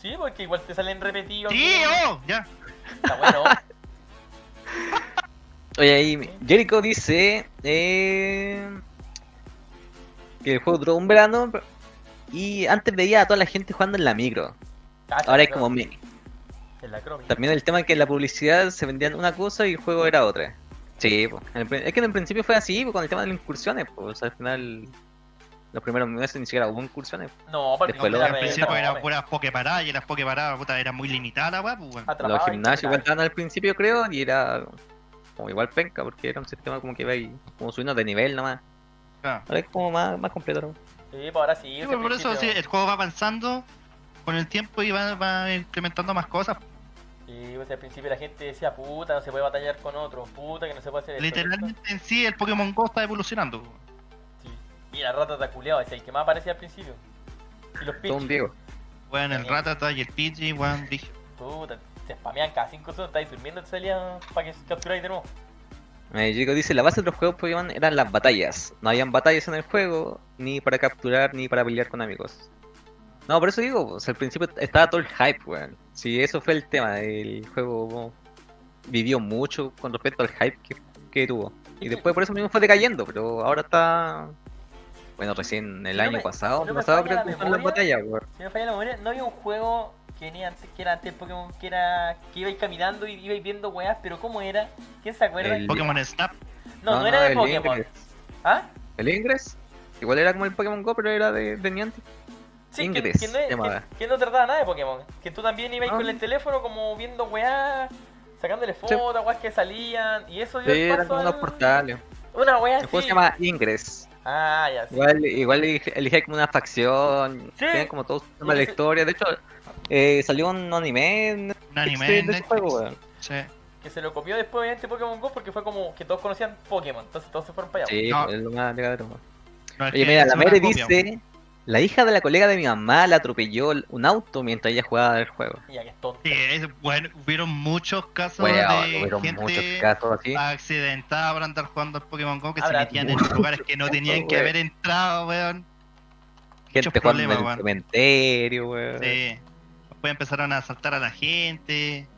Speaker 3: Sí, porque igual te salen repetidos.
Speaker 1: ¡Tío! Ya.
Speaker 3: Está
Speaker 1: oh.
Speaker 3: bueno.
Speaker 2: Oye, ahí Jericho dice eh, que el juego duró un verano y antes veía a toda la gente jugando en la micro.
Speaker 3: Cacha,
Speaker 2: Ahora es
Speaker 3: pero
Speaker 2: como me-
Speaker 3: En la Chrome.
Speaker 2: también el tema que en la publicidad se vendían una cosa y el juego era otra. Sí, po. En el prin- es que en el principio fue así, po, con el tema de las incursiones, po. O sea, al final los primeros meses ni siquiera hubo incursiones.
Speaker 3: No, pero
Speaker 2: Después
Speaker 1: No,
Speaker 2: lo-
Speaker 1: al
Speaker 2: reventa,
Speaker 1: principio
Speaker 3: no,
Speaker 1: era puras Poképaradas y las Poképaradas, puta, era muy limitada la weá, pues, weón.
Speaker 3: atrapado
Speaker 2: los
Speaker 3: en
Speaker 2: gimnasios igual
Speaker 3: chocolate.
Speaker 2: estaban al principio creo y era como igual penca porque era un sistema como que iba ahí, como subiendo de nivel nomás.
Speaker 1: Claro.
Speaker 2: Ahora es como más, más completo. ¿no?
Speaker 3: Sí, pues ahora sí.
Speaker 1: Sí,
Speaker 3: ese
Speaker 1: pues, por eso sí,
Speaker 3: principio.
Speaker 1: el juego va avanzando con el tiempo iba va implementando más cosas.
Speaker 3: Y pues, al principio la gente decía, puta, no se puede batallar con otro, puta, que no se puede hacer esto,
Speaker 1: Literalmente en sí el Pokémon Go está evolucionando.
Speaker 3: esto". Sí. Mira, Rata taculeado, es el que más aparecía al principio. Y
Speaker 2: Todo
Speaker 3: los
Speaker 2: un
Speaker 3: pinches.
Speaker 2: Diego.
Speaker 1: Bueno, el Ratata y el Pidgey, weón, dije.
Speaker 3: Puta, se spamean cada 5 segundos, estáis durmiendo, te salían para que capturáis de nuevo.
Speaker 2: Eh, Jericho dice, la base de los juegos Pokémon eran las batallas. No habían batallas en el juego, ni para capturar, ni para pelear con amigos. No, por eso digo, pues, al principio estaba todo el hype, weón. Sí, eso fue el tema. El juego como, vivió mucho con respecto al hype que, que tuvo. Y después por eso mismo fue decayendo, pero ahora está... Bueno, recién el
Speaker 3: Si no
Speaker 2: año
Speaker 3: me-
Speaker 2: pasado,
Speaker 3: si no me
Speaker 2: pasado
Speaker 3: falla
Speaker 2: creo
Speaker 3: la
Speaker 2: que fueron las
Speaker 3: memoria,
Speaker 2: batallas, weón.
Speaker 3: Si no me falla la memoria, no había un juego que, ni antes, que era antes Pokémon, que era que ibais caminando y ibais viendo weas, pero ¿cómo era? ¿Quién se acuerda?
Speaker 2: El-
Speaker 1: Pokémon Snap.
Speaker 3: No, no, era de
Speaker 2: el
Speaker 3: Pokémon.
Speaker 2: Ingress.
Speaker 3: ¿Ah?
Speaker 2: ¿El Ingress? Igual era como el Pokémon Go, pero era de, de Niantic.
Speaker 3: Sí, que,
Speaker 2: Ingress,
Speaker 3: que no, que,
Speaker 2: llamada.
Speaker 3: que no trataba nada de Pokémon. Que tú también ibas
Speaker 2: Ah.
Speaker 3: con el teléfono como viendo weá, sacándole fotos, weas que salían, y eso dio
Speaker 2: Sí,
Speaker 3: el
Speaker 2: eran
Speaker 3: paso
Speaker 2: como unos
Speaker 3: al-
Speaker 2: portales.
Speaker 3: Una weá
Speaker 2: El
Speaker 3: así.
Speaker 2: juego se llama Ingress.
Speaker 3: Ah, ya, sí.
Speaker 2: Igual, igual elige- elige como una facción.
Speaker 3: Sí.
Speaker 2: Tienen como todo un tema de
Speaker 3: Sí.
Speaker 2: historia. De hecho, eh, salió un anime. en Netflix
Speaker 1: Un anime
Speaker 2: de,
Speaker 1: en
Speaker 2: de ese
Speaker 1: Netflix.
Speaker 2: juego, weón.
Speaker 1: Sí.
Speaker 3: Que se lo copió después obviamente Pokémon GO porque fue como que todos conocían Pokémon, entonces todos se fueron para allá.
Speaker 2: Sí,
Speaker 1: No.
Speaker 2: pues, es lo más legal.
Speaker 1: No, es
Speaker 2: Oye,
Speaker 1: que
Speaker 2: mira,
Speaker 1: es
Speaker 2: la
Speaker 1: una
Speaker 2: madre
Speaker 1: copia.
Speaker 2: dice: La hija de la colega de mi mamá la atropelló un auto mientras ella jugaba el juego.
Speaker 3: Ya que es tonto.
Speaker 1: Sí, es- bueno, hubieron muchos casos de
Speaker 2: Weón, hubieron
Speaker 1: gente
Speaker 2: muchos casos así.
Speaker 1: accidentada por andar jugando al Pokémon GO que
Speaker 3: Habrá-
Speaker 1: se metían en lugares que no tenían que
Speaker 2: Weón.
Speaker 1: haber entrado, weón.
Speaker 2: Gente
Speaker 1: muchos
Speaker 2: jugando en
Speaker 1: problemas,
Speaker 2: el
Speaker 1: weón.
Speaker 2: cementerio, weón.
Speaker 1: Sí. Después empezaron a asaltar a la gente.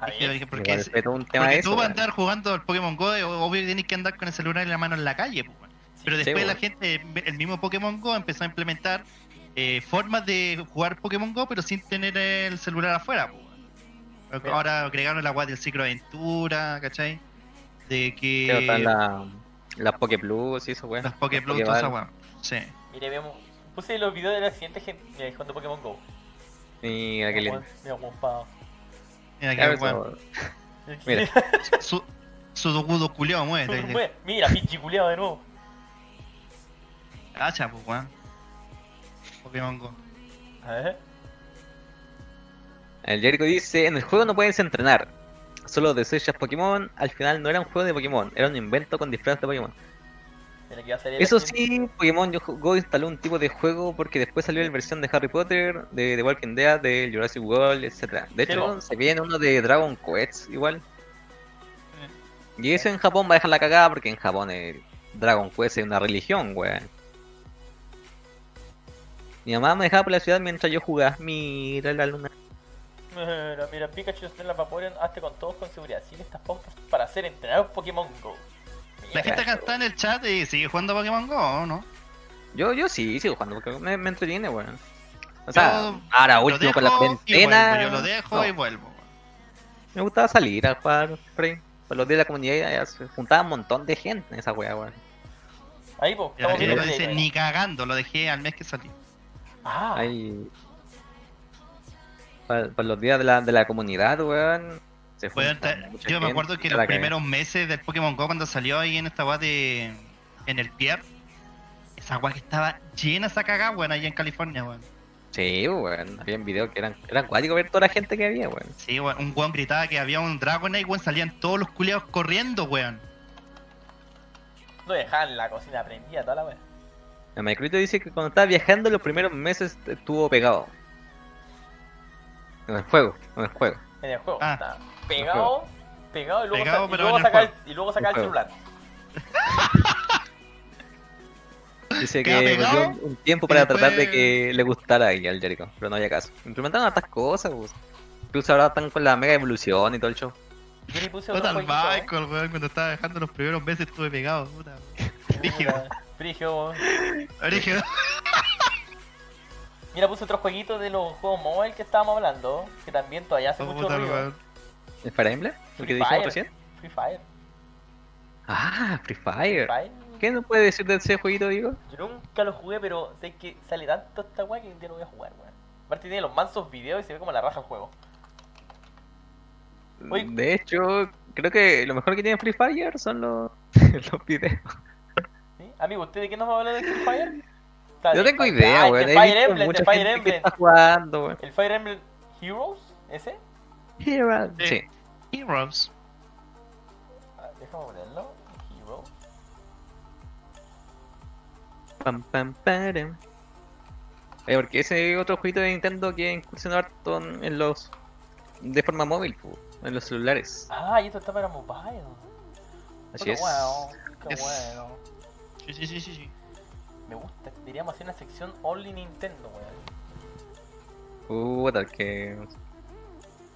Speaker 3: A
Speaker 1: Dije,
Speaker 3: ver,
Speaker 1: dije, porque
Speaker 2: Igual
Speaker 1: es-
Speaker 2: fue todo un tema
Speaker 1: porque
Speaker 2: de eso,
Speaker 1: tú vas a
Speaker 2: weón.
Speaker 1: andar jugando al Pokémon GO, es obvio que tienes que andar con el celular en la mano en la calle, pues, weón. Pero
Speaker 2: Sí,
Speaker 1: después la
Speaker 2: weón.
Speaker 1: gente, el mismo Pokémon GO empezó a implementar eh, formas de jugar Pokémon GO pero sin tener el celular afuera, pues, weón.
Speaker 3: Mira.
Speaker 1: Ahora agregaron la agua del ciclo aventura, ¿cachai? De
Speaker 2: Sí, o sea,
Speaker 1: que
Speaker 2: la- las Poké Plus y eso, weón.
Speaker 1: las Poképlus,
Speaker 2: Las
Speaker 1: toda esa
Speaker 2: Pokéball.
Speaker 1: weón. Sí.
Speaker 3: mire, vemos. Puse los videos del accidente gente eh, jugando Pokémon GO.
Speaker 2: Y aquel-
Speaker 3: Mira, weón, mira, weón, pavo.
Speaker 1: Mira que
Speaker 2: Claro,
Speaker 1: weón.
Speaker 2: eso, Mira.
Speaker 1: Su, su dogudo culiao, muévete. dile.
Speaker 3: Weón, Mira, pinche culiao de nuevo.
Speaker 1: Cacha, pues, weón. Pokémon Go.
Speaker 3: A ver.
Speaker 2: El Jericho dice, en el juego no puedes entrenar. Solo desechas Pokémon. Al final no era un juego de Pokémon, era un invento con disfraz de Pokémon.
Speaker 3: Mira que va a salir el
Speaker 2: Eso
Speaker 3: accidente.
Speaker 2: sí, Pokémon Go instaló un tipo de juego porque después salió la versión de Harry Potter, de The Walking Dead, de Jurassic World, etc. De
Speaker 3: Sí,
Speaker 2: hecho,
Speaker 3: bueno.
Speaker 2: se viene uno de Dragon Quest igual. Y eso en Japón va a dejar la cagada porque en Japón el Dragon Quest es una religión, weón. Mi mamá me dejaba por la ciudad mientras yo jugaba. Mira la luna.
Speaker 3: Mira, mira, Pikachu Snell Vaporeon, hazte con todos con seguridad. Sigue estas pautas para ser entrenados Pokémon GO.
Speaker 1: La gente acá
Speaker 2: Cacha,
Speaker 1: está en el chat y sigue jugando a Pokémon Go, ¿o ¿no?
Speaker 2: Yo, yo sí, sigo jugando porque me, me entretiene, weón. O sea,
Speaker 1: Yo
Speaker 2: ahora
Speaker 1: Lo
Speaker 2: último
Speaker 1: dejo
Speaker 2: con la
Speaker 1: y vuelvo,
Speaker 2: cuarentena.
Speaker 1: yo lo dejo
Speaker 2: no,
Speaker 1: y vuelvo.
Speaker 2: Me gustaba salir a jugar por ahí. Por los días de la comunidad ya se juntaba un montón de gente en esa weá, weón.
Speaker 3: Ahí, po,
Speaker 1: Y la
Speaker 3: estamos
Speaker 1: gente
Speaker 3: viendo
Speaker 1: lo
Speaker 3: el
Speaker 1: dice,
Speaker 3: video.
Speaker 1: ni cagando, lo dejé al mes que salí.
Speaker 3: Ah,
Speaker 2: Ahí. Por, por los días de la, de la comunidad, weón. Se
Speaker 1: Weón,
Speaker 2: junta
Speaker 1: te-
Speaker 2: mucha
Speaker 1: yo me
Speaker 2: gente
Speaker 1: acuerdo que
Speaker 2: para
Speaker 1: los primeros meses del Pokémon Go cuando salió ahí en esta guá de... En el Pier. Esa guá que estaba llena esa cagada, weón, allá en California, weón.
Speaker 2: Sí, weón. Había videos que eran, eran cuáticos ver toda la gente que había, weón.
Speaker 1: Sí, weón, un weón gritaba que había un Dragonite, weón, salían todos los culiados corriendo, weón.
Speaker 3: lo dejaban la cocina prendida, toda la wea.
Speaker 2: El Microsoft dice que cuando estaba viajando los primeros meses estuvo pegado. En el juego, en el juego.
Speaker 3: En el juego.
Speaker 1: Ah.
Speaker 3: está pegado, pegado y luego,
Speaker 1: Pegado,
Speaker 3: sa- y
Speaker 1: pero
Speaker 3: luego
Speaker 1: en el
Speaker 3: saca el,
Speaker 1: juego.
Speaker 3: y luego saca el
Speaker 2: En el
Speaker 3: celular.
Speaker 2: Dice
Speaker 1: ¿Queda
Speaker 2: que
Speaker 1: pegado?
Speaker 2: volvió un tiempo
Speaker 1: Y
Speaker 2: para
Speaker 1: después-
Speaker 2: tratar de que le gustara ahí al Jericho, pero no había caso. Implementaron hartas cosas, pues. Incluso ahora están con la mega evolución y todo el show.
Speaker 3: Yo le puse otro
Speaker 1: Total
Speaker 3: jueguito,
Speaker 1: Michael, weón, cuando estaba dejando los primeros meses estuve pegado, puta. Brígido.
Speaker 3: Puta, eh. brígido, weón.
Speaker 1: Brígido.
Speaker 3: Mira, puse otro jueguito de los juegos móviles que estábamos hablando, que también todavía hace mucho
Speaker 1: "Oh, Puta,
Speaker 3: ruido.
Speaker 1: weón.
Speaker 2: ¿Es Fire Emblem? ¿El que
Speaker 3: Free
Speaker 2: dijimos
Speaker 3: Fire.
Speaker 2: recién?
Speaker 3: Free Fire,
Speaker 2: Ah, Free
Speaker 3: Free
Speaker 2: Fire.
Speaker 3: Fire.
Speaker 2: ¿Qué no puede decir de ese jueguito, digo?
Speaker 3: Yo nunca lo jugué, pero sé que sale tanto esta weá que un día lo voy a jugar, weón. Aparte tiene los mansos videos y se ve como la raja el juego. Uy.
Speaker 2: De hecho, creo que lo mejor que tiene Free Fire son los, los videos.
Speaker 3: ¿Sí? Amigo, ¿usted de qué nos va a hablar de Free Fire? Está
Speaker 2: Yo
Speaker 3: bien,
Speaker 2: tengo
Speaker 3: está-
Speaker 2: idea,
Speaker 3: Ah, el
Speaker 2: weón.
Speaker 3: de
Speaker 2: He
Speaker 3: Fire
Speaker 2: visto
Speaker 3: Emblem, el
Speaker 2: mucha
Speaker 3: de Fire
Speaker 2: gente que
Speaker 3: Emblem.
Speaker 2: está jugando, weón.
Speaker 3: ¿El Fire Emblem Heroes? ¿Ese?
Speaker 2: Hero.
Speaker 1: Sí.
Speaker 2: Sí.
Speaker 1: Heroes.
Speaker 3: Ah, déjame ponerlo. Heroes.
Speaker 2: Pam, pam, param. Eh, porque ese es otro jueguito de Nintendo que incursionó harto en en los. de forma móvil, po, en los celulares.
Speaker 3: Ah, y esto está para mobile.
Speaker 2: Así
Speaker 3: Qué
Speaker 2: es.
Speaker 3: bueno, qué
Speaker 1: Es-
Speaker 3: bueno.
Speaker 1: Sí, sí, sí, sí. sí.
Speaker 3: Me gusta, deberíamos hacer una sección Only Nintendo, weón.
Speaker 2: Puta, que.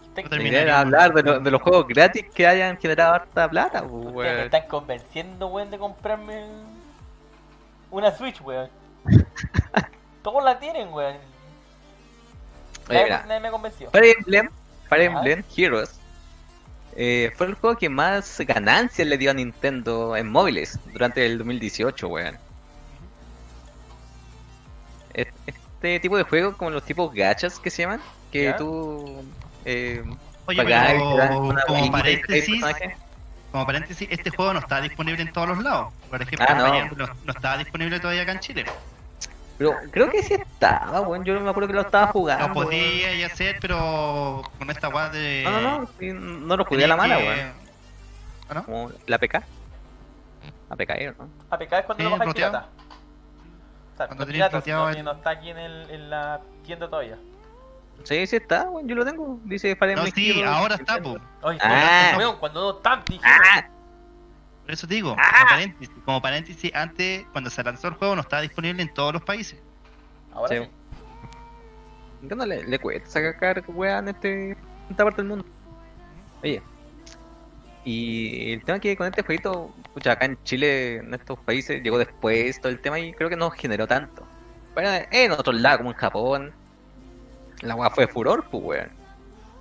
Speaker 3: Están-
Speaker 1: terminé.
Speaker 2: Deberían hablar de, lo- de los juegos gratis que hayan generado harta plata, po,
Speaker 3: Ustedes me
Speaker 2: weón.
Speaker 3: están convenciendo, weón, de comprarme una Switch, weón. Todos la tienen, weón.
Speaker 2: Oye,
Speaker 3: Nadie,
Speaker 2: mira,
Speaker 3: nadie me convenció.
Speaker 2: Fire Emblem, Fire
Speaker 3: Ajá.
Speaker 2: Emblem Heroes eh, fue el juego que más ganancias le dio a Nintendo en móviles durante el 2018, weón. Es- Este tipo de juego, como los tipos gachas que se llaman, que
Speaker 3: ¿Ya?
Speaker 2: tú eh,
Speaker 1: Oye,
Speaker 2: pagás y te dan
Speaker 1: pero
Speaker 2: eh, una
Speaker 1: como
Speaker 2: guita y te traes
Speaker 1: paréntesis,
Speaker 2: personajes.
Speaker 1: como paréntesis, este juego no está disponible en todos los lados. Por ejemplo,
Speaker 2: Ah, no.
Speaker 1: Fire Emblem no, no está disponible todavía acá en Chile.
Speaker 2: Pero creo que sí estaba, weón. Yo me acuerdo que lo estaba jugando.
Speaker 1: Lo
Speaker 2: weón.
Speaker 1: podía ya hacer, pero con esta guada de.
Speaker 2: No, no, no, sí, no lo jugué a la mala, weón. Como la PK. La PK, ¿no?
Speaker 3: APK es cuando
Speaker 1: Sí,
Speaker 3: lo bajas
Speaker 1: roteado.
Speaker 3: pirata. O sea,
Speaker 1: Cuando
Speaker 3: no
Speaker 1: tenés
Speaker 3: pirata,
Speaker 1: roteado
Speaker 3: sino
Speaker 1: el-
Speaker 3: que no está aquí en, el, en la tienda todavía.
Speaker 2: Sí, sí está, weón. Yo lo tengo. Dice Fire
Speaker 1: No,
Speaker 2: Emblem
Speaker 1: sí,
Speaker 2: Heroes,
Speaker 1: ahora está, pues.
Speaker 2: Nintendo.
Speaker 1: po.
Speaker 3: Oye,
Speaker 2: Ah.
Speaker 3: weón, cuando no tan dije,
Speaker 2: Ah,
Speaker 1: Por eso te digo, como paréntesis, como paréntesis, antes, cuando se lanzó el juego, no estaba disponible en todos los países.
Speaker 3: ahora
Speaker 2: Sí.
Speaker 3: sí.
Speaker 2: ¿Qué no le, le cuesta sacar weá en, este, en esta parte del mundo? Oye. Y el tema es que con este jueguito, pucha, acá en Chile, en estos países, llegó después todo el tema y creo que no generó tanto. Pero en otros lados, como en Japón, la weá fue furor, pues weón.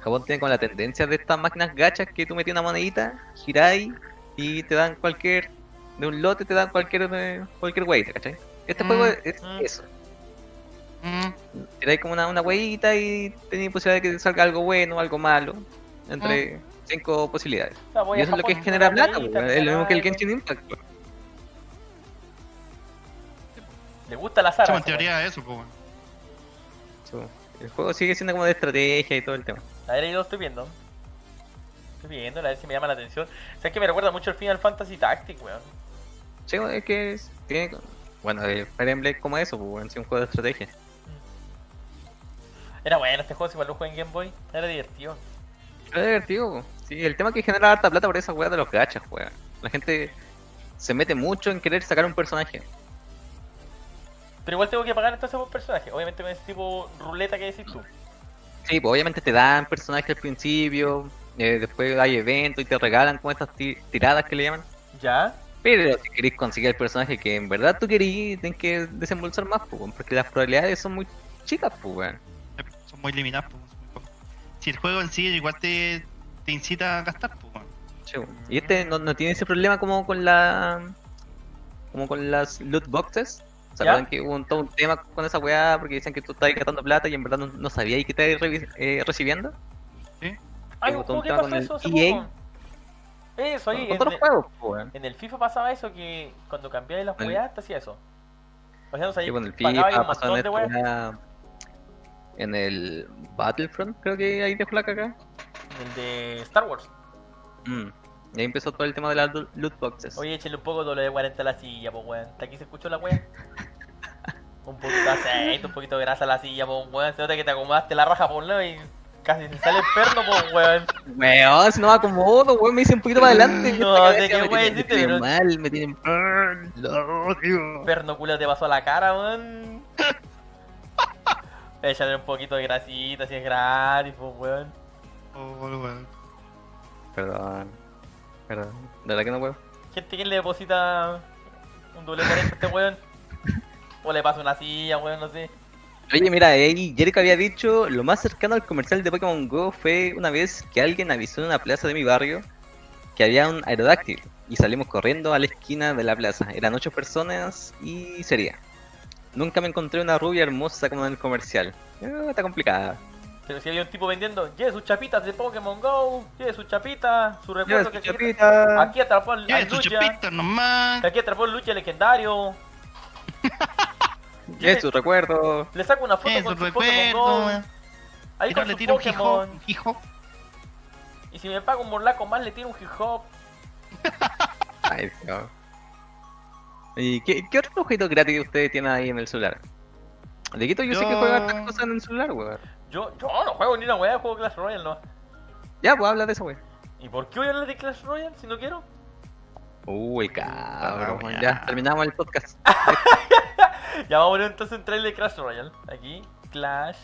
Speaker 2: Japón tiene con la tendencia de estas máquinas gachas que tú metías una monedita, giráis y te dan cualquier. De un lote te dan cualquier, eh, cualquier wey, ¿cachai? Este
Speaker 1: Mm.
Speaker 2: juego es
Speaker 3: Mm.
Speaker 2: eso.
Speaker 1: Mm,
Speaker 2: Tiráis como una, una huevita y tenéis posibilidad de que te salga algo bueno, algo malo. Entre cinco posibilidades.
Speaker 3: O sea, voy
Speaker 2: y
Speaker 3: a
Speaker 2: eso es lo que
Speaker 3: Japón,
Speaker 2: genera
Speaker 3: una
Speaker 2: plata,
Speaker 3: revista,
Speaker 2: weón,
Speaker 3: me
Speaker 2: es lo mismo que el
Speaker 3: sacan
Speaker 2: Genshin Impact. pues. weón.
Speaker 3: algo. Le gusta la Sara.
Speaker 1: en teoría eso, pues.
Speaker 2: So, el juego sigue siendo como de estrategia y todo el tema.
Speaker 3: A ver, ahí lo estoy viendo. Estoy viendo, a ver si me llama la atención. O sea, que me recuerda mucho el Final Fantasy Tactic, weón.
Speaker 2: Sí, weón, es que es- tiene- bueno, el Fire Emblem es como eso, pues, weón, es un juego de estrategia.
Speaker 3: Era bueno este juego, si igual lo jugué en Game Boy. Era divertido.
Speaker 2: Pero es divertido, weón. sí, el tema es que genera harta plata por esa weá de los gachas, weón. La gente se mete mucho en querer sacar un personaje.
Speaker 3: Pero igual tengo que pagar entonces por personaje. Obviamente con ese tipo ruleta que decís tú.
Speaker 2: Sí, pues obviamente te dan personajes al principio, eh, después hay eventos y te regalan como estas ti- tiradas que le llaman.
Speaker 3: ¿Ya?
Speaker 2: Pero si queréis conseguir el personaje que en verdad tú querís, tenés que desembolsar más, pues, weón, porque las probabilidades son muy chicas, pues, weón.
Speaker 1: Son muy limitados, pues. son muy pocos. Si el juego en sí igual te, te incita a gastar, pues. weón.
Speaker 2: Sí, weón. Y este no, no tiene ese problema como con la. como con las loot boxes. ¿Se
Speaker 3: ¿Ya?
Speaker 2: acuerdan que hubo un- todo un tema con esa weá? Porque dicen que tú estabas gastando plata y en verdad no, no sabíais que estabas revi- eh, recibiendo.
Speaker 3: Ay,
Speaker 2: Tengo todo
Speaker 3: un juego
Speaker 2: un
Speaker 3: que
Speaker 2: tema
Speaker 3: pasó
Speaker 2: con el
Speaker 3: eso hace
Speaker 2: EA.
Speaker 3: poco. Eso, ahí.
Speaker 2: con
Speaker 3: En,
Speaker 2: todos los
Speaker 3: el-
Speaker 2: juegos, pues, weón.
Speaker 3: en el FIFA pasaba eso que cuando cambiabas las
Speaker 2: El-
Speaker 3: weas te hacía eso. O sea, no
Speaker 2: Sí,
Speaker 3: sabía,
Speaker 2: con el
Speaker 3: pagabas
Speaker 2: FIFA,
Speaker 3: un
Speaker 2: pasó en,
Speaker 3: montón de weas.
Speaker 2: esta- en el Battlefront, creo que ahí dejó la caca.
Speaker 3: El de Star Wars.
Speaker 2: Mm. Y ahí empezó todo el tema de las lo- loot boxes.
Speaker 3: Oye, échale un poco de W40 a la silla, pues weón. ¿Hasta aquí se escuchó la wea? Un poquito de aceite, un poquito de grasa a la silla, pues weón. Se nota que te acomodaste la raja por un lado y casi se sale el perno, pues weón.
Speaker 2: Weón, si no me acomodo, weón, me hice un poquito para adelante.
Speaker 3: No,
Speaker 2: Esta cabeza
Speaker 3: sé
Speaker 2: me
Speaker 3: qué weón
Speaker 2: tiene- me
Speaker 3: hiciste,
Speaker 2: tiene
Speaker 3: pero-
Speaker 2: mal, me tienen.
Speaker 1: Lo odio.
Speaker 3: Perno culo te pasó a la cara, weón. Échale un poquito de grasita, si es gratis, pues weón.
Speaker 1: Oh, weón.
Speaker 2: Perdón. Perdón. De verdad que no, weón.
Speaker 3: Gente, ¿quién le deposita un W40 a este weón? O le pasa una silla, weón, no sé.
Speaker 2: Oye, mira, ahí Jericho había dicho: lo más cercano al comercial de Pokémon Go fue una vez que alguien avisó en una plaza de mi barrio que había un aerodáctil. Y salimos corriendo a la esquina de la plaza. Eran ocho personas y sería. Nunca me encontré una rubia hermosa como en el comercial. Eh, está complicada.
Speaker 3: Pero si había un tipo vendiendo, lleve sus chapitas de Pokémon Go, lleve sus chapitas, su recuerdo
Speaker 2: Mira,
Speaker 3: que ah,
Speaker 2: chapita.
Speaker 3: Aquí atrapó al,
Speaker 1: Ya,
Speaker 3: al
Speaker 1: tu
Speaker 3: Lucha.
Speaker 1: chupita nomás.
Speaker 3: Aquí atrapó el Lucha legendario. le-
Speaker 2: Es su recuerdo.
Speaker 3: Le saco una foto
Speaker 1: Es
Speaker 3: con
Speaker 1: un
Speaker 3: su Pokémon
Speaker 1: recuerdo.
Speaker 3: Go, ahí
Speaker 1: Y no
Speaker 3: con
Speaker 1: le
Speaker 3: su
Speaker 1: tiro un hijo.
Speaker 3: Pokémon.
Speaker 1: Un hijo.
Speaker 3: Y si me paga un morlaco más, le tiro un hip hop.
Speaker 2: Ay, Dios. ¿Y qué, qué otro objeto gratis ustedes tienen ahí en el celular? De Quito yo, sé que
Speaker 1: Yo-
Speaker 2: juega estas cosas en el celular, weón.
Speaker 3: Yo, yo no juego ni una weá, juego Clash Royale, no.
Speaker 2: Ya, pues habla de eso, weón.
Speaker 3: ¿Y por qué voy a hablar de Clash Royale si no quiero?
Speaker 2: Uy, cabrón.
Speaker 1: Ah,
Speaker 2: ya.
Speaker 1: ya.
Speaker 2: terminamos el podcast.
Speaker 3: Ya vamos a poner entonces un trailer de Clash Royale. Aquí, Clash.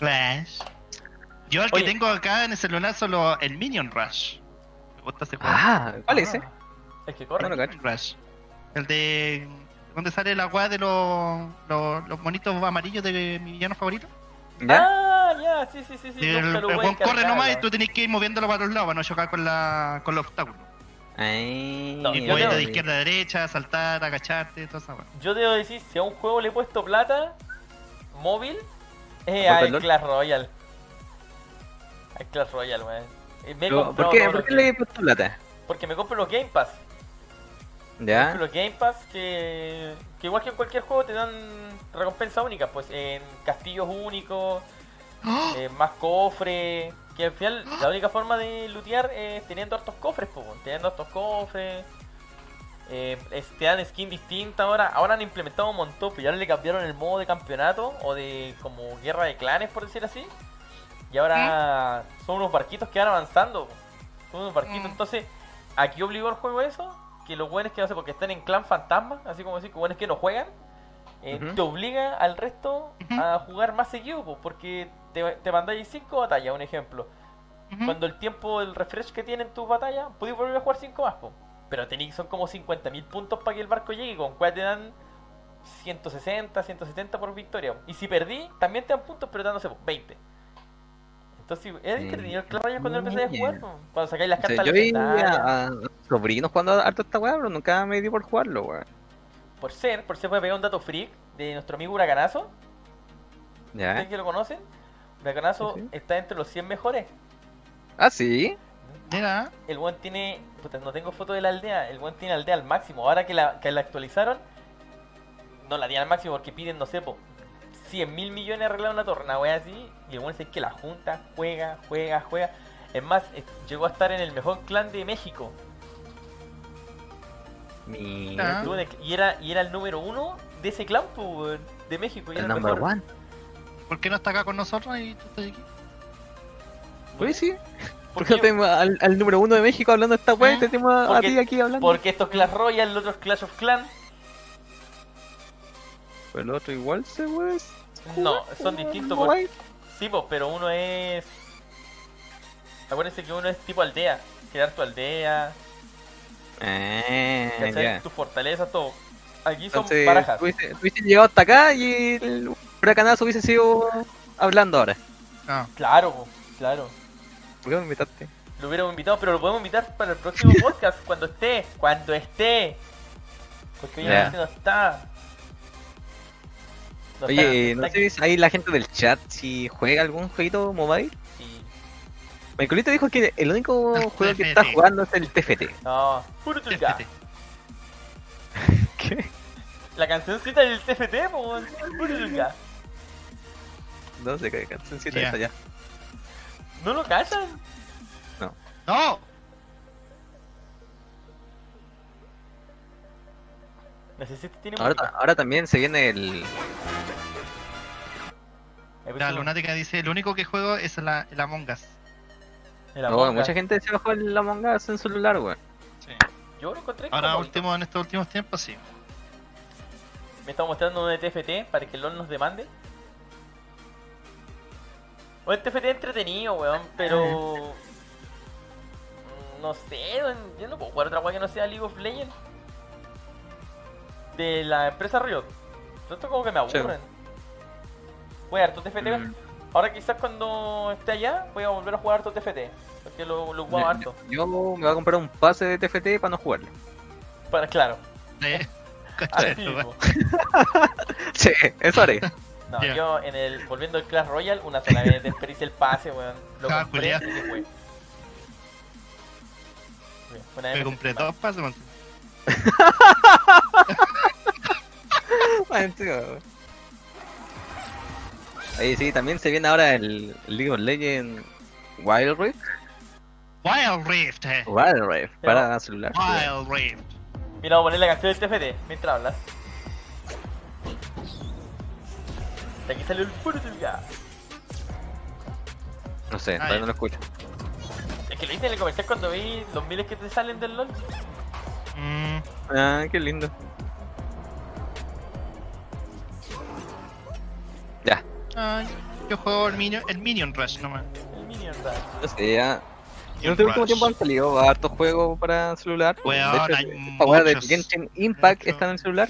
Speaker 1: Rush. Yo el
Speaker 3: Oye.
Speaker 1: que tengo acá en el celular solo el Minion Rush. Me gusta ese juego.
Speaker 2: Ah, ¿cuál es
Speaker 3: Ah,
Speaker 2: ese?
Speaker 3: El que
Speaker 2: No
Speaker 3: corre.
Speaker 2: lo cacho.
Speaker 1: Minion Rush. El de. ¿Dónde sale la weá de los, los, los monitos amarillos de mi villano favorito?
Speaker 2: ¿Ya?
Speaker 3: Ah, ya, sí, sí, sí. sí.
Speaker 1: el
Speaker 3: nunca
Speaker 1: el
Speaker 3: lo voy a
Speaker 1: weón corre
Speaker 3: encargar,
Speaker 1: nomás y
Speaker 3: ¿no?
Speaker 1: tú tenés que ir moviéndolo para los lados para no chocar con, la, con los obstáculos.
Speaker 2: Ay,
Speaker 3: No,
Speaker 1: Y
Speaker 3: yo
Speaker 1: moverte
Speaker 3: creo-
Speaker 1: de izquierda a derecha, saltar, agacharte, toda esa weá.
Speaker 3: Yo debo decir, si a un juego le he puesto plata, móvil, es
Speaker 2: ¿A cuánto el
Speaker 3: al
Speaker 2: LOL?
Speaker 3: Clash Royale. Al Clash Royale, weón. Eh, me he
Speaker 2: Pero,
Speaker 3: comprado
Speaker 2: ¿Por qué,
Speaker 3: todos
Speaker 2: ¿por
Speaker 3: los
Speaker 2: qué le
Speaker 3: Game-
Speaker 2: he puesto plata?
Speaker 3: Porque me compro los Game Pass.
Speaker 2: ¿Ya?
Speaker 3: Los Game Pass que, que igual que en cualquier juego te dan recompensa única, pues en castillos únicos, eh, más cofres, que al final la única forma de lootear es teniendo hartos cofres, po, weón, teniendo hartos cofres. Eh, es- te dan skin distinta ahora, ahora han implementado un montón, pero ya le cambiaron el modo de campeonato o de como guerra de clanes por decir así. Y ahora son unos barquitos que van avanzando. po. Son unos barquitos,
Speaker 1: ¿Eh? Mm.
Speaker 3: entonces aquí obligó el juego eso, que los buenos que no sé, porque están en clan fantasma, así como decir que buenos que no juegan, eh,
Speaker 2: Ujú.
Speaker 3: te obliga al resto
Speaker 1: Ujú.
Speaker 3: a jugar más seguido, po, porque te, te mandáis 5 batallas, un ejemplo.
Speaker 1: Ujú.
Speaker 3: Cuando el tiempo, el refresh que tienen tus batallas, podéis volver a jugar 5 más, po. pero tenéis, son como 50.000 puntos para que el barco llegue, con cual te dan 160, 170 por victoria. po. Y si perdí, también te dan puntos, pero dándose 20. Entonces, es
Speaker 2: Mm.
Speaker 3: entretenido el Clash Royale cuando empezáis a
Speaker 2: Oye.
Speaker 3: jugar, po. cuando sacáis las
Speaker 2: O sea,
Speaker 3: cartas
Speaker 2: yo vi
Speaker 3: legendarias.
Speaker 2: a, a sobrinos jugando harto esta weá, pero nunca me dio por jugarlo, weón.
Speaker 3: Por ser, por ser, voy a pegar un dato freak de nuestro amigo Huracanazo.
Speaker 2: ¿Eh? ¿Ya?
Speaker 3: ¿Ustedes que lo conocen? Huracanazo
Speaker 2: Sí, sí.
Speaker 3: está entre los 100 mejores.
Speaker 2: Ah, sí.
Speaker 1: Mira,
Speaker 3: El buen tiene. Puta, no tengo foto de la aldea. El buen tiene aldea al máximo. Ahora que la, que la actualizaron, no la tiene al máximo porque piden, no sé, po, 100 mil millones arreglar una torre, una wea así. Y el buen es que la junta, juega, juega, juega. Es más, es- llegó a estar en el mejor clan de México.
Speaker 2: Mira.
Speaker 1: Ah.
Speaker 3: Estuvo en el- Y era, y era el número uno de ese clan, po, weón, de México. Y era
Speaker 2: El
Speaker 3: el
Speaker 2: number
Speaker 3: mejor.
Speaker 2: one.
Speaker 1: ¿por qué no está acá con nosotros y tú estás aquí?
Speaker 2: Pues sí. ¿Por
Speaker 3: Porque-
Speaker 2: qué no tenemos al, al número uno de México hablando de esta weá y
Speaker 1: ¿Eh?
Speaker 2: te tenemos a, a
Speaker 3: Porque-
Speaker 2: ti aquí hablando?
Speaker 3: Porque esto es Clash Royale, el otro es Clash of Clans.
Speaker 2: Pero el otro igual se weón.
Speaker 3: No, son distintos. Por... Sí, po, pero uno es. Acuérdense que uno es tipo aldea. Crear tu aldea,
Speaker 2: Eh,
Speaker 3: ¿cachai?
Speaker 2: ya.
Speaker 3: tu fortaleza, todo. Aquí son
Speaker 2: Entonces, pues,
Speaker 3: barajas.
Speaker 2: tú hubiese, tú hubiese llegado hasta acá y el huracanazo hubiese sido hablando ahora.
Speaker 1: No.
Speaker 3: Claro, po, claro.
Speaker 2: ¿Por qué me invitaste?
Speaker 3: Lo hubiéramos invitado, pero lo podemos invitar para el próximo podcast. cuando esté, cuando esté. Porque hoy
Speaker 2: Ya.
Speaker 3: no está. No
Speaker 2: Oye,
Speaker 3: está-
Speaker 2: no sé si hay la gente del chat si juega algún jueguito mobile.
Speaker 3: Sí.
Speaker 2: Michaelito dijo que el único
Speaker 1: El
Speaker 2: juego que
Speaker 1: TFT.
Speaker 2: está jugando es el TFT.
Speaker 3: No, puro chulga.
Speaker 1: Espérate.
Speaker 2: ¿Qué?
Speaker 3: La cancioncita del TFT, po, weón, puro chulga.
Speaker 2: No sé qué cancioncita
Speaker 1: Ya.
Speaker 2: es allá.
Speaker 3: ¿No lo cachan?
Speaker 1: ¡No!
Speaker 3: No sé si este tiene
Speaker 2: Ahora,
Speaker 3: música.
Speaker 2: ahora también se viene el.
Speaker 3: El
Speaker 1: La
Speaker 3: próximo-
Speaker 1: lunática dice, lo único que juego es la, el Among Us.
Speaker 3: el
Speaker 2: No,
Speaker 3: Among Us.
Speaker 2: Oh, mucha gente se bajó el Among Us en su celular, weón.
Speaker 3: Yo lo encontré
Speaker 1: Ahora
Speaker 3: como-
Speaker 1: último, en estos últimos tiempos, sí.
Speaker 3: Me está mostrando un TFT para que LOL nos demande. Un TFT entretenido, weón, pero. Mm, No sé, weón, yo no puedo jugar otra weá que no sea League of Legends. De la empresa Riot. Esto como que me
Speaker 2: Sí.
Speaker 3: aburren. Voy a harto
Speaker 2: Mm,
Speaker 3: TFT. weón. Ahora quizás cuando esté allá voy a volver a jugar harto TFT. Porque lo, lo jugaba harto.
Speaker 2: Yo me voy a comprar un pase de TFT para no jugarlo.
Speaker 3: Para, claro.
Speaker 1: Eh,
Speaker 3: Así,
Speaker 1: cacha,
Speaker 3: po.
Speaker 2: Sí, eso haré.
Speaker 3: No,
Speaker 1: Ya.
Speaker 3: yo en el volviendo al Clash Royale una sola vez desperdicié el pase, weón. Lo
Speaker 1: Ah,
Speaker 3: compré
Speaker 1: culiao.
Speaker 3: y se fue. Bien, Una vez
Speaker 1: me
Speaker 3: me
Speaker 1: compré
Speaker 3: sentí mal.
Speaker 1: dos pasos. man.
Speaker 2: Ah, en serio. Oye, sí, también se viene ahora el League of Legends Wild Rift.
Speaker 1: Wild Rift. Ah, eh.
Speaker 2: Wild Rift, para celular.
Speaker 1: Wild Rift.
Speaker 3: Mira, voy a poner la canción del TFT mientras hablas. De aquí salió el puro del gas.
Speaker 2: No sé, todavía no lo escucho.
Speaker 3: Es que lo hice en el comercial cuando vi los miles que te salen del LOL.
Speaker 1: Mm,
Speaker 2: Ah, qué lindo. Ya,
Speaker 1: ay, yo juego el Minion, el Minion Rush nomás.
Speaker 3: El Minion Rush.
Speaker 2: no sé, ya. En
Speaker 1: Minion
Speaker 2: este último
Speaker 1: Rush.
Speaker 2: tiempo han salido hartos juegos para celular.
Speaker 1: Weón,
Speaker 2: de hecho,
Speaker 1: hay
Speaker 2: esta weá de
Speaker 1: muchos.
Speaker 2: Genshin Impact
Speaker 1: Mucho.
Speaker 2: está en el celular.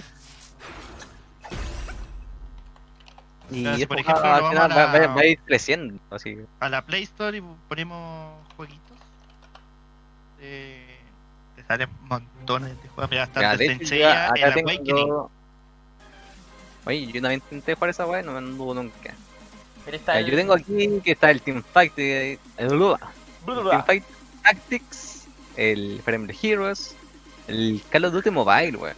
Speaker 2: Y
Speaker 1: Ya, si
Speaker 2: esto
Speaker 1: por
Speaker 2: va-
Speaker 1: ejemplo
Speaker 2: al
Speaker 1: lo
Speaker 2: final
Speaker 1: vamos a
Speaker 2: va, va-
Speaker 1: la-
Speaker 2: va a ir creciendo, así que
Speaker 1: A la Play Store y ponemos jueguitos. Eh, te salen montones de juegos. Mira,
Speaker 2: Ya,
Speaker 1: hasta
Speaker 2: de
Speaker 1: el
Speaker 2: hecho,
Speaker 1: Sensei,
Speaker 2: yo acá
Speaker 1: el
Speaker 2: tengo-
Speaker 1: Awakening.
Speaker 2: Oye, yo también intenté jugar esa weá y no me anduvo nunca.
Speaker 3: Mira, está
Speaker 2: Ya,
Speaker 3: el...
Speaker 2: Yo tengo aquí que está el Team Fight, eh, el Lua, el Team
Speaker 3: Blubla.
Speaker 2: Fight Tactics, el Fire Emblem Heroes, el Call of Duty Mobile, weón.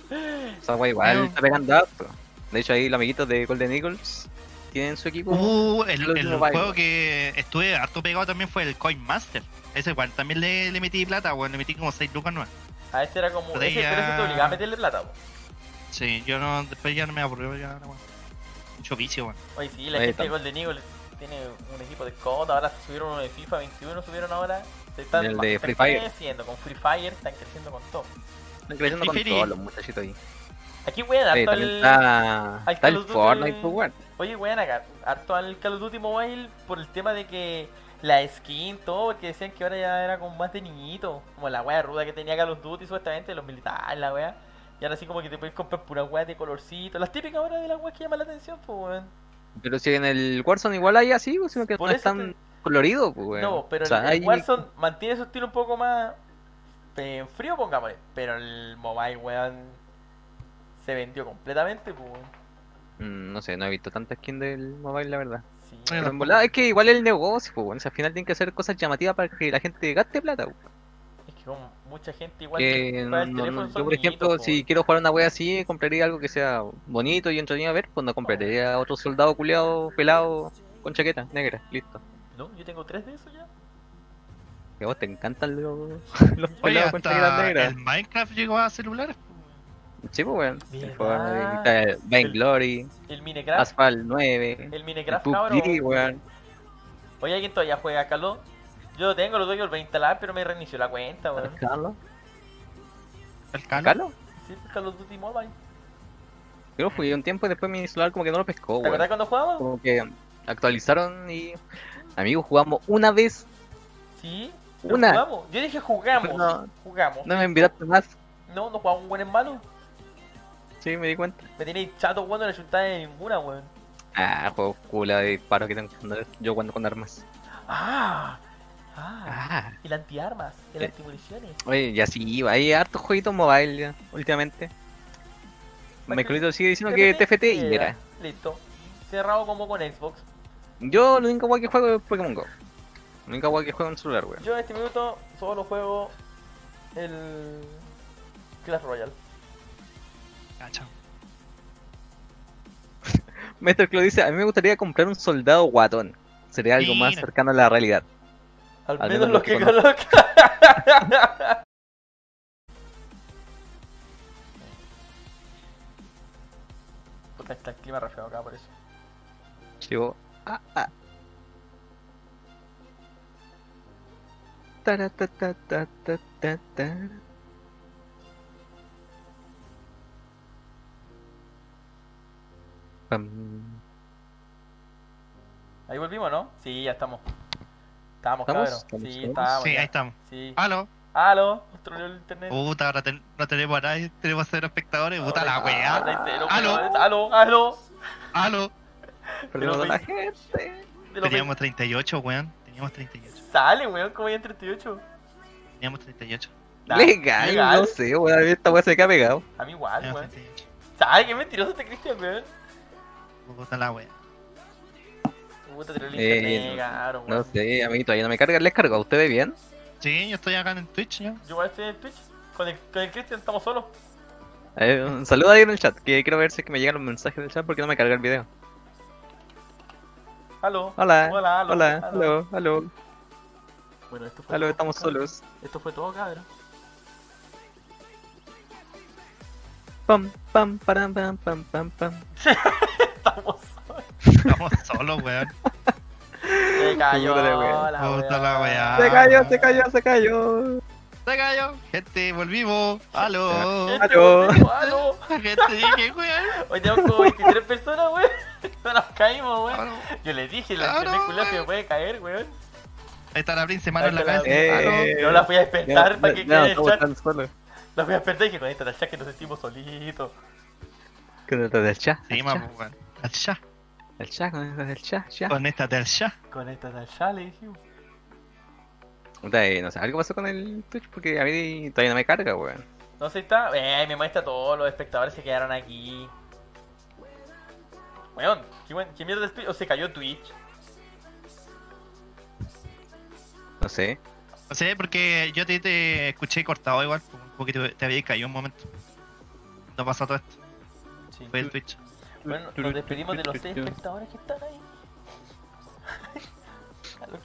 Speaker 2: Esa weá igual
Speaker 1: Weón.
Speaker 2: está pegando harto. De hecho, ahí los amiguitos de Golden Eagles tienen su equipo.
Speaker 1: Uh,
Speaker 2: Call
Speaker 1: el,
Speaker 2: of Duty
Speaker 1: el
Speaker 2: Mobile.
Speaker 1: juego que estuve harto pegado también fue el Coin Master. Ese igual también le, le metí plata, weón. Le metí como 6 lucas nuevas.
Speaker 3: A Ah, ese era como...
Speaker 1: Pero
Speaker 3: Ese,
Speaker 1: ya-
Speaker 3: pero ese te obligaba a meterle plata, po.
Speaker 1: Sí, yo no, después ya no me aburrió ya, la weón. Mucho vicio, weón.
Speaker 3: Oye, sí, la
Speaker 2: Oye,
Speaker 3: gente de
Speaker 2: tam-
Speaker 3: Golden Eagle tiene un equipo de COD, ahora subieron uno de FIFA 21, subieron ahora. Se están,
Speaker 2: Y el
Speaker 3: ma-
Speaker 2: de
Speaker 3: están
Speaker 2: Free Fire.
Speaker 3: creciendo, con Free Fire están creciendo con todo.
Speaker 2: Están creciendo con
Speaker 1: Fifiri.
Speaker 2: todos los muchachitos ahí.
Speaker 3: Aquí wean
Speaker 2: Oye,
Speaker 3: harto
Speaker 2: también
Speaker 3: al...
Speaker 2: está,
Speaker 3: al
Speaker 2: está
Speaker 3: Call
Speaker 2: el
Speaker 3: of Duty-
Speaker 2: Fortnite, pues, weón.
Speaker 3: Oye wean acá, harto al Call of Duty Mobile por el tema de que la skin, todo, porque decían que ahora ya era como más de niñito. Como la wea ruda que tenía Call of Duty supuestamente, los militares, la wea. Y ahora sí como que te puedes comprar pura wea de colorcito. Las típicas ahora de la wea que llama la atención, pues weón.
Speaker 2: Pero si en el Warzone igual hay así, pues, sino que
Speaker 3: Por
Speaker 2: no
Speaker 3: eso
Speaker 2: es tan colorido, pues, weón.
Speaker 3: No, pero
Speaker 2: O sea,
Speaker 3: el,
Speaker 2: hay-
Speaker 3: el Warzone mantiene su estilo un poco más eh, frío, pongámosle. Pero el mobile, weón, se vendió completamente, pues, weón.
Speaker 2: Mm, No sé, no he visto tanta skin del mobile, la verdad.
Speaker 3: Sí.
Speaker 1: Bueno,
Speaker 2: Pero en volada es que igual es el negocio, pues, bueno, al final tienen que hacer cosas llamativas para que la gente gaste plata. pues.
Speaker 3: Es que como mucha gente igual
Speaker 2: Que
Speaker 3: compra
Speaker 2: no-
Speaker 3: el
Speaker 2: no-
Speaker 3: teléfono
Speaker 2: no-
Speaker 3: son
Speaker 2: yo, por
Speaker 3: niñitos,
Speaker 2: ejemplo,
Speaker 3: pues,
Speaker 2: si quiero jugar una wea así, compraría algo que sea bonito y entretenido a ver, pues no compraría a otro soldado culeado, pelado, con chaqueta negra, listo.
Speaker 3: weón. No, yo tengo tres de esos ya.
Speaker 2: Que a vos te encantan los, los
Speaker 1: Oye,
Speaker 2: pelados con chaquetas
Speaker 1: hasta
Speaker 2: negras.
Speaker 1: el Minecraft llegó a celulares.
Speaker 2: Sí, pues, weón. El
Speaker 3: Mierda.
Speaker 2: Fortnite, está el Vainglory,
Speaker 3: El Minecraft,
Speaker 2: Asphalt 9,
Speaker 3: el
Speaker 2: el
Speaker 3: Minecraft, Eh, cabrón.
Speaker 2: PUBG, weón.
Speaker 3: Oye, ¿alguien todavía juega Carlos? Yo lo tengo, lo tengo, lo voy a instalar, pero me reinició la cuenta, weón.
Speaker 2: ¿Carlos?
Speaker 1: El Calo.
Speaker 2: ¿Carlos?
Speaker 3: Sí, pues, Call of Duty Mobile.
Speaker 2: Yo lo jugué un tiempo y después mi celular como que no lo pescó,
Speaker 3: ¿Te
Speaker 2: weón.
Speaker 3: acordás cuando jugábamos?
Speaker 2: como que actualizaron y amigos jugamos una vez
Speaker 3: Sí. pero
Speaker 2: Una.
Speaker 3: Jugamos. Yo dije jugamos.
Speaker 2: No.
Speaker 3: Jugamos.
Speaker 2: no me invitaste más
Speaker 3: No, no jugamos buen en malo.
Speaker 2: sí me di cuenta
Speaker 3: Me tenéis chato jugando en la chutada de ninguna, weón.
Speaker 2: ah juego cula de disparos que tengo que andar yo jugando con armas
Speaker 3: Ah, ah,
Speaker 2: ah
Speaker 3: el antiarmas, el
Speaker 2: Eh.
Speaker 3: antimuniciones.
Speaker 2: oye y así iba hay hartos jueguitos mobile ya, últimamente Michaelito sigue diciendo que TFT y era
Speaker 3: Listo. Cerrado como con Xbox.
Speaker 2: yo lo único guay que juego es Pokémon Go lo único guay que juego en celular weón
Speaker 3: Yo en este minuto solo juego el Clash Royale.
Speaker 1: Cacha.
Speaker 2: Maestro Claudio dice a mí me gustaría comprar un soldado guatón sería algo más
Speaker 1: Mira.
Speaker 2: cercano a la realidad
Speaker 3: Al
Speaker 2: Al menos
Speaker 3: menos lo
Speaker 2: los
Speaker 3: que
Speaker 2: que
Speaker 3: coloca. Puta, está el clima re feo acá por eso.
Speaker 2: Llegó. Ah, ah. Tara, ta, ta, ta, ta, ta, ta. Pam.
Speaker 3: Ahí volvimos, ¿no? Sí, ya estamos. Estábamos,
Speaker 2: ¿Estamos?
Speaker 3: cabrón.
Speaker 2: ¿Estamos,
Speaker 3: Sí,
Speaker 2: estamos?
Speaker 3: estábamos.
Speaker 1: Sí,
Speaker 3: ya.
Speaker 1: ahí estamos.
Speaker 3: Sí.
Speaker 1: Aló.
Speaker 3: Aló, troleó el internet.
Speaker 1: Puta, ahora ten- no tenemos a nadie, tenemos cero espectadores. Puta la
Speaker 3: Ah,
Speaker 1: weá.
Speaker 3: de cero,
Speaker 1: Aló.
Speaker 3: weón. aló, aló.
Speaker 1: Aló.
Speaker 2: Perdimos
Speaker 3: Pero
Speaker 2: a la
Speaker 3: veis-
Speaker 2: gente.
Speaker 3: De los
Speaker 1: Teníamos 38, weón. Teníamos 38.
Speaker 3: 20 Sale, weón, como ya en 38.
Speaker 1: Teníamos 38.
Speaker 3: Nah,
Speaker 2: legal,
Speaker 3: legal.
Speaker 2: no sé, weón, a mí esta weá se queda pegado.
Speaker 3: A mí igual,
Speaker 1: Teníamos
Speaker 3: weón.
Speaker 1: 38.
Speaker 3: Sale, qué mentiroso este Cristian, weón.
Speaker 1: Puta la weá.
Speaker 3: Puta, te lo
Speaker 2: Eh,
Speaker 3: internet,
Speaker 2: no-
Speaker 3: cagaron,
Speaker 2: No
Speaker 3: weón.
Speaker 2: sé, amiguito, ya no me cargan, les cargo, ¿a ustedes bien?
Speaker 1: Sí, yo estoy acá en Twitch, yo.
Speaker 3: Yo igual estoy en Twitch. Con el, con el Cristian estamos solos.
Speaker 2: Ah, Eh, un saludo ahí en el chat, que quiero ver si es que me llegan los mensajes del chat porque no me carga el video.
Speaker 3: Aló.
Speaker 2: Hola,
Speaker 3: Hola, aló,
Speaker 2: hola,
Speaker 3: aló.
Speaker 2: aló, aló,
Speaker 3: Bueno, esto fue
Speaker 2: aló,
Speaker 3: todo,
Speaker 2: estamos
Speaker 3: cabrón.
Speaker 2: solos.
Speaker 3: Esto fue todo, cabrón.
Speaker 2: Pam, pam, param, pam, pam, pam, pam.
Speaker 3: Estamos solos.
Speaker 1: Estamos solos, weón.
Speaker 3: Se cayó
Speaker 2: Puta la
Speaker 3: la
Speaker 2: wea.
Speaker 1: Puta la wea.
Speaker 2: Se
Speaker 1: Ah.
Speaker 2: cayó, se cayó, se cayó.
Speaker 1: Se cayó. Gente, volvimos. Aló.
Speaker 3: Este
Speaker 2: Aló.
Speaker 3: weón dijo, Aló.
Speaker 1: Gente, dije, weón.
Speaker 3: Hoy tenemos como 23 personas, weón. No nos caímos, weón.
Speaker 1: Aló.
Speaker 3: Yo les dije, la
Speaker 1: Claro,
Speaker 3: película se
Speaker 1: weón.
Speaker 3: puede caer, weón.
Speaker 1: Ahí está la Prince, mano en la
Speaker 3: Ahí está
Speaker 1: cabeza.
Speaker 3: la- Eh.
Speaker 1: Aló.
Speaker 2: Eh,
Speaker 3: Yo la fui a despertar para que quede el
Speaker 2: estamos
Speaker 3: chat.
Speaker 2: tan solos.
Speaker 3: La voy a despertar y dije, conecta al chat que nos sentimos solitos.
Speaker 2: Conéctate al chat.
Speaker 1: Sí,
Speaker 2: al
Speaker 1: más,
Speaker 2: chat,
Speaker 1: weón. Al ya.
Speaker 2: Al chat, conéctate al chat, ya.
Speaker 1: Conéctate al ya.
Speaker 3: Conecta al chat, le dijimos.
Speaker 2: Puta, eh, no sé, algo pasó con el Twitch porque a mí todavía no me carga, weón.
Speaker 3: No sé, está. Eh, me muestra todos los espectadores se quedaron aquí. Weón, ¿qué, buen- qué mierda de Twitch? ¿O se cayó Twitch?
Speaker 2: No sé.
Speaker 1: No sé, porque yo te, te escuché cortado igual, porque te, te había caído un momento. No pasó todo esto,
Speaker 3: Sí.
Speaker 1: fue el Twitch.
Speaker 3: Bueno, nos despedimos de los seis espectadores que están ahí.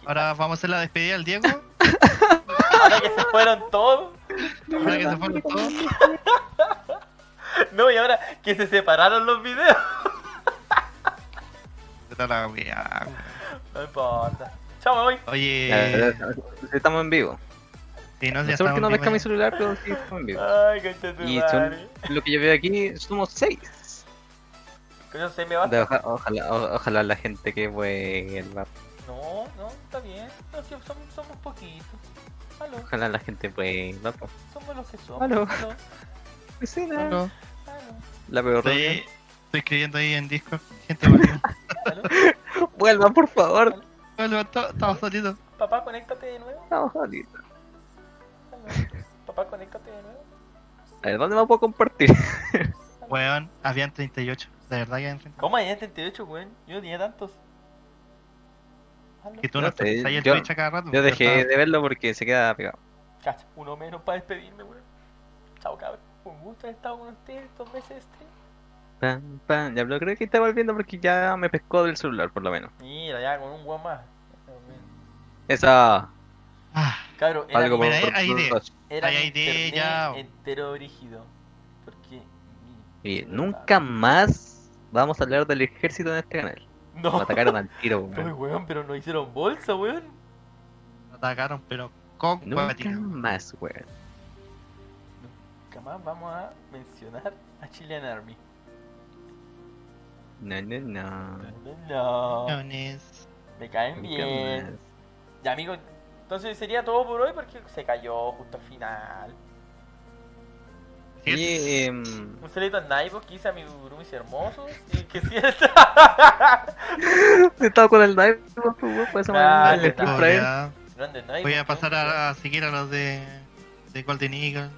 Speaker 1: Ahora vamos a hacer la despedida al Diego,
Speaker 3: Ahora que se fueron todos.
Speaker 1: ahora que se fueron todos.
Speaker 3: No, y ahora que se separaron los videos.
Speaker 1: Puta la weá.
Speaker 3: No importa. Chao, me voy.
Speaker 2: Ah,
Speaker 1: Oye,
Speaker 2: Eh... Estamos en vivo.
Speaker 1: si no,
Speaker 2: No
Speaker 1: ya
Speaker 2: sé por qué
Speaker 1: estamos
Speaker 2: no pesca mi
Speaker 1: vivos
Speaker 2: celular, pero sí estamos en vivo.
Speaker 3: Ay, concha tu
Speaker 2: Y
Speaker 3: madre.
Speaker 2: son, lo que yo veo aquí somos seis.
Speaker 3: Con eso se me va.
Speaker 2: De- oja- ojalá, o- ojalá la gente que vuelva.
Speaker 3: No, no, está bien. No, sí, somos, somos poquitos. Aló,
Speaker 2: Ojalá la gente vuelva. po.
Speaker 3: somos los que somos.
Speaker 2: Aló.
Speaker 3: Aló,
Speaker 2: Pues sí,
Speaker 1: ya.
Speaker 2: la-
Speaker 1: No,
Speaker 3: aló,
Speaker 2: La peor
Speaker 1: Estoy, estoy escribiendo ahí en Discord, gente volvió.
Speaker 3: aló.
Speaker 2: reunión. Vuelvan, por favor.
Speaker 1: Vuelvo, to- estamos solitos.
Speaker 3: Papá, conéctate de nuevo.
Speaker 2: Estamos solitos.
Speaker 3: Aló. Papá, conéctate de nuevo.
Speaker 2: A ver, ¿dónde me puedo compartir?
Speaker 1: Weón, habían 38, de verdad que enfrente.
Speaker 3: ¿Cómo hay 38, güey? Yo no tenía tantos. Aló.
Speaker 1: Que tú
Speaker 2: No
Speaker 1: no
Speaker 2: sé,
Speaker 1: te el
Speaker 2: yo-
Speaker 1: Twitch a cada rato.
Speaker 2: Yo
Speaker 1: pero
Speaker 2: dejé
Speaker 1: estaba-
Speaker 2: de verlo porque se queda pegado.
Speaker 3: Cacha, uno menos para despedirme, güey. Chao, cabrón. Un gusto haber estado con ustedes estos meses este. de stream.
Speaker 2: Pan, pan. Ya, pero creo que está volviendo porque ya me pescó del celular, por lo menos.
Speaker 3: Mira, ya con un guan más.
Speaker 2: Esa.
Speaker 1: Ah,
Speaker 3: Cabrón, era
Speaker 2: Algo
Speaker 3: mi-
Speaker 2: por,
Speaker 1: mira,
Speaker 2: por-
Speaker 1: ahí
Speaker 2: por-
Speaker 1: de-
Speaker 2: por-
Speaker 3: era
Speaker 1: Ay,
Speaker 3: mi
Speaker 1: ay, de,
Speaker 3: internet
Speaker 1: ya.
Speaker 3: entero brígido. Porque... mi
Speaker 2: Y
Speaker 3: celular-
Speaker 2: nunca más vamos a hablar del ejército en este canal.
Speaker 3: No.
Speaker 2: Me atacaron al tiro, weón.
Speaker 3: Uy, weón, pero no hicieron bolsa, weón.
Speaker 1: nos atacaron, pero con
Speaker 2: Nunca
Speaker 1: cuatito.
Speaker 2: más, weón.
Speaker 3: Jamás vamos a mencionar a Chilean Army.
Speaker 2: No, no, no.
Speaker 3: No,
Speaker 1: Millones.
Speaker 3: me caen
Speaker 2: Nunca
Speaker 3: bien.
Speaker 2: más.
Speaker 3: Ya, amigo, entonces sería todo por hoy porque se cayó justo al final.
Speaker 2: Y, em,
Speaker 3: Un saludo a Naibo, que hice a mi Brumis hermoso. Y que siento.
Speaker 2: he estado con el live, weón, pues, weón, por eso me-
Speaker 3: Ah,
Speaker 2: me-
Speaker 3: ya.
Speaker 2: me- me-
Speaker 1: Ya.
Speaker 3: Grande Naibo.
Speaker 1: Voy a pasar a, a seguir a los de, de Golden Eagle.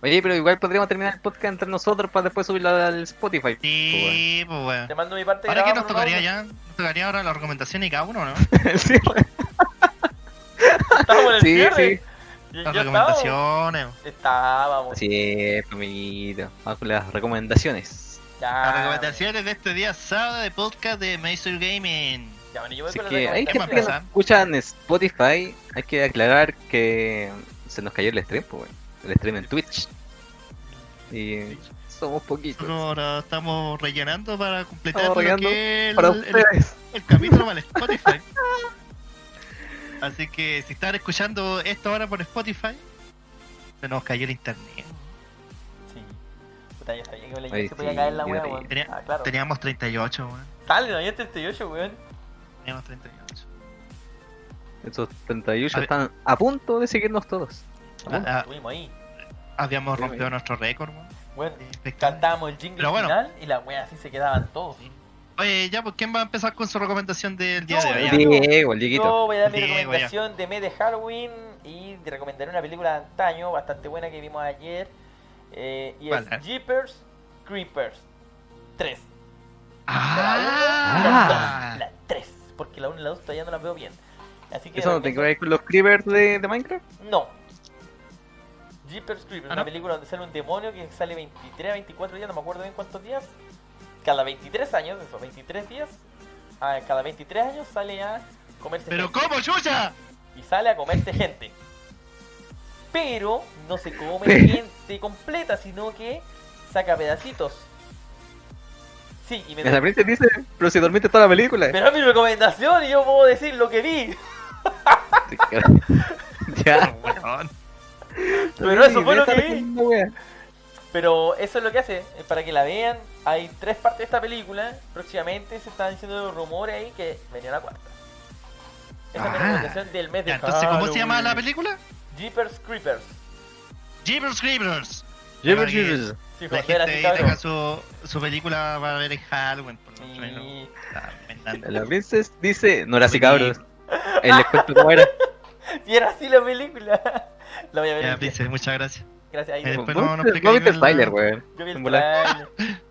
Speaker 2: Oye, pero igual podríamos terminar el podcast entre nosotros para después subirlo al Spotify.
Speaker 1: Sí, pues bueno.
Speaker 3: Te mando mi parte
Speaker 1: Ahora que
Speaker 3: grabada,
Speaker 1: nos
Speaker 3: por
Speaker 1: tocaría
Speaker 3: favor.
Speaker 1: ya, nos tocaría ahora las recomendaciones de cada uno, ¿no?
Speaker 2: Sí,
Speaker 3: Estamos en el
Speaker 2: Sí,
Speaker 3: cierre.
Speaker 2: sí.
Speaker 3: Ya-
Speaker 1: Las
Speaker 3: ya estábamos.
Speaker 1: recomendaciones.
Speaker 3: Estábamos.
Speaker 2: sí, amiguito. Vamos con las recomendaciones.
Speaker 1: Las
Speaker 3: Ya.
Speaker 1: recomendaciones de este día sábado de podcast de Major Gaming.
Speaker 3: Ya, bueno, yo voy
Speaker 2: Así
Speaker 3: con la
Speaker 2: que hay
Speaker 1: recomendaciones,
Speaker 2: gente que nos
Speaker 1: Sam.
Speaker 2: escucha en Spotify. Hay que aclarar que se nos cayó el stream, pues, weón. El stream en Twitch. Y somos poquitos.
Speaker 1: Ahora estamos rellenando para completar
Speaker 2: Estamos
Speaker 1: lo
Speaker 2: rellenando
Speaker 1: que el,
Speaker 2: para
Speaker 1: el-
Speaker 2: ustedes.
Speaker 1: el capítulo para el Spotify. Así que si están escuchando esto ahora por Spotify, se nos cayó el internet.
Speaker 3: Sí. Puta, yo sabía que la
Speaker 2: Ay,
Speaker 3: gente se podía
Speaker 2: sí,
Speaker 3: caer la wea,
Speaker 2: yo
Speaker 3: weón.
Speaker 1: tenía-
Speaker 3: Ah, claro.
Speaker 1: Teníamos 38, weón.
Speaker 3: Sale, no había 38, weón.
Speaker 1: Teníamos 38.
Speaker 2: Esos 38
Speaker 1: A ver.
Speaker 2: están a punto de seguirnos todos.
Speaker 1: Ah, ah,
Speaker 3: Estuvimos ahí.
Speaker 1: habíamos
Speaker 2: Sí,
Speaker 1: rompido
Speaker 2: güey.
Speaker 1: nuestro récord, weón.
Speaker 3: Weón,
Speaker 1: de espectadores.
Speaker 3: cantábamos el jingle
Speaker 1: Pero bueno.
Speaker 3: final y la wea así se quedaban todos.
Speaker 1: Oye, ya, pues ¿quién va a empezar con su recomendación del día
Speaker 3: No,
Speaker 1: de hoy?
Speaker 3: sí.
Speaker 2: Diego, el Dieguito.
Speaker 3: Yo voy a dar mi
Speaker 1: Diego, ya.
Speaker 3: recomendación de mes de Halloween y te recomendaré una película de antaño bastante buena que vimos ayer. eh, y es
Speaker 1: ¿Cuál, eh?
Speaker 3: Jeepers Creepers 3.
Speaker 1: Ah,
Speaker 3: La 3. Porque la 1 y la 2 todavía no las veo bien. Así que.
Speaker 2: ¿Eso no tiene que ver con los creepers de, de Minecraft?
Speaker 3: No. Jeepers Creepers,
Speaker 1: Ah,
Speaker 3: una
Speaker 1: ¿no?
Speaker 3: película donde sale un demonio que sale 23 a 24 días, no me acuerdo bien cuántos días. Cada 23 años, esos 23 días, ah, cada 23 años sale a comerse
Speaker 1: Pero
Speaker 3: gente.
Speaker 1: ¿cómo, chucha?
Speaker 3: Y sale a comerse gente. Pero no se come
Speaker 2: Pero-
Speaker 3: gente completa, sino que saca pedacitos. Sí, y me
Speaker 2: En la frente dice, pero si dormiste toda la película.
Speaker 3: Pero es mi recomendación y yo puedo decir lo que vi.
Speaker 2: ya.
Speaker 1: Weón.
Speaker 3: Pero eso fue lo
Speaker 2: Esa
Speaker 3: que
Speaker 2: es
Speaker 3: vi.
Speaker 2: la wea.
Speaker 3: Pero eso es lo que hace, eh, para que la vean. Hay tres partes de esta película. Próximamente se están diciendo rumores ahí que venía la cuarta. Esa es la
Speaker 1: Ah.
Speaker 3: recomendación del mes de
Speaker 1: Ya, entonces, ¿cómo se llama la
Speaker 3: Halloween.
Speaker 1: película?
Speaker 3: Jeepers Creepers.
Speaker 1: Jeepers Creepers.
Speaker 4: Jeepers
Speaker 1: Para que
Speaker 4: Creepers.
Speaker 3: Sí,
Speaker 1: La
Speaker 3: José
Speaker 1: gente
Speaker 3: era
Speaker 1: ahí
Speaker 3: así,
Speaker 1: tenga
Speaker 3: cabrón.
Speaker 1: su, su película para ver en Halloween. Por lo menos.
Speaker 3: Sí.
Speaker 1: Está inventando.
Speaker 2: La princesa dice, no era así cabros. Él les cuento cómo era.
Speaker 3: Y era así la película. La voy a ver.
Speaker 1: Ya,
Speaker 3: un día.
Speaker 1: Princess, muchas gracias.
Speaker 3: Gracias. Ahí
Speaker 1: Eh,
Speaker 3: después.
Speaker 1: Después
Speaker 2: ¿Vos
Speaker 1: no- no
Speaker 2: viste-
Speaker 1: explica
Speaker 2: vos viste el
Speaker 1: bien la-
Speaker 2: trailer, weón.
Speaker 3: Yo vi el
Speaker 2: en volar.
Speaker 3: trailer.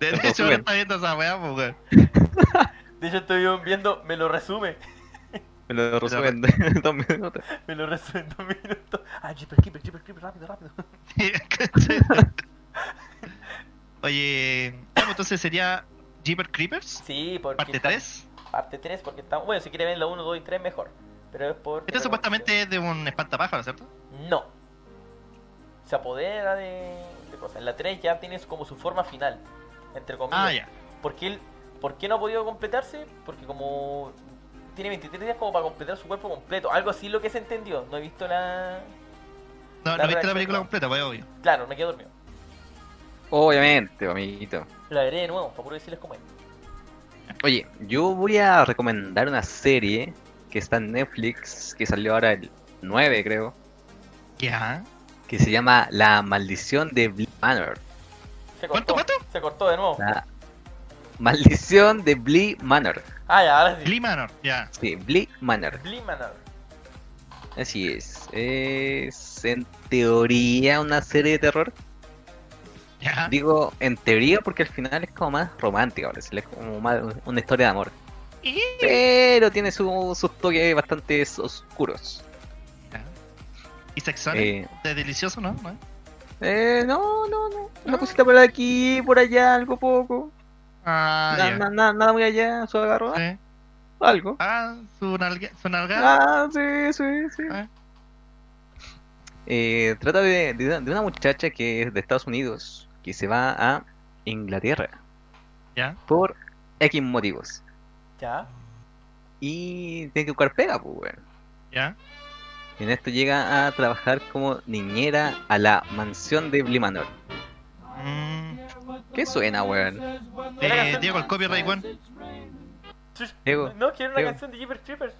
Speaker 1: De hecho,
Speaker 2: Los dos
Speaker 1: no
Speaker 2: suben.
Speaker 1: está viendo esa weá, pues, weón.
Speaker 3: De hecho, estuvimos viendo, me lo resume.
Speaker 2: Me lo resumen en dos minutos.
Speaker 3: Me lo resume en dos minutos. Ah, Jeepers Creepers, Jeepers Creepers, rápido, rápido.
Speaker 1: Oye, ¿cómo entonces sería Jeepers Creepers?
Speaker 3: Sí, porque.
Speaker 1: Parte
Speaker 3: está-
Speaker 1: 3.
Speaker 3: Parte 3, porque está. Bueno, si quieren ver la 1, 2 y 3, mejor. Pero es por.
Speaker 1: Este supuestamente es de un espantapájaro, ¿cierto?
Speaker 3: No. Se apodera de, de cosas. La 3 ya tiene como su forma final. Entre comillas.
Speaker 1: Ah, ya.
Speaker 3: ¿Por qué, él- por qué no ha podido completarse? Porque como. Tiene 23 días como para completar su cuerpo completo. Algo así lo que se entendió. No he visto la.
Speaker 1: No,
Speaker 3: La
Speaker 1: no viste
Speaker 3: reacción,
Speaker 1: la película
Speaker 3: no.
Speaker 1: completa, pues obvio.
Speaker 3: Claro, me quedo dormido.
Speaker 2: Obviamente, amiguito.
Speaker 3: La veré de nuevo, para poder decirles cómo es.
Speaker 2: Oye, yo voy a recomendar una serie que está en Netflix, que salió ahora el 9, creo,
Speaker 1: Ya.
Speaker 2: que se llama La Maldición de Bly Manor.
Speaker 3: Se
Speaker 1: ¿Cuánto,
Speaker 3: cortó.
Speaker 1: cuánto?
Speaker 3: Se cortó de nuevo.
Speaker 2: La Maldición de Bly Manor.
Speaker 3: Ah, ya, ahora sí.
Speaker 1: Glee Manor, ya.
Speaker 2: Sí, Bly Manor.
Speaker 3: Glimanor.
Speaker 2: Así es. Es en teoría una serie de terror.
Speaker 1: Ya.
Speaker 2: Digo en teoría porque al final es como más romántica, parece. Es como más una historia de amor.
Speaker 1: Y-
Speaker 2: Pero tiene su- sus toques bastante oscuros.
Speaker 1: Ya. Y sexual.
Speaker 2: Eh,
Speaker 1: De delicioso, ¿no? ¿No?
Speaker 2: eh, no, no, no. Una cosita por aquí, por allá, algo poco.
Speaker 1: Ah,
Speaker 2: Na-
Speaker 1: ya.
Speaker 2: na- na- nada muy allá, su agarro. ah,
Speaker 1: Sí.
Speaker 2: Algo.
Speaker 1: Ah, su nalga. Su nalga.
Speaker 2: Ah, sí, sí, sí.
Speaker 1: Ah.
Speaker 2: Eh, trata de, de una- de una muchacha que es de Estados Unidos, que se va a Inglaterra
Speaker 1: Ya.
Speaker 2: por X motivos.
Speaker 3: Ya.
Speaker 2: Y tiene que buscar pega, pues, weón.
Speaker 1: Ya.
Speaker 2: Y En esto llega a trabajar como niñera a la mansión de Blimanor.
Speaker 1: Mm,
Speaker 2: ¿Qué suena, weón?
Speaker 1: eh, Diego, el copyright, weón.
Speaker 3: Chuch,
Speaker 2: Diego,
Speaker 3: No, quiero una
Speaker 2: Diego.
Speaker 3: canción de Jeepers Creepers.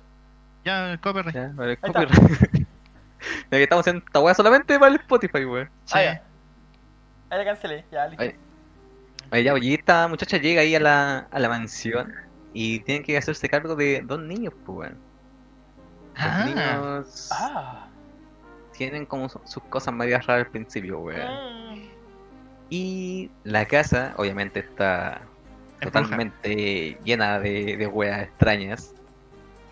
Speaker 1: Ya, el copyright.
Speaker 2: Ya, vale,
Speaker 3: Ahí está.
Speaker 2: copyright. Ya que estamos haciendo esta weá solamente para el Spotify, weón.
Speaker 1: Sí.
Speaker 3: Ah, ya. Ahí la cancelé, ya, listo.
Speaker 2: Ay. Ahí ya, oye, esta muchacha llega ahí a la, a la mansión y tiene que hacerse cargo de dos niños, pues, weón. Los
Speaker 1: Ah,
Speaker 2: niños
Speaker 3: Ah.
Speaker 2: tienen como su- sus cosas medias raras al principio, weón.
Speaker 3: Mm.
Speaker 2: Y la casa, obviamente, está
Speaker 1: es bruja.
Speaker 2: totalmente llena de, de weas extrañas.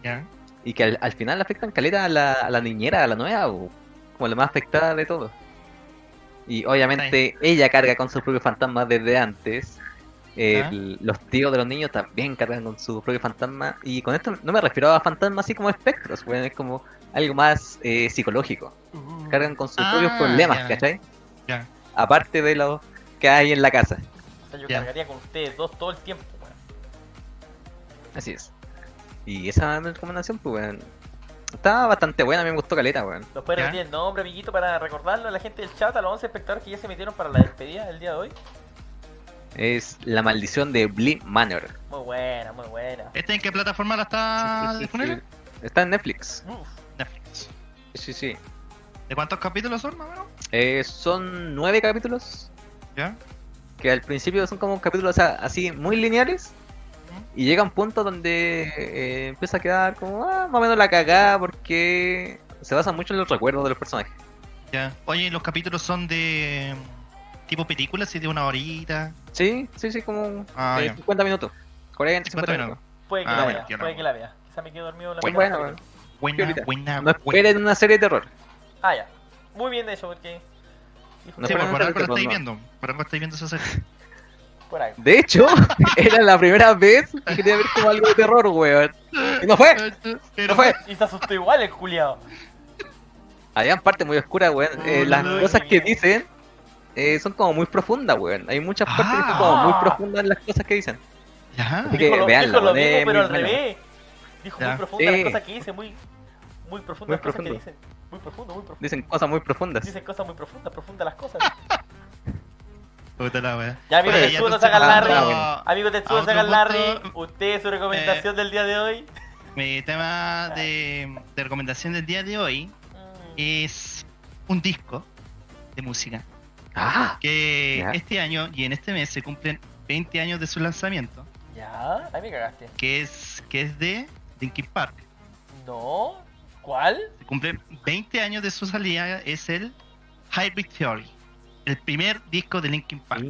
Speaker 1: Ya.
Speaker 2: Y que al, al final afectan caleta a la, a la niñera, a la nueva, bu, como la más afectada de todo. Y obviamente ella carga con sus propios fantasmas desde antes. Eh,
Speaker 1: Ah.
Speaker 2: l- Los tíos de los niños también cargan con sus propios fantasmas. Y con esto no me refiero a fantasmas así como espectros, weón, es como algo más eh, psicológico.
Speaker 3: Uh.
Speaker 2: Cargan con sus
Speaker 1: Ah,
Speaker 2: propios problemas,
Speaker 1: ya.
Speaker 2: ¿cachai?
Speaker 1: Ya.
Speaker 2: Aparte de los que hay en la casa.
Speaker 3: O sea, yo
Speaker 1: Ya.
Speaker 3: cargaría con ustedes dos todo el tiempo, weón.
Speaker 2: Así es. Y esa es mi recomendación, pues, weón. Está bastante buena, a mí me gustó caleta, weón.
Speaker 3: ¿Nos puede
Speaker 1: Ya.
Speaker 3: repetir el nombre, amiguito, para recordarlo a la gente del chat, a los 11 espectadores que ya se metieron para la despedida del día de hoy?
Speaker 2: Es La Maldición de Blee Manor.
Speaker 3: Muy buena, muy buena.
Speaker 1: ¿Este en qué plataforma la está disponible?
Speaker 2: Está en Netflix.
Speaker 3: Uf,
Speaker 1: Netflix.
Speaker 2: Sí, sí.
Speaker 1: ¿De cuántos capítulos son, más o menos?
Speaker 2: Eh, son nueve capítulos
Speaker 1: ¿Ya?
Speaker 2: que al principio son como capítulos a- así muy lineales y llega un punto donde eh, empieza a quedar como ah, más o menos la cagada porque se basa mucho en los recuerdos de los personajes.
Speaker 1: Ya. Oye, ¿los capítulos son de mm, tipo película, así de una horita?
Speaker 2: Sí, sí, sí, como
Speaker 1: Ah,
Speaker 2: eh,
Speaker 1: ya.
Speaker 2: 50 minutos. 40, 50
Speaker 1: 50
Speaker 2: minutos.
Speaker 3: puede que
Speaker 1: Ah,
Speaker 3: la
Speaker 1: bueno,
Speaker 3: vea,
Speaker 1: entiendo.
Speaker 3: puede que la vea. Quizá me quedo dormido en la
Speaker 2: Bueno,
Speaker 3: primera
Speaker 2: bueno,
Speaker 3: película.
Speaker 1: Buena,
Speaker 2: Qué horita.
Speaker 1: buena,
Speaker 2: No
Speaker 1: buena.
Speaker 2: esperen una serie de terror.
Speaker 3: Ah, ya. Muy bien de eso, porque
Speaker 2: No
Speaker 1: Sí,
Speaker 2: fue
Speaker 1: por, por
Speaker 2: necesariamente,
Speaker 1: algo lo
Speaker 2: pues,
Speaker 1: estáis
Speaker 2: no.
Speaker 1: viendo. Por algo estáis viendo esa serie.
Speaker 3: Por algo.
Speaker 2: De hecho, era la primera vez que quería ver como algo de terror, weón. Y no fue, no
Speaker 1: Pero
Speaker 2: fue.
Speaker 3: Y se asustó igual el culiado.
Speaker 2: Habían partes muy oscuras, weón.
Speaker 1: Oh,
Speaker 2: Eh, las cosas que dicen eh, son como muy profundas, weón. Hay muchas partes que son como muy
Speaker 1: Ah.
Speaker 2: profundas en las cosas que dicen.
Speaker 1: Ya.
Speaker 2: Así que véanla,
Speaker 3: dijo lo
Speaker 2: weón,
Speaker 3: mismo,
Speaker 2: es
Speaker 3: pero
Speaker 2: muy
Speaker 3: al
Speaker 2: buena.
Speaker 3: revés. Dijo
Speaker 1: Ya.
Speaker 3: muy profunda las
Speaker 2: Sí.
Speaker 3: cosas que dice, muy, muy profunda
Speaker 2: Muy
Speaker 3: las cosas que
Speaker 2: profundo.
Speaker 3: dicen. Muy profundo, muy profundo.
Speaker 2: Dicen cosas muy profundas.
Speaker 3: Dicen cosas muy profundas, profundas las cosas.
Speaker 1: Puta la wea.
Speaker 3: Ya, amigos
Speaker 1: Bueno,
Speaker 3: del sur, no
Speaker 1: entonces,
Speaker 3: sacan
Speaker 2: ah,
Speaker 3: Larry.
Speaker 1: ah,
Speaker 3: Amigos del sur,
Speaker 1: a
Speaker 3: no sacan
Speaker 1: otro
Speaker 3: Larry.
Speaker 1: punto, eh,
Speaker 3: Usted, su recomendación del día de hoy.
Speaker 1: Mi tema de, de recomendación del día de hoy
Speaker 3: Mm.
Speaker 1: es un disco de música
Speaker 2: Ah,
Speaker 1: que
Speaker 2: Ya.
Speaker 1: este año y en este mes se cumplen 20 años de su lanzamiento,
Speaker 3: Mm. Ya, ahí me cagaste.
Speaker 1: que es que es de Linkin Park.
Speaker 3: No. ¿Cuál?
Speaker 1: Se cumplen 20 años de su salida es el Hybrid Theory, el primer disco de Linkin Park.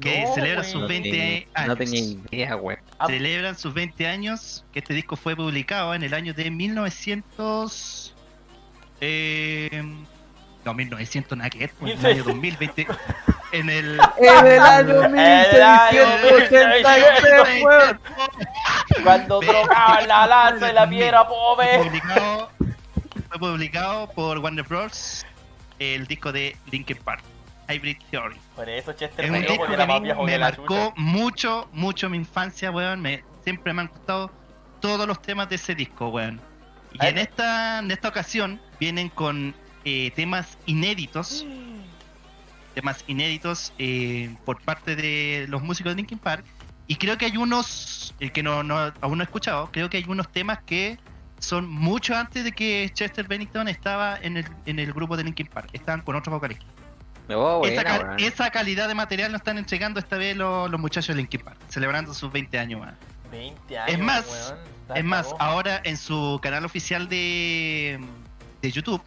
Speaker 1: que
Speaker 3: No,
Speaker 1: celebra
Speaker 3: güey.
Speaker 1: sus 20
Speaker 2: Mm, no
Speaker 1: años.
Speaker 2: tenía idea, weón.
Speaker 3: Ah.
Speaker 1: Celebran sus 20 años, que este disco fue publicado en el año de 1900... eh, no, 1900 nada que ver, pues, en el año 2020. En el...
Speaker 2: En el año
Speaker 3: El año
Speaker 2: 1683, weón.
Speaker 3: Cuando
Speaker 1: Ve-
Speaker 3: trocaban la lanza y la piedra,
Speaker 1: Fue
Speaker 3: pobre.
Speaker 1: publicado, fue publicado por Warner Bros. el disco de Linkin Park, Hybrid Theory.
Speaker 3: Por eso Chester
Speaker 1: Es un
Speaker 3: murió
Speaker 1: disco
Speaker 3: porque
Speaker 1: que
Speaker 3: era
Speaker 1: a mí
Speaker 3: más viejo que
Speaker 1: me
Speaker 3: la chucha.
Speaker 1: marcó mucho, mucho mi infancia, weón. Me, siempre me han gustado todos los temas de ese disco, weón. Y
Speaker 3: Ay.
Speaker 1: en esta, en esta ocasión vienen con eh, temas inéditos, temas inéditos eh, por parte de los músicos de Linkin Park. Y creo que hay unos, el que no, no- aún no he escuchado, creo que hay unos temas que son mucho antes de que Chester Bennington estaba en el, en el grupo de Linkin Park. Estaban con otros vocalistas.
Speaker 2: Oh,
Speaker 1: Esa,
Speaker 2: buena,
Speaker 1: cal-
Speaker 2: weón.
Speaker 1: esa calidad de material nos están entregando esta vez los, los muchachos de Linkin Park, celebrando sus 20 años más.
Speaker 3: 20 años.
Speaker 1: más,
Speaker 3: weón. La
Speaker 1: es más,
Speaker 3: cagó.
Speaker 1: ahora en su canal oficial de, de YouTube,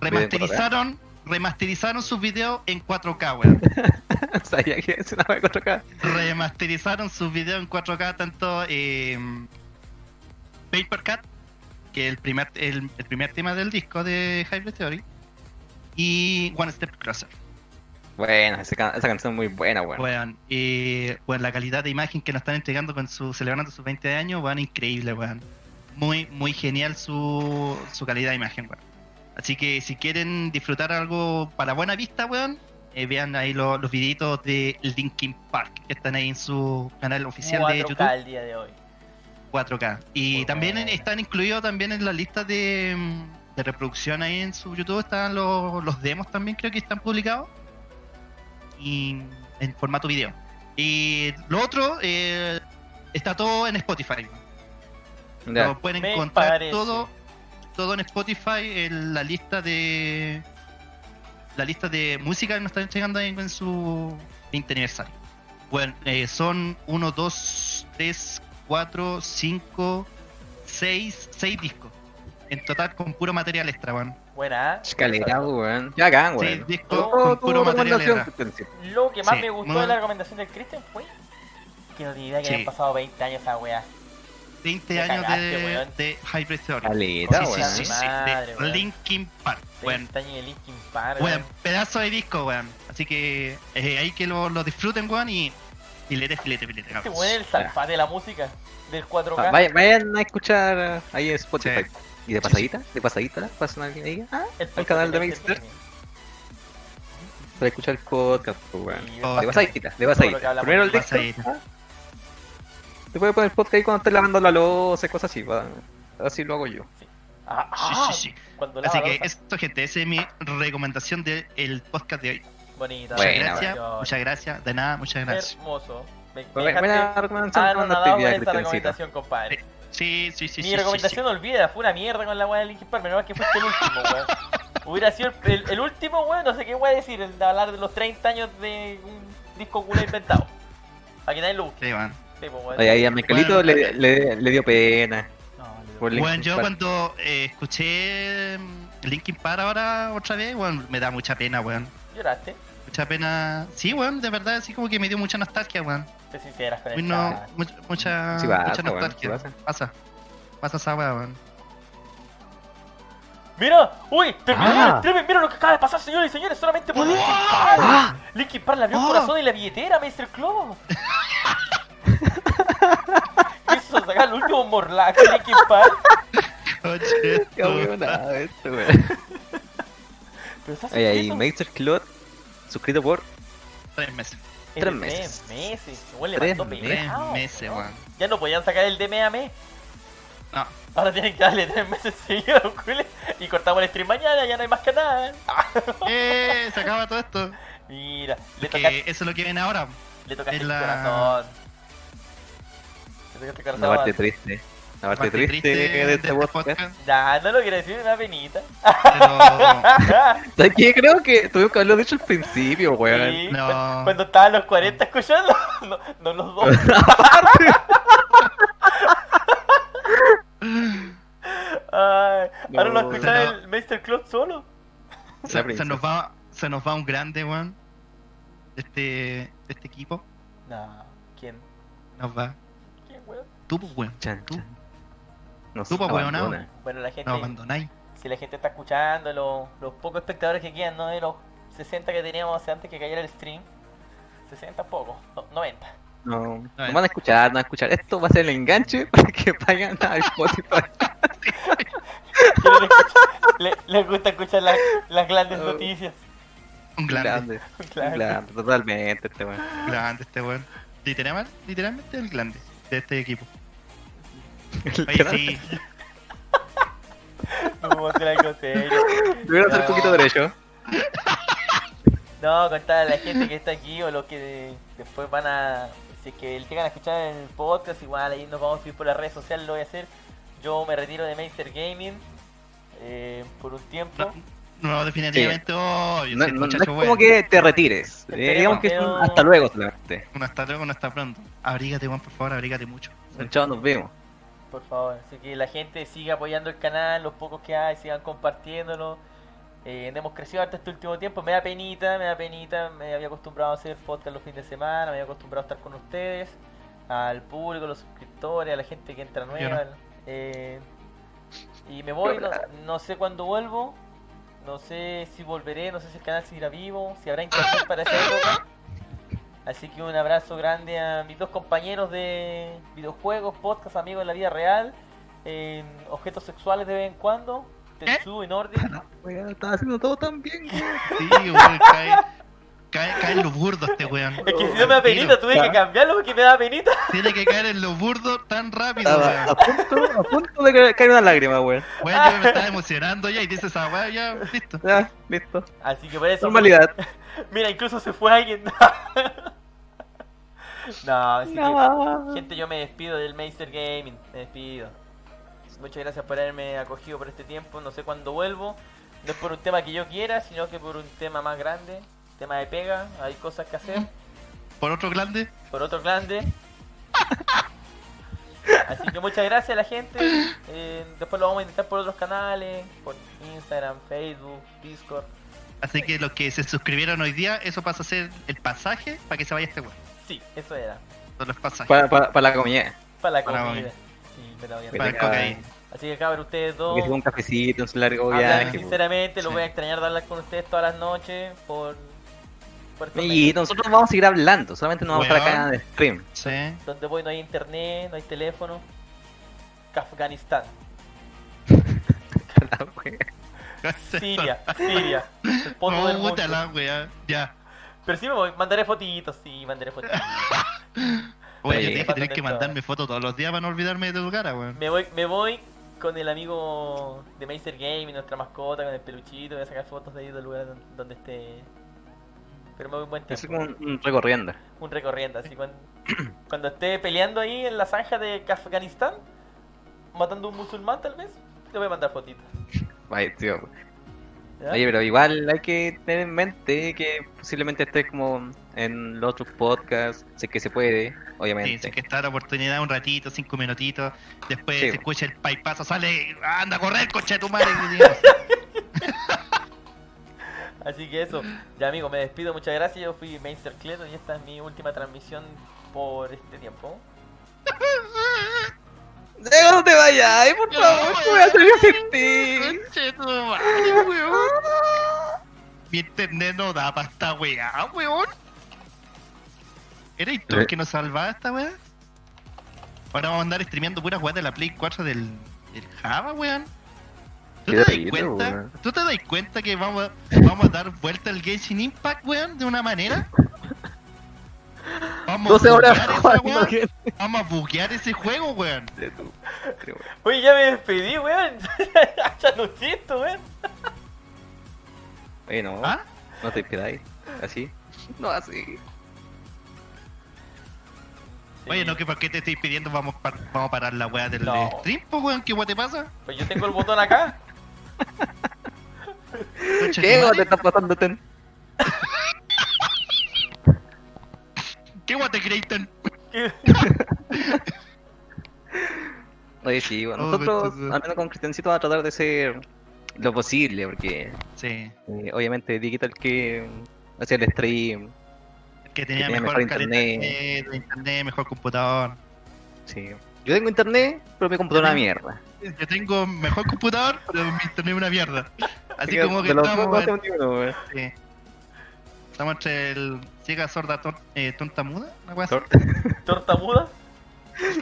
Speaker 2: Video en 4K.
Speaker 1: remasterizaron, remasterizaron sus videos en 4K, weón.
Speaker 2: Sabía que es una vez contra acá.
Speaker 1: remasterizaron sus videos en 4K, tanto eh, Paper Cut, que es el primer, el, el primer tema del disco de Hybrid Theory, y One Step Closer.
Speaker 2: Bueno, ese can- esa canción es muy buena, weón.
Speaker 1: Weón, y weón, la calidad de imagen que nos están entregando con su celebrando sus 20 años, weón, increíble, weón. Muy, muy genial su, su calidad de imagen, weón. Así que si quieren disfrutar algo para buena vista, weón, eh, vean ahí lo- los videitos de Linkin Park que están ahí en su canal oficial de
Speaker 3: 4K
Speaker 1: YouTube
Speaker 3: el día de hoy.
Speaker 1: 4K. Y
Speaker 3: Muy
Speaker 1: también
Speaker 3: buena.
Speaker 1: están incluidos también en la lista de, mm, de reproducción ahí en su YouTube están los, los demos también creo que están publicados y en formato video. Y lo otro eh, está todo en Spotify.
Speaker 2: Ya.
Speaker 1: Lo pueden
Speaker 3: Me
Speaker 1: encontrar
Speaker 3: parece.
Speaker 1: todo todo en Spotify en la lista de la lista de música que nos están entregando ahí en su 20 aniversario. Bueno, eh, son 1, 2, 3, 4, 5, 6, 6 discos. En total con puro material extra, weón.
Speaker 3: Buena. ¿eh?
Speaker 2: Escalera, weón. Ya acá,
Speaker 1: 6
Speaker 2: weón.
Speaker 1: discos
Speaker 3: Todo
Speaker 1: con
Speaker 2: oh,
Speaker 1: puro material extra.
Speaker 3: Lo que más
Speaker 1: Sí,
Speaker 3: me gustó
Speaker 1: muy-
Speaker 3: de la recomendación del Christian fue que no tenía idea que
Speaker 1: Sí.
Speaker 3: habían pasado 20 años esa weá.
Speaker 1: 20
Speaker 3: Te
Speaker 1: años
Speaker 3: cagaste,
Speaker 1: de,
Speaker 3: weón.
Speaker 1: de Hybrid Theory.
Speaker 2: Escalera,
Speaker 1: Sí, sí,
Speaker 2: weón.
Speaker 1: sí, sí,
Speaker 3: Madre,
Speaker 1: de
Speaker 3: weón.
Speaker 1: Linkin Park,
Speaker 3: 20
Speaker 1: weón.
Speaker 3: años de Linkin Park.
Speaker 1: Weón,
Speaker 3: weón.
Speaker 1: pedazo de disco, weón. Así que eh, ahí que lo, lo disfruten, weón, y filete, filete, filete.
Speaker 3: Este
Speaker 1: cabros.
Speaker 3: weón es el salfate de la música del 4K.
Speaker 2: Ah, Vayan, vayan a escuchar ahí en Spotify.
Speaker 1: Sí.
Speaker 2: Y de pasadita, de pasadita, pasan alguien ahí. Ah,
Speaker 3: el
Speaker 2: el canal de
Speaker 3: podcast
Speaker 2: Mixer. para escuchar el podcast, pues, weón.
Speaker 3: Y-
Speaker 1: Oh,
Speaker 2: De pasadita, de pasadita.
Speaker 3: hablamos
Speaker 2: Primero el
Speaker 1: de
Speaker 2: disco.
Speaker 1: pasadita.
Speaker 2: ah. Te puedes poner podcast ahí cuando estés lavando la loza y cosas así, va. Así lo hago yo.
Speaker 3: Ah,
Speaker 1: Sí,
Speaker 3: ah,
Speaker 1: sí, sí.
Speaker 3: Cuando
Speaker 1: Así
Speaker 3: lava
Speaker 1: que
Speaker 3: losa.
Speaker 1: esto, gente, esa es mi recomendación del podcast de hoy.
Speaker 3: Bonito.
Speaker 1: Muchas
Speaker 2: Buena,
Speaker 1: gracias,
Speaker 3: weón.
Speaker 1: muchas gracias, de nada, muchas gracias.
Speaker 3: Hermoso. Me, me
Speaker 2: Buena
Speaker 3: dejaste
Speaker 2: buena recomendación, buena
Speaker 3: anonadado con
Speaker 2: actividad,
Speaker 3: esta
Speaker 2: Cristiancito.
Speaker 3: recomendación, compadre.
Speaker 1: Sí, sí, sí, sí.
Speaker 3: Mi
Speaker 1: sí,
Speaker 3: recomendación olvida, fue una mierda con la weá de Linkin Park, menos mal que fuiste el último, weón. Hubiera sido el, el- el último, weón, no sé qué voy a decir, el de hablar de los 30 años de un disco culo inventado. Para que nadie lo
Speaker 1: sí.
Speaker 3: busque,
Speaker 1: Sí, weón.
Speaker 3: sí, pues, weón.
Speaker 2: Oye, ahí a Mecalito
Speaker 1: Bueno.
Speaker 2: le, le, le dio pena.
Speaker 3: No, le-
Speaker 2: Por Linkin
Speaker 1: Weón, yo
Speaker 2: Park.
Speaker 1: cuando eh, escuché mm, Linkin Park ahora otra vez, weón, me da mucha pena, weón.
Speaker 3: Lloraste,
Speaker 1: Mucha pena. Sí, weón, de verdad, así como que me dio mucha nostalgia, weón.
Speaker 3: te sinceras con
Speaker 1: Uy,
Speaker 3: el
Speaker 1: no,
Speaker 3: chat.
Speaker 1: mucha, mucha,
Speaker 2: Sí pasa,
Speaker 1: mucha
Speaker 2: weón,
Speaker 1: nostalgia.
Speaker 2: sí
Speaker 1: pasa. Pasa esa weá, weón.
Speaker 3: Mira, uy, terminó
Speaker 2: Ah.
Speaker 3: el streaming. Mira lo que acaba de pasar, señores y señores, solamente por Linkin
Speaker 2: Ah.
Speaker 3: Park. Linkin Park le abrió el
Speaker 1: Ah.
Speaker 3: corazón y la billetera, Mr. Claw. Quiso sacar el último morlaco de Linkin Park.
Speaker 1: Oh, Oye,
Speaker 2: Qué
Speaker 1: esto.
Speaker 2: huevonada esto, weón.
Speaker 3: Pero está
Speaker 2: Oye, ahí,
Speaker 3: suscrito
Speaker 2: Master Clot, suscrito por
Speaker 1: Tres meses.
Speaker 3: en
Speaker 2: tres
Speaker 3: Tres meses. Igual le
Speaker 2: Tres
Speaker 3: mandó
Speaker 2: ¿Eh?
Speaker 1: Tres
Speaker 3: pelado,
Speaker 1: meses,
Speaker 2: Oh.
Speaker 3: ¿no?
Speaker 1: weón.
Speaker 3: Ya no podían sacar el de mes a mes.
Speaker 1: No.
Speaker 3: Ahora tienen que darle tres meses seguidos, cule. Y cortamos el stream mañana, ya no hay más canal.
Speaker 1: Ah. Eh, se acaba todo esto.
Speaker 3: Mira, le
Speaker 1: Porque
Speaker 3: tocaste,
Speaker 1: eso es lo que viene ahora.
Speaker 3: le tocaste
Speaker 1: es
Speaker 3: el
Speaker 1: la-
Speaker 3: corazón. Le tocaste el corazón.
Speaker 2: la
Speaker 1: este
Speaker 2: parte triste. La parte, triste, de este podcast.
Speaker 3: Ya, no lo quiero decir, una penita. Ah,
Speaker 1: Pero
Speaker 2: ¿Sabes qué? Creo que tuvimos que haberlo dicho al principio, weón.
Speaker 3: Sí,
Speaker 1: no.
Speaker 3: cu- Cuando estaban los 40 escuchando, no, no los dos. Ay,
Speaker 2: No,
Speaker 3: ahora lo escuchaba
Speaker 1: no.
Speaker 3: el Master Club solo.
Speaker 2: La
Speaker 1: se, se
Speaker 2: princesa.
Speaker 1: nos va, se nos va un grande, weón. De este, de este equipo.
Speaker 3: No, ¿quién?
Speaker 1: Nos va.
Speaker 3: ¿Quién, weón?
Speaker 1: Tú, pues, weón.
Speaker 2: Chan,
Speaker 1: Tú.
Speaker 2: chan. Nos
Speaker 1: Tú, pues,
Speaker 2: abandona.
Speaker 1: weonao.
Speaker 3: Bueno, la gente,
Speaker 1: Nos abandonáis.
Speaker 3: si la gente está escuchando, lo- los pocos espectadores que quedan, ¿no? De los 60 que teníamos antes que cayera el stream. 60 pocos, no, 90.
Speaker 2: No, no
Speaker 1: es.
Speaker 2: van a escuchar, no van a escuchar. Esto va a ser el enganche para que vayan a Spotify.
Speaker 3: Quiero escuchar- le- Les gusta escuchar las, las grandes
Speaker 2: Oh.
Speaker 3: noticias.
Speaker 1: Un grande.
Speaker 2: Grande,
Speaker 3: Claro.
Speaker 2: grande, totalmente este weón.
Speaker 1: Grande este weón. Literalmente, literalmente el grande de este equipo. Oye,
Speaker 2: Grande.
Speaker 1: sí.
Speaker 3: No vamos a hacer algo serio.
Speaker 2: Debería hacer un
Speaker 1: Ah,
Speaker 2: poquito derecho.
Speaker 3: No, contar a la gente que está aquí o los que después van a. Si es que llegan a escuchar el podcast, igual ahí nos vamos a subir por las redes sociales, lo voy a hacer. Yo me retiro de Meister Gaming eh, por un tiempo.
Speaker 1: No, no, definitivamente obvio.
Speaker 2: No,
Speaker 1: si el
Speaker 2: no- no es
Speaker 1: muchacho
Speaker 2: como
Speaker 1: bueno.
Speaker 2: que te retires. Eh, digamos que es un hasta luego solamente.
Speaker 1: Uno está luego, uno está pronto. Abrígate, Juan, por favor, abrígate mucho.
Speaker 2: Chao, nos vemos.
Speaker 3: Por favor, así que la gente siga apoyando el canal, los pocos que hay, sigan compartiéndolo. Eh, hemos crecido harto este último tiempo, me da penita, me da penita, me había acostumbrado a hacer podcast los fines de semana, me había acostumbrado a estar con ustedes, al público, a los suscriptores, a la gente que entra nueva. eh, y me voy, no, no sé cuándo vuelvo, no sé si volveré, no sé si el canal seguirá vivo, si habrá internet para esa época. Así que un abrazo grande a mis dos compañeros de videojuegos, podcast, amigos de la vida real, en objetos sexuales de vez en cuando, Tetsu y Nordic.
Speaker 2: Weón, estaba haciendo todo tan bien.
Speaker 1: Sí, weón, cae, cae, cae en los burdos este weón.
Speaker 3: Es que si no me da penita, tuve que cambiarlo porque me da penita.
Speaker 1: Tiene que caer en los burdos tan rápido,
Speaker 2: Estaba a
Speaker 1: weón.
Speaker 2: punto, a punto de ca- caer una lágrima, weón.
Speaker 1: Weón, yo me estaba emocionando ya y dices, ah, weón, ya, listo.
Speaker 2: Ya, listo.
Speaker 3: Así que por eso. pues,
Speaker 2: Normalidad.
Speaker 3: Mira, incluso se fue alguien. no, así que, gente, yo me despido del Meister Gaming. Me despido. Muchas gracias por haberme acogido por este tiempo. No sé cuándo vuelvo. No es por un tema que yo quiera, sino que por un tema más grande. Tema de pega. Hay cosas que hacer.
Speaker 1: Por otro grande,
Speaker 3: por otro grande. Así que muchas gracias a la gente. Eh, después lo vamos a intentar por otros canales, por Instagram, Facebook, Discord.
Speaker 1: así que los que se suscribieron hoy día, eso pasa a ser el pasaje para que se vaya este weón.
Speaker 3: Sí, eso era.
Speaker 1: Son los pasajes.
Speaker 2: Para la comida.
Speaker 3: Para la
Speaker 1: Para
Speaker 3: comida.
Speaker 1: hoy.
Speaker 3: Sí, me la voy a
Speaker 1: Para el
Speaker 3: arreglar.
Speaker 1: cocaína.
Speaker 3: Así que cabrón, ustedes dos.
Speaker 2: Que se un cafecito, un oh, largo
Speaker 3: hablan
Speaker 1: que-
Speaker 2: viaje. po.
Speaker 3: sinceramente, lo
Speaker 1: sí.
Speaker 3: voy a extrañar de hablar con ustedes todas las noches por... por estos
Speaker 2: Y
Speaker 3: medios.
Speaker 2: nosotros vamos a seguir hablando, solamente nos vamos a estar acá
Speaker 1: Weón.
Speaker 2: de stream.
Speaker 1: Sí.
Speaker 3: Donde voy no hay internet, no hay teléfono. Afganistán. Siria, Siria. El polvo del
Speaker 1: puta
Speaker 3: mundo.
Speaker 1: la weá. Ya.
Speaker 3: Pero sí me voy, mandaré fotitos, sí, mandaré fotitos.
Speaker 1: Oye,
Speaker 2: Oye,
Speaker 1: yo te dije, tenés que
Speaker 3: contento.
Speaker 1: mandarme fotos todos los días para no olvidarme de tu cara, weón.
Speaker 3: Me voy, me voy con el amigo de Mazer Gaming, nuestra mascota, con el peluchito, voy a sacar fotos de ahí del lugar don- donde esté. Pero me voy un buen
Speaker 2: Es
Speaker 3: tiempo,
Speaker 2: como un, un recorriendo.
Speaker 3: un recorriendo, así cuando, cuando esté peleando ahí en la zanja de Afganistán, matando a un musulmán tal vez, le voy a mandar fotitos.
Speaker 2: Ay, tío.
Speaker 3: ¿ya?
Speaker 2: Oye, pero igual hay que tener en mente que posiblemente estés como en los otros podcasts, si es que se puede,
Speaker 1: Sí, si
Speaker 2: obviamente.
Speaker 1: es que está la oportunidad un ratito, cinco minutitos. Después
Speaker 2: Sí,
Speaker 1: se
Speaker 2: po.
Speaker 1: escucha el paipazo, sale, anda a correr, coche de tu madre. y digo,
Speaker 3: Así que eso, ya amigo, me despido, muchas gracias, yo fui Mazer Cleto y esta es mi última transmisión por este tiempo.
Speaker 2: Diego, no te vayas, ay, por
Speaker 1: No,
Speaker 2: favor, ¿cómo voy a hacer yo sin ti?
Speaker 1: Conche tu madre, weón. Mi internet no da para esta weá, weón. ¿Eres
Speaker 2: Eh.
Speaker 1: tú el que nos salvaba esta weá? Ahora vamos a andar streameando puras weá de la Play 4 del, del Java, weón. ¿Tú
Speaker 2: Qué
Speaker 1: te, das
Speaker 2: terrible,
Speaker 1: cuenta,
Speaker 2: weón.
Speaker 1: ¿Tú te das cuenta que vamos a, vamos a dar vuelta al Genshin Impact, weón? De una manera. Vamos
Speaker 2: 12 horas
Speaker 1: buguear esa
Speaker 2: jugando,
Speaker 1: weá,
Speaker 2: gente.
Speaker 1: Vamos a buguear ese juego, weón.
Speaker 3: Oye, ya me despedí, weón. ya no siento, weón.
Speaker 2: Oye, no,
Speaker 1: ¿Ah?
Speaker 2: no te quedáis. Así. No, así.
Speaker 1: Oye, no, que por qué te estoy pidiendo, vamos, pa- vamos a parar la weá del
Speaker 3: No.
Speaker 1: stream, po, weón, ¿qué weá te pasa?
Speaker 3: Pues yo tengo el botón acá.
Speaker 1: Concha tu
Speaker 2: Diego,
Speaker 1: madre,
Speaker 2: te estás pasando ten.
Speaker 1: ¿Qué weá te creí tan?
Speaker 3: Que-
Speaker 2: Oye, sí, bueno,
Speaker 1: Oh,
Speaker 2: nosotros,
Speaker 1: conchetumare.
Speaker 2: al menos con Cristiancito, vamos a tratar de ser lo posible, porque
Speaker 1: Sí,
Speaker 2: eh, obviamente Digita el que mm, hacía el stream,
Speaker 1: que tenía,
Speaker 2: Que tenía
Speaker 1: mejor,
Speaker 2: mejor
Speaker 1: caleta de
Speaker 2: internet.
Speaker 1: de internet, mejor computador.
Speaker 2: sí. Yo tengo internet, pero mi computadora es una mierda.
Speaker 1: Yo tengo mejor computador, pero mi internet es una mierda. Así
Speaker 2: que
Speaker 1: como que
Speaker 2: de los dos,
Speaker 1: estamos,
Speaker 2: no tengo ninguno, weón.
Speaker 1: sí. estamos entre el ciega, sorda, tor- eh, tonta muda, una weá así,
Speaker 2: Tor-
Speaker 3: ¿Torta muda?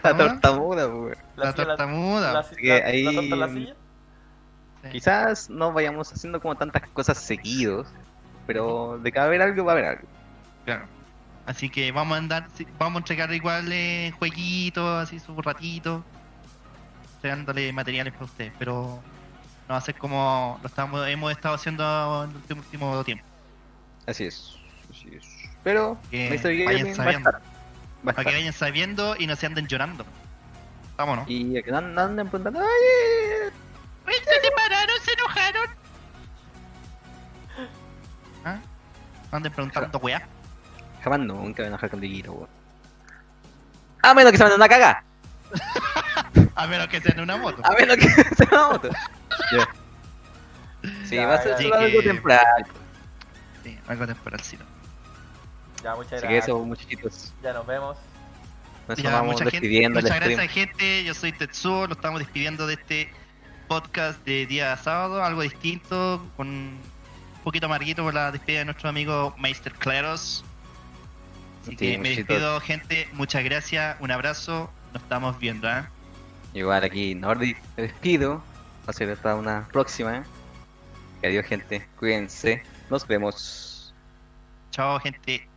Speaker 2: La
Speaker 1: ¿no?
Speaker 2: tortamuda, weón.
Speaker 1: la torta muda.
Speaker 3: la-
Speaker 2: que
Speaker 3: la- la
Speaker 2: ahí-
Speaker 3: torta en la silla.
Speaker 1: sí.
Speaker 2: Quizás no vayamos haciendo como tantas cosas seguidos, pero de que va a haber algo, va a haber algo.
Speaker 1: Claro. Así que vamos a andar, sí, vamos a entregar igual eh, jueguitos, así su ratito, entregándole materiales para ustedes, pero no va a ser como lo estamos, hemos estado haciendo en el último, último tiempo.
Speaker 2: Así es. Así es. Pero,
Speaker 1: Que
Speaker 2: Mr. Gaming
Speaker 1: vayan
Speaker 2: va a
Speaker 1: sabiendo,
Speaker 2: estar. Va a
Speaker 1: para que
Speaker 2: estar.
Speaker 1: vayan sabiendo y no se anden llorando. Vámonos.
Speaker 2: Y que andan, andan preguntando, ¡ay!
Speaker 1: se separaron, se enojaron. ¿Ah? No anden preguntando, weá.
Speaker 2: Jamás nunca voy a enojar con Digito, weón. A menos que se manden una caga.
Speaker 1: A menos que sean una moto.
Speaker 2: A menos que se manden una moto. Ya. Sí,
Speaker 3: Ya,
Speaker 2: va a ser
Speaker 3: ya,
Speaker 2: solo
Speaker 1: ya.
Speaker 2: algo
Speaker 1: Que-
Speaker 2: temprano.
Speaker 1: Sí, algo temporal, sí. no.
Speaker 3: Ya, muchas
Speaker 2: Así que
Speaker 3: gracias.
Speaker 2: eso, muchachitos.
Speaker 3: Ya nos vemos.
Speaker 2: Nos
Speaker 1: Ya,
Speaker 2: vamos
Speaker 1: mucha gente-
Speaker 2: despidiendo el
Speaker 1: muchas
Speaker 2: stream.
Speaker 1: gracias gente, yo soy Tetsuo, lo estamos despidiendo de este podcast de día sábado, algo distinto, con un poquito amarguito por la despedida de nuestro amigo Meister Claros. Así
Speaker 2: Sí,
Speaker 1: que me
Speaker 2: muchachitos.
Speaker 1: despido gente, muchas gracias, un abrazo, nos estamos viendo, ¿eh?
Speaker 2: Igual aquí Nordi te despido. Va a ser hasta una próxima. Y adiós gente, cuídense. Nos vemos.
Speaker 1: Chao gente.